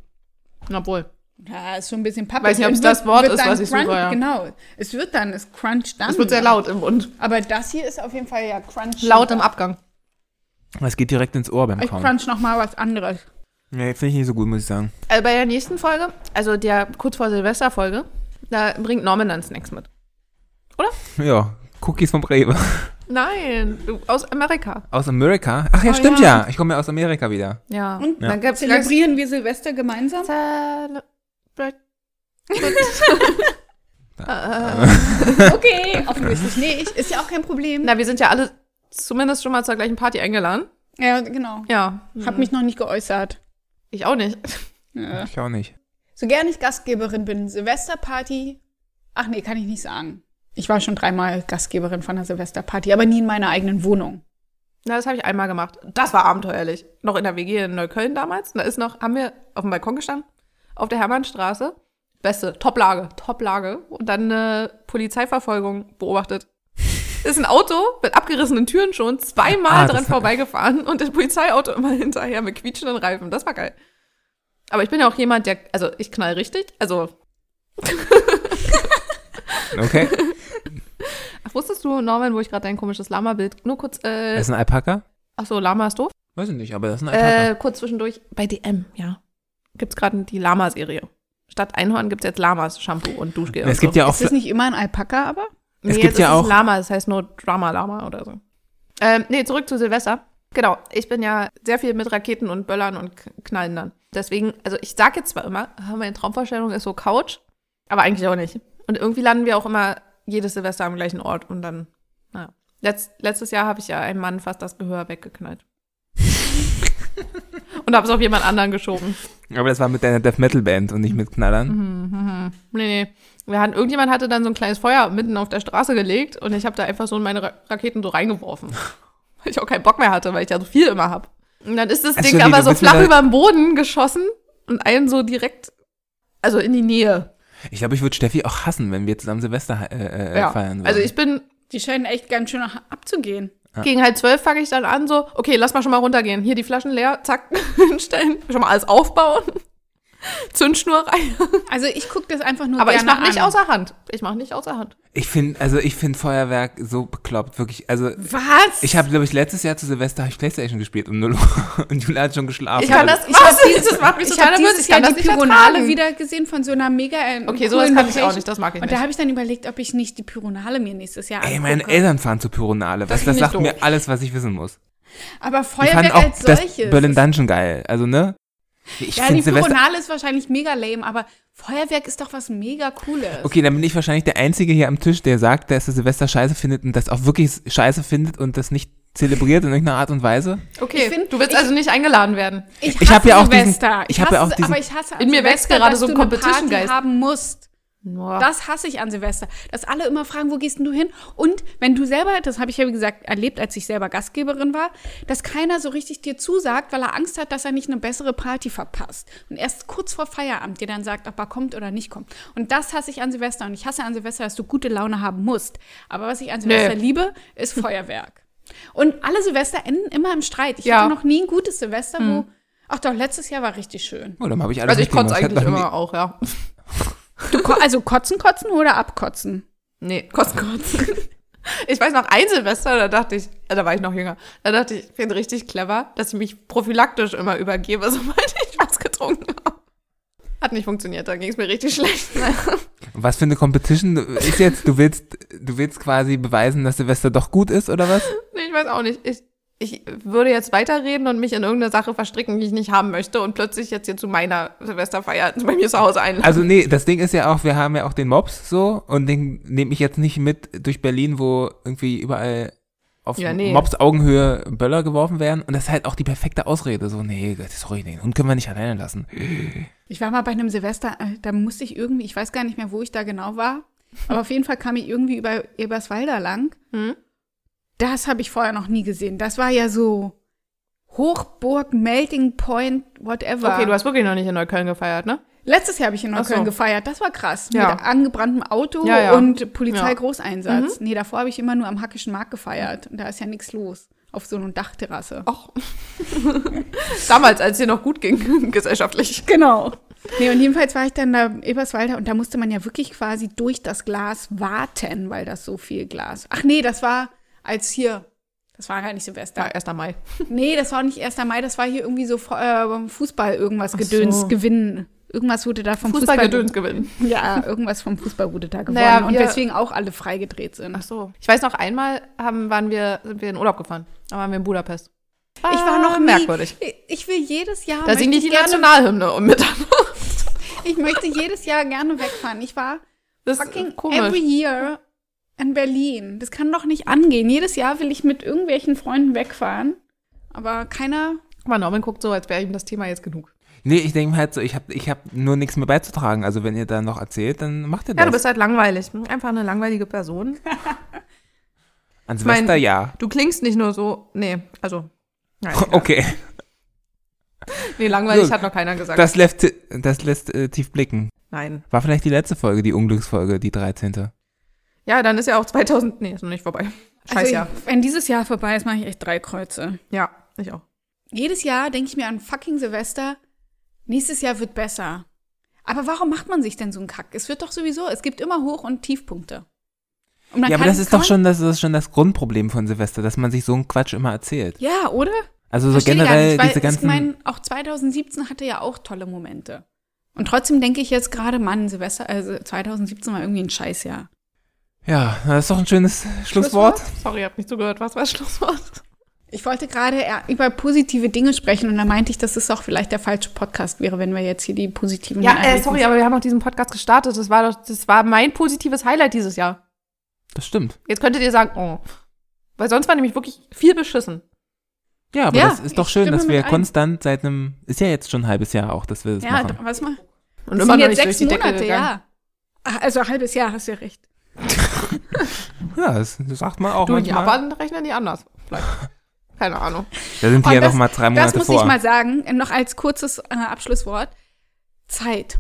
[SPEAKER 1] Na wohl.
[SPEAKER 3] Ja, ist schon ein bisschen pappig.
[SPEAKER 1] Weiß nicht, ob es
[SPEAKER 3] Und wird-
[SPEAKER 1] das Wort
[SPEAKER 3] wird
[SPEAKER 1] ist,
[SPEAKER 3] dann
[SPEAKER 1] was ich suche,
[SPEAKER 3] crunch-
[SPEAKER 1] ja.
[SPEAKER 3] Genau. Es wird dann, es cruncht dann.
[SPEAKER 1] Es wird sehr laut im Mund.
[SPEAKER 3] Aber das hier ist auf jeden Fall ja crunch.
[SPEAKER 1] Laut im Abgang.
[SPEAKER 2] Aber es geht direkt ins Ohr beim
[SPEAKER 3] Ich
[SPEAKER 2] Kauen.
[SPEAKER 3] crunch nochmal was anderes.
[SPEAKER 2] Nee, finde ich nicht so gut, muss ich sagen.
[SPEAKER 1] Äh, bei der nächsten Folge, also der kurz vor Silvester-Folge, da bringt Norman dann Snacks mit.
[SPEAKER 2] Ja, Cookies vom Rewe.
[SPEAKER 1] Nein, du, aus Amerika.
[SPEAKER 2] Aus Amerika? Ach ja,
[SPEAKER 3] Oh
[SPEAKER 2] stimmt ja.
[SPEAKER 3] ja.
[SPEAKER 2] Ich komme ja aus Amerika wieder.
[SPEAKER 1] Ja.
[SPEAKER 3] Und
[SPEAKER 1] dann gab's ganz-
[SPEAKER 3] Zelebrieren wir Silvester gemeinsam?
[SPEAKER 1] Äh,
[SPEAKER 3] Okay, offensichtlich nicht. Ist ja auch kein Problem.
[SPEAKER 1] Na, wir sind ja alle zumindest schon mal zur gleichen Party eingeladen.
[SPEAKER 3] Ja, genau.
[SPEAKER 1] Ja.
[SPEAKER 3] Hab mich noch nicht geäußert.
[SPEAKER 1] Ich auch nicht.
[SPEAKER 3] Ja.
[SPEAKER 2] Ich auch nicht.
[SPEAKER 3] So gern ich Gastgeberin bin, Silvesterparty. Ach nee, kann ich nicht sagen. Ich war schon dreimal Gastgeberin von einer Silvesterparty, aber nie in meiner eigenen Wohnung.
[SPEAKER 1] Na, das habe ich einmal gemacht. Das war abenteuerlich. Noch in der WG in Neukölln damals. Da ist noch, haben wir auf dem Balkon gestanden, auf der Hermannstraße. Beste, Toplage, Toplage. Und dann eine Polizeiverfolgung beobachtet. Ist ein Auto mit abgerissenen Türen schon zweimal
[SPEAKER 2] Ah, das
[SPEAKER 1] dran
[SPEAKER 2] hat-
[SPEAKER 1] vorbeigefahren und das Polizeiauto immer hinterher mit quietschenden Reifen. Das war geil. Aber ich bin ja auch jemand, der, also ich knall richtig. Also,
[SPEAKER 2] Okay.
[SPEAKER 1] ach, wusstest du, Norman, wo ich gerade dein komisches Lama-Bild nur kurz, äh,
[SPEAKER 2] ist ein Alpaka?
[SPEAKER 1] ach so, Lama ist doof?
[SPEAKER 2] Weiß ich nicht, aber das ist ein Alpaka.
[SPEAKER 1] Äh, kurz zwischendurch, bei DM, ja. Gibt's gerade die Lama-Serie. Statt Einhorn gibt's jetzt Lamas, Shampoo und Duschgel.
[SPEAKER 2] es
[SPEAKER 1] und
[SPEAKER 2] gibt
[SPEAKER 1] so.
[SPEAKER 2] ja auch
[SPEAKER 3] Ist das nicht immer ein Alpaka, aber?
[SPEAKER 1] nee,
[SPEAKER 2] es
[SPEAKER 1] jetzt
[SPEAKER 2] gibt
[SPEAKER 1] ist
[SPEAKER 2] ja auch-
[SPEAKER 1] Lama, das heißt nur Drama-Lama oder so. Ähm, nee, zurück zu Silvester. Genau, ich bin ja sehr viel mit Raketen und Böllern und K- Knallen dann. Deswegen, also ich sage jetzt zwar immer, ah, meine Traumvorstellung ist so Couch, aber eigentlich auch nicht. Und irgendwie landen wir auch immer jedes Silvester am gleichen Ort und dann, naja. Letz, letztes Jahr habe ich ja einem Mann fast das Gehör weggeknallt. und habe es auf jemand anderen geschoben.
[SPEAKER 2] Aber das war mit deiner Death Metal Band und nicht mit
[SPEAKER 3] Mhm.
[SPEAKER 2] Knallern.
[SPEAKER 1] Mhm, Nee, nee. Wir hatten, irgendjemand hatte dann so ein kleines Feuer mitten auf der Straße gelegt und ich habe da einfach so meine Ra Raketen so reingeworfen. weil ich auch keinen Bock mehr hatte, weil ich ja so viel immer hab. Und dann ist das
[SPEAKER 2] Also,
[SPEAKER 1] Ding
[SPEAKER 2] Jenny,
[SPEAKER 1] aber
[SPEAKER 2] du
[SPEAKER 1] so
[SPEAKER 2] bist
[SPEAKER 1] flach
[SPEAKER 2] wieder-
[SPEAKER 1] über den Boden geschossen und einen so direkt, also in die Nähe.
[SPEAKER 2] Ich glaube, ich würde Steffi auch hassen, wenn wir zusammen Silvester äh, äh,
[SPEAKER 1] Ja.
[SPEAKER 2] feiern würden.
[SPEAKER 1] Also ich bin
[SPEAKER 3] Die scheinen echt ganz schön nach- abzugehen.
[SPEAKER 1] gegen halb zwölf fange ich dann an, so, okay, lass mal schon mal runtergehen. Hier die Flaschen leer, zack, hinstellen, schon mal alles aufbauen. Zündschnur rein.
[SPEAKER 3] Also ich gucke das einfach nur
[SPEAKER 1] Aber ich
[SPEAKER 3] gerne
[SPEAKER 1] mache nicht
[SPEAKER 3] an.
[SPEAKER 1] außer Hand. Ich mache nicht außer Hand.
[SPEAKER 2] ich finde also ich find Feuerwerk so bekloppt, wirklich. Also
[SPEAKER 3] Was?
[SPEAKER 2] ich habe, glaube ich, letztes Jahr zu Silvester habe ich Playstation gespielt um 0 Uhr und Julia hat schon geschlafen.
[SPEAKER 1] Ich kann das, ich
[SPEAKER 3] Was?
[SPEAKER 1] hab dieses, das macht mich
[SPEAKER 3] ich
[SPEAKER 1] total
[SPEAKER 3] habe
[SPEAKER 1] nervös.
[SPEAKER 3] dieses
[SPEAKER 1] Ich kann
[SPEAKER 3] Jahr
[SPEAKER 1] das
[SPEAKER 3] die
[SPEAKER 1] nicht
[SPEAKER 3] Pyronale
[SPEAKER 1] ertragen.
[SPEAKER 3] wieder gesehen von so einer mega äh, coolen
[SPEAKER 1] Okay, sowas kann ich
[SPEAKER 3] Location.
[SPEAKER 1] auch nicht, das mag ich
[SPEAKER 3] Und da
[SPEAKER 1] nicht.
[SPEAKER 3] habe ich dann überlegt, ob ich nicht die Pyronale mir nächstes Jahr
[SPEAKER 2] Also, Ey,
[SPEAKER 3] angucke.
[SPEAKER 2] meine Eltern fahren zu Pyronale. Was,
[SPEAKER 1] Das
[SPEAKER 2] das
[SPEAKER 1] find ich
[SPEAKER 2] sagt
[SPEAKER 1] doof.
[SPEAKER 2] mir alles, was ich wissen muss.
[SPEAKER 3] Aber
[SPEAKER 2] Die fanden
[SPEAKER 3] Feuerwerk
[SPEAKER 2] auch
[SPEAKER 3] als
[SPEAKER 2] das
[SPEAKER 3] solches.
[SPEAKER 2] Berlin Dungeon geil. Also, ne? Ich
[SPEAKER 3] ja,
[SPEAKER 2] finde
[SPEAKER 3] die
[SPEAKER 2] Silvester.
[SPEAKER 3] Pyronale ist wahrscheinlich mega lame, aber Feuerwerk ist doch was mega cooles.
[SPEAKER 2] Okay, dann bin ich wahrscheinlich der Einzige hier am Tisch, der sagt, dass er Silvester scheiße findet und das auch wirklich scheiße findet und das nicht zelebriert in irgendeiner Art und Weise.
[SPEAKER 1] Okay,
[SPEAKER 3] Ich find-
[SPEAKER 1] du willst
[SPEAKER 3] ich-
[SPEAKER 1] also nicht eingeladen werden.
[SPEAKER 2] ich hab
[SPEAKER 3] hasse
[SPEAKER 2] ja auch diesen-
[SPEAKER 3] Silvester.
[SPEAKER 2] ich hab ja
[SPEAKER 3] hasse-
[SPEAKER 2] auch diesen-
[SPEAKER 3] aber ich hasse an
[SPEAKER 1] In mir wächst
[SPEAKER 3] Silvester,
[SPEAKER 1] gerade
[SPEAKER 3] dass
[SPEAKER 1] so ein
[SPEAKER 3] du eine Party
[SPEAKER 1] Competition-Geist.
[SPEAKER 3] haben musst.
[SPEAKER 1] Boah.
[SPEAKER 3] Das hasse ich an Silvester. Dass alle immer fragen, wo gehst denn du hin? Und wenn du selber, das habe ich ja wie gesagt erlebt, als ich selber Gastgeberin war, dass keiner so richtig dir zusagt, weil er Angst hat, dass er nicht eine bessere Party verpasst. Und erst kurz vor Feierabend dir dann sagt, ob er kommt oder nicht kommt. Und das hasse ich an Silvester. Und ich hasse an Silvester, dass du gute Laune haben musst. Aber was ich an Silvester
[SPEAKER 1] Nee.
[SPEAKER 3] liebe, ist Feuerwerk. Und alle Silvester enden immer im Streit. Ich
[SPEAKER 1] Ja.
[SPEAKER 3] hatte noch nie ein gutes Silvester, wo. Ach doch, letztes Jahr war richtig schön.
[SPEAKER 2] Oh, dann habe ich alles
[SPEAKER 1] also ich kotze
[SPEAKER 2] mitgemacht. Hat
[SPEAKER 1] eigentlich
[SPEAKER 2] noch nie-
[SPEAKER 1] immer auch, ja.
[SPEAKER 3] Du, ko- also kotzen, kotzen oder abkotzen?
[SPEAKER 1] Nee, kotzen, kotzen. Ich weiß noch, ein Silvester, da dachte ich, äh, da war ich noch jünger, da dachte ich, ich bin richtig clever, dass ich mich prophylaktisch immer übergebe, sobald ich was getrunken habe. Hat nicht funktioniert, da ging es mir richtig schlecht.
[SPEAKER 2] Was für eine Competition ist jetzt? Du willst, du willst quasi beweisen, dass Silvester doch gut ist, oder was?
[SPEAKER 1] Nee, ich weiß auch nicht. Ich, ich würde jetzt weiterreden und mich in irgendeine Sache verstricken, die ich nicht haben möchte und plötzlich jetzt hier zu meiner Silvesterfeier bei mir zu Hause einladen.
[SPEAKER 2] Also nee, das Ding ist ja auch, wir haben ja auch den Mobs so und den nehme ich jetzt nicht mit durch Berlin, wo irgendwie überall auf
[SPEAKER 1] Ja, nee.
[SPEAKER 2] Mobs Augenhöhe Böller geworfen werden und das ist halt auch die perfekte Ausrede. So, nee, Gott, sorry, den Hund können wir nicht alleine lassen.
[SPEAKER 3] Ich war mal bei einem Silvester, äh, da musste ich irgendwie, ich weiß gar nicht mehr, wo ich da genau war, aber auf jeden Fall kam ich irgendwie über Eberswalder lang.
[SPEAKER 1] Hm?
[SPEAKER 3] Das habe ich vorher noch nie gesehen. Das war ja so Hochburg, Melting Point, whatever.
[SPEAKER 1] Okay, du hast wirklich noch nicht in Neukölln gefeiert, ne?
[SPEAKER 3] Letztes Jahr habe ich in Neukölln
[SPEAKER 1] Ach so.
[SPEAKER 3] gefeiert. Das war krass.
[SPEAKER 1] Ja.
[SPEAKER 3] Mit angebranntem Auto
[SPEAKER 1] Ja, ja.
[SPEAKER 3] und
[SPEAKER 1] Ja. Mhm.
[SPEAKER 3] Polizeigroßeinsatz. Nee, davor habe ich immer nur am Hackischen Markt gefeiert. Und da ist ja nichts los. Auf so einer Dachterrasse.
[SPEAKER 1] Och. Damals, als es dir noch gut ging, gesellschaftlich.
[SPEAKER 3] Genau. Nee, und jedenfalls war ich dann da Eberswalder und da musste man ja wirklich quasi durch das Glas warten, weil das so viel Glas. Ach nee, das war als hier. Das war gar nicht Silvester.
[SPEAKER 1] Ja, 1. Mai.
[SPEAKER 3] Nee, das war nicht 1. Mai, das war hier irgendwie so äh, Fußball irgendwas
[SPEAKER 1] Ach
[SPEAKER 3] Gedöns
[SPEAKER 1] so.
[SPEAKER 3] gewinnen. Irgendwas wurde da vom Fußball,
[SPEAKER 1] Fußballgedöns gewinnen.
[SPEAKER 3] Ja, irgendwas vom Fußball wurde da gewonnen
[SPEAKER 1] Naja,
[SPEAKER 3] und
[SPEAKER 1] wir-
[SPEAKER 3] weswegen auch alle freigedreht sind.
[SPEAKER 1] Ach so. Ich weiß noch, einmal haben, waren wir, sind wir in Urlaub gefahren. Da waren wir in Budapest.
[SPEAKER 3] Ich war noch nie,
[SPEAKER 1] merkwürdig.
[SPEAKER 3] Ah, Ich will jedes Jahr
[SPEAKER 1] Da
[SPEAKER 3] möchte
[SPEAKER 1] singen die
[SPEAKER 3] ich
[SPEAKER 1] die
[SPEAKER 3] gerne,
[SPEAKER 1] Nationalhymne um Mitternacht.
[SPEAKER 3] ich möchte jedes Jahr gerne wegfahren. Ich war
[SPEAKER 1] Das
[SPEAKER 3] fucking
[SPEAKER 1] ist komisch.
[SPEAKER 3] every year in Berlin. Das kann doch nicht angehen. Jedes Jahr will ich mit irgendwelchen Freunden wegfahren, aber keiner.
[SPEAKER 1] Mal, Norman guckt so, als wäre ihm das Thema jetzt genug.
[SPEAKER 2] Nee, ich denke mir halt so, ich habe ich hab nur nichts mehr beizutragen. Also wenn ihr da noch erzählt, dann macht ihr das.
[SPEAKER 1] Ja, du bist halt langweilig. Einfach eine langweilige Person.
[SPEAKER 2] An
[SPEAKER 1] mein-
[SPEAKER 2] Silvester ja.
[SPEAKER 1] Du klingst nicht nur so. Nee, also. Nein,
[SPEAKER 2] Okay,
[SPEAKER 1] Nee, langweilig
[SPEAKER 2] Gut.
[SPEAKER 1] hat noch keiner gesagt.
[SPEAKER 2] das lässt, das lässt äh, tief blicken.
[SPEAKER 1] Nein.
[SPEAKER 2] War vielleicht die letzte Folge, die Unglücksfolge, die 13.
[SPEAKER 1] Ja, dann ist ja auch 2000. Nee, ist noch nicht vorbei. Scheiß
[SPEAKER 3] Also,
[SPEAKER 1] ja.
[SPEAKER 3] Wenn dieses Jahr vorbei ist, mache ich echt drei Kreuze.
[SPEAKER 1] Ja, ich auch.
[SPEAKER 3] Jedes Jahr denke ich mir an fucking Silvester. Nächstes Jahr wird besser. Aber warum macht man sich denn so einen Kack? Es wird doch sowieso, es gibt immer Hoch- und Tiefpunkte. Und man
[SPEAKER 2] Ja, aber
[SPEAKER 3] kann-
[SPEAKER 2] das ist
[SPEAKER 3] kann man-
[SPEAKER 2] doch schon das, das ist schon das Grundproblem von Silvester, dass man sich so einen Quatsch immer erzählt.
[SPEAKER 3] Ja, oder?
[SPEAKER 2] Also so
[SPEAKER 3] Verstehe
[SPEAKER 2] generell
[SPEAKER 3] gar nicht,
[SPEAKER 2] diese
[SPEAKER 3] weil
[SPEAKER 2] ganzen.
[SPEAKER 3] ich meine, auch 2017 hatte ja auch tolle Momente. Und trotzdem denke ich jetzt gerade, Mann, Silvester, also 2017 war irgendwie ein Scheißjahr.
[SPEAKER 2] ja, das ist doch ein schönes Schlusswort.
[SPEAKER 1] Sorry, ihr habt nicht zugehört. Was war das Schlusswort?
[SPEAKER 3] Ich wollte gerade eher über positive Dinge sprechen und da meinte ich, dass es auch vielleicht der falsche Podcast wäre, wenn wir jetzt hier die positiven
[SPEAKER 1] Ja, äh,
[SPEAKER 3] Nachrichten-
[SPEAKER 1] sorry, aber wir haben noch diesen Podcast gestartet. Das war doch, das war mein positives Highlight dieses Jahr.
[SPEAKER 2] Das stimmt.
[SPEAKER 1] Jetzt könntet ihr sagen, oh. Weil sonst war nämlich wirklich viel beschissen.
[SPEAKER 2] Ja, aber
[SPEAKER 3] Ja,
[SPEAKER 2] das ist doch
[SPEAKER 3] ich
[SPEAKER 2] schön,
[SPEAKER 3] stimme
[SPEAKER 2] dass wir
[SPEAKER 3] mit ein.
[SPEAKER 2] konstant seit einem, ist ja jetzt schon ein halbes Jahr auch, dass wir das
[SPEAKER 3] Ja,
[SPEAKER 2] machen.
[SPEAKER 3] was mal?
[SPEAKER 1] Und
[SPEAKER 3] Das
[SPEAKER 1] immer
[SPEAKER 3] sind
[SPEAKER 1] noch
[SPEAKER 3] jetzt
[SPEAKER 1] nicht durch
[SPEAKER 3] sechs
[SPEAKER 1] die Decke
[SPEAKER 3] Monate,
[SPEAKER 1] gegangen.
[SPEAKER 3] ja. Ach, Also ein halbes Jahr, hast du ja recht.
[SPEAKER 2] Ja, das, das sagt man auch
[SPEAKER 1] Du, in
[SPEAKER 2] manchmal.
[SPEAKER 1] Japan rechnen die anders. Vielleicht. Keine Ahnung.
[SPEAKER 2] da sind die
[SPEAKER 3] Und
[SPEAKER 2] ja
[SPEAKER 3] das-
[SPEAKER 2] noch mal drei Monate
[SPEAKER 3] Das muss
[SPEAKER 2] vor.
[SPEAKER 3] ich mal sagen, äh, noch als kurzes äh, Abschlusswort. Zeit.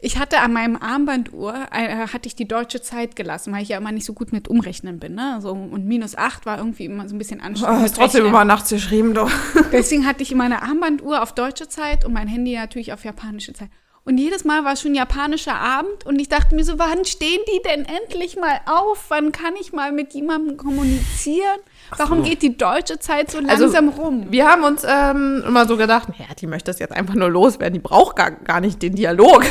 [SPEAKER 3] Ich hatte an meinem Armbanduhr, äh, hatte ich die deutsche Zeit gelassen, weil ich ja immer nicht so gut mit Umrechnen bin. Ne? So, und minus 8 war irgendwie immer so ein
[SPEAKER 2] Oh,
[SPEAKER 3] bisschen
[SPEAKER 1] Oh,
[SPEAKER 3] anstrengend. mit Rechnen.
[SPEAKER 1] nachts geschrieben, doch.
[SPEAKER 3] Deswegen hatte ich meine Armbanduhr auf deutsche Zeit und mein Handy natürlich auf japanische Zeit. Und jedes Mal war schon japanischer Abend und ich dachte mir so, wann stehen die denn endlich mal auf? Wann kann ich mal mit jemandem kommunizieren? Warum geht die deutsche Zeit so
[SPEAKER 1] Also,
[SPEAKER 3] langsam rum?
[SPEAKER 1] Wir haben uns ähm, immer so gedacht, naja, die möchte das jetzt einfach nur loswerden, die braucht gar, gar nicht den Dialog.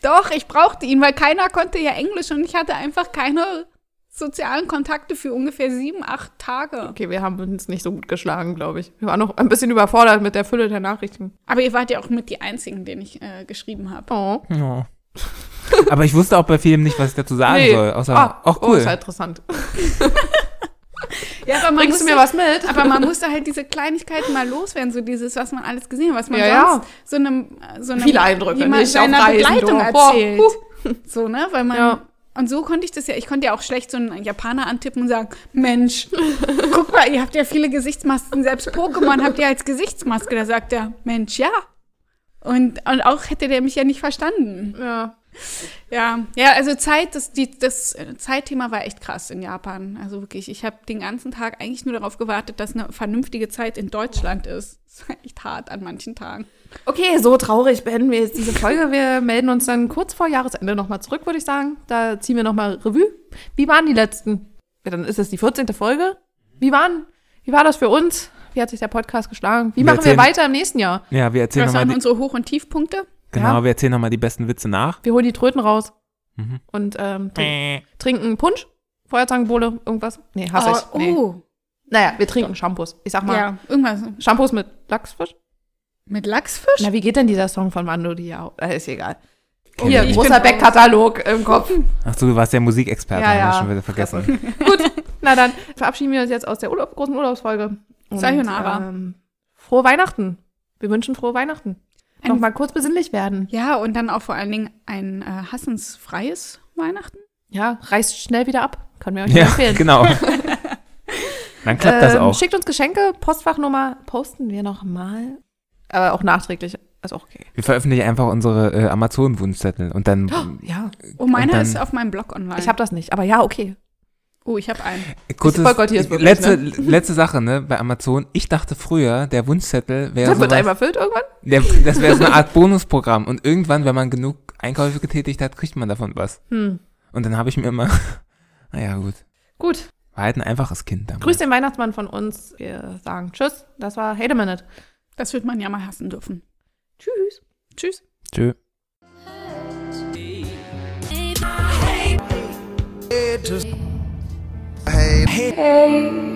[SPEAKER 3] Doch, ich brauchte ihn, weil keiner konnte ja Englisch und ich hatte einfach keine sozialen Kontakte für ungefähr sieben, acht Tage.
[SPEAKER 1] Okay, wir haben uns nicht so gut geschlagen, glaube ich. Wir waren noch ein bisschen überfordert mit der Fülle der Nachrichten.
[SPEAKER 3] Aber ihr wart ja auch mit die Einzigen, denen ich äh, geschrieben habe.
[SPEAKER 1] Oh.
[SPEAKER 2] Ja. Aber ich wusste auch bei vielem nicht, was ich dazu sagen
[SPEAKER 1] Nee.
[SPEAKER 2] soll. Also, Außer,
[SPEAKER 1] Ah,
[SPEAKER 2] ach
[SPEAKER 1] Oh,
[SPEAKER 2] cool.
[SPEAKER 1] ist ja interessant.
[SPEAKER 3] Ja, aber man
[SPEAKER 1] Bringst du
[SPEAKER 3] musste-
[SPEAKER 1] mir was mit?
[SPEAKER 3] Aber man musste halt diese Kleinigkeiten mal loswerden, so dieses, was man alles gesehen hat, was man
[SPEAKER 1] Ja,
[SPEAKER 3] sonst so einem, so einem
[SPEAKER 1] Viele Eindrücke,
[SPEAKER 3] jemand
[SPEAKER 1] nicht auf
[SPEAKER 3] seiner
[SPEAKER 1] Reisen,
[SPEAKER 3] Begleitung
[SPEAKER 1] du. Boah,
[SPEAKER 3] erzählt.
[SPEAKER 1] huh.
[SPEAKER 3] So, ne? Weil man.
[SPEAKER 1] Ja.
[SPEAKER 3] Und so konnte ich das ja, ich konnte ja auch schlecht so einen Japaner antippen und sagen, Mensch, guck mal, ihr habt ja viele Gesichtsmasken, selbst Pokémon habt ihr als Gesichtsmaske. Da sagt er, Mensch, ja. Und, und auch hätte der mich ja nicht verstanden.
[SPEAKER 1] Ja.
[SPEAKER 3] Ja, ja, also Zeit, das, die, das äh, Zeitthema war echt krass in Japan. Also wirklich, ich habe den ganzen Tag eigentlich nur darauf gewartet, dass eine vernünftige Zeit in Deutschland ist. Das war echt hart an manchen Tagen.
[SPEAKER 1] Okay, so traurig beenden wir jetzt diese Folge. Wir melden uns dann kurz vor Jahresende nochmal zurück, würde ich sagen. Da ziehen wir nochmal Revue. Wie waren die letzten? Ja, dann ist es die 14. Folge. Wie waren, wie war das für uns? Wie hat sich der Podcast geschlagen? Wie
[SPEAKER 2] Wir
[SPEAKER 1] machen wir
[SPEAKER 2] erzählen-
[SPEAKER 1] weiter im nächsten Jahr?
[SPEAKER 2] Ja, wir erzählen
[SPEAKER 3] Das
[SPEAKER 2] nochmal
[SPEAKER 3] waren
[SPEAKER 2] die,
[SPEAKER 3] unsere Hoch- und Tiefpunkte.
[SPEAKER 2] genau,
[SPEAKER 1] ja.
[SPEAKER 2] wir erzählen noch mal die besten Witze nach.
[SPEAKER 1] Wir holen die Tröten raus
[SPEAKER 2] Mhm.
[SPEAKER 1] und ähm, trinken,
[SPEAKER 2] Äh.
[SPEAKER 1] trinken Punsch, Feuerzangenbowle, irgendwas. Nee, hasse
[SPEAKER 3] oh,
[SPEAKER 1] ich. Nee.
[SPEAKER 3] oh.
[SPEAKER 1] Naja, wir trinken Shampoos. Ich sag mal,
[SPEAKER 3] ja, irgendwas.
[SPEAKER 1] Shampoos mit Lachsfisch.
[SPEAKER 3] Mit Lachsfisch?
[SPEAKER 1] Na, wie geht denn dieser Song von Mando Diao? Äh, Ist egal.
[SPEAKER 2] Kenn
[SPEAKER 1] Hier,
[SPEAKER 2] ich nicht.
[SPEAKER 1] großer Beck-Katalog im Kopf.
[SPEAKER 2] Ach so, du warst ja Musikexperte,
[SPEAKER 1] Ja,
[SPEAKER 2] haben wir
[SPEAKER 1] ja.
[SPEAKER 2] schon wieder vergessen.
[SPEAKER 1] Na dann verabschieden wir uns jetzt aus der Urlaub großen Urlaubsfolge. Und,
[SPEAKER 3] Sayonara.
[SPEAKER 1] Ähm, frohe Weihnachten. Wir wünschen frohe Weihnachten.
[SPEAKER 3] Ein-
[SPEAKER 1] Nochmal kurz besinnlich werden.
[SPEAKER 3] Ja, und dann auch vor allen Dingen ein äh, hassensfreies Weihnachten.
[SPEAKER 1] Ja, reißt schnell wieder ab. Können wir euch
[SPEAKER 2] Ja,
[SPEAKER 1] empfehlen.
[SPEAKER 2] genau. Dann klappt das
[SPEAKER 1] Ähm,
[SPEAKER 2] auch.
[SPEAKER 1] Schickt uns Geschenke, Postfachnummer posten wir nochmal. Aber auch nachträglich, ist auch okay.
[SPEAKER 2] Wir veröffentlichen einfach unsere äh, Amazon-Wunschzettel und dann
[SPEAKER 1] Ja,
[SPEAKER 3] Oh, meiner
[SPEAKER 2] dann-
[SPEAKER 3] ist auf meinem Blog online.
[SPEAKER 1] ich habe das nicht, aber ja, okay.
[SPEAKER 3] oh, ich habe einen.
[SPEAKER 2] äh, kurzes,
[SPEAKER 1] boykottiere es wirklich,
[SPEAKER 2] letzte, letzte Sache, ne, bei Amazon. Ich dachte früher, der Wunschzettel wäre
[SPEAKER 1] Dann wird
[SPEAKER 2] sowas,
[SPEAKER 1] einmal erfüllt irgendwann.
[SPEAKER 2] der, das wäre so eine Art Bonusprogramm und irgendwann, wenn man genug Einkäufe getätigt hat, kriegt man davon was.
[SPEAKER 1] Hm.
[SPEAKER 2] Und dann habe ich mir immer, naja gut,
[SPEAKER 1] Gut,
[SPEAKER 2] war halt ein einfaches Kind damals.
[SPEAKER 1] grüß den Weihnachtsmann von uns. Wir sagen Tschüss. Das war Hate a Minute.
[SPEAKER 3] Das wird man ja mal hassen dürfen.
[SPEAKER 1] Tschüss.
[SPEAKER 3] Tschüss.
[SPEAKER 2] Tschö.
[SPEAKER 4] Hey.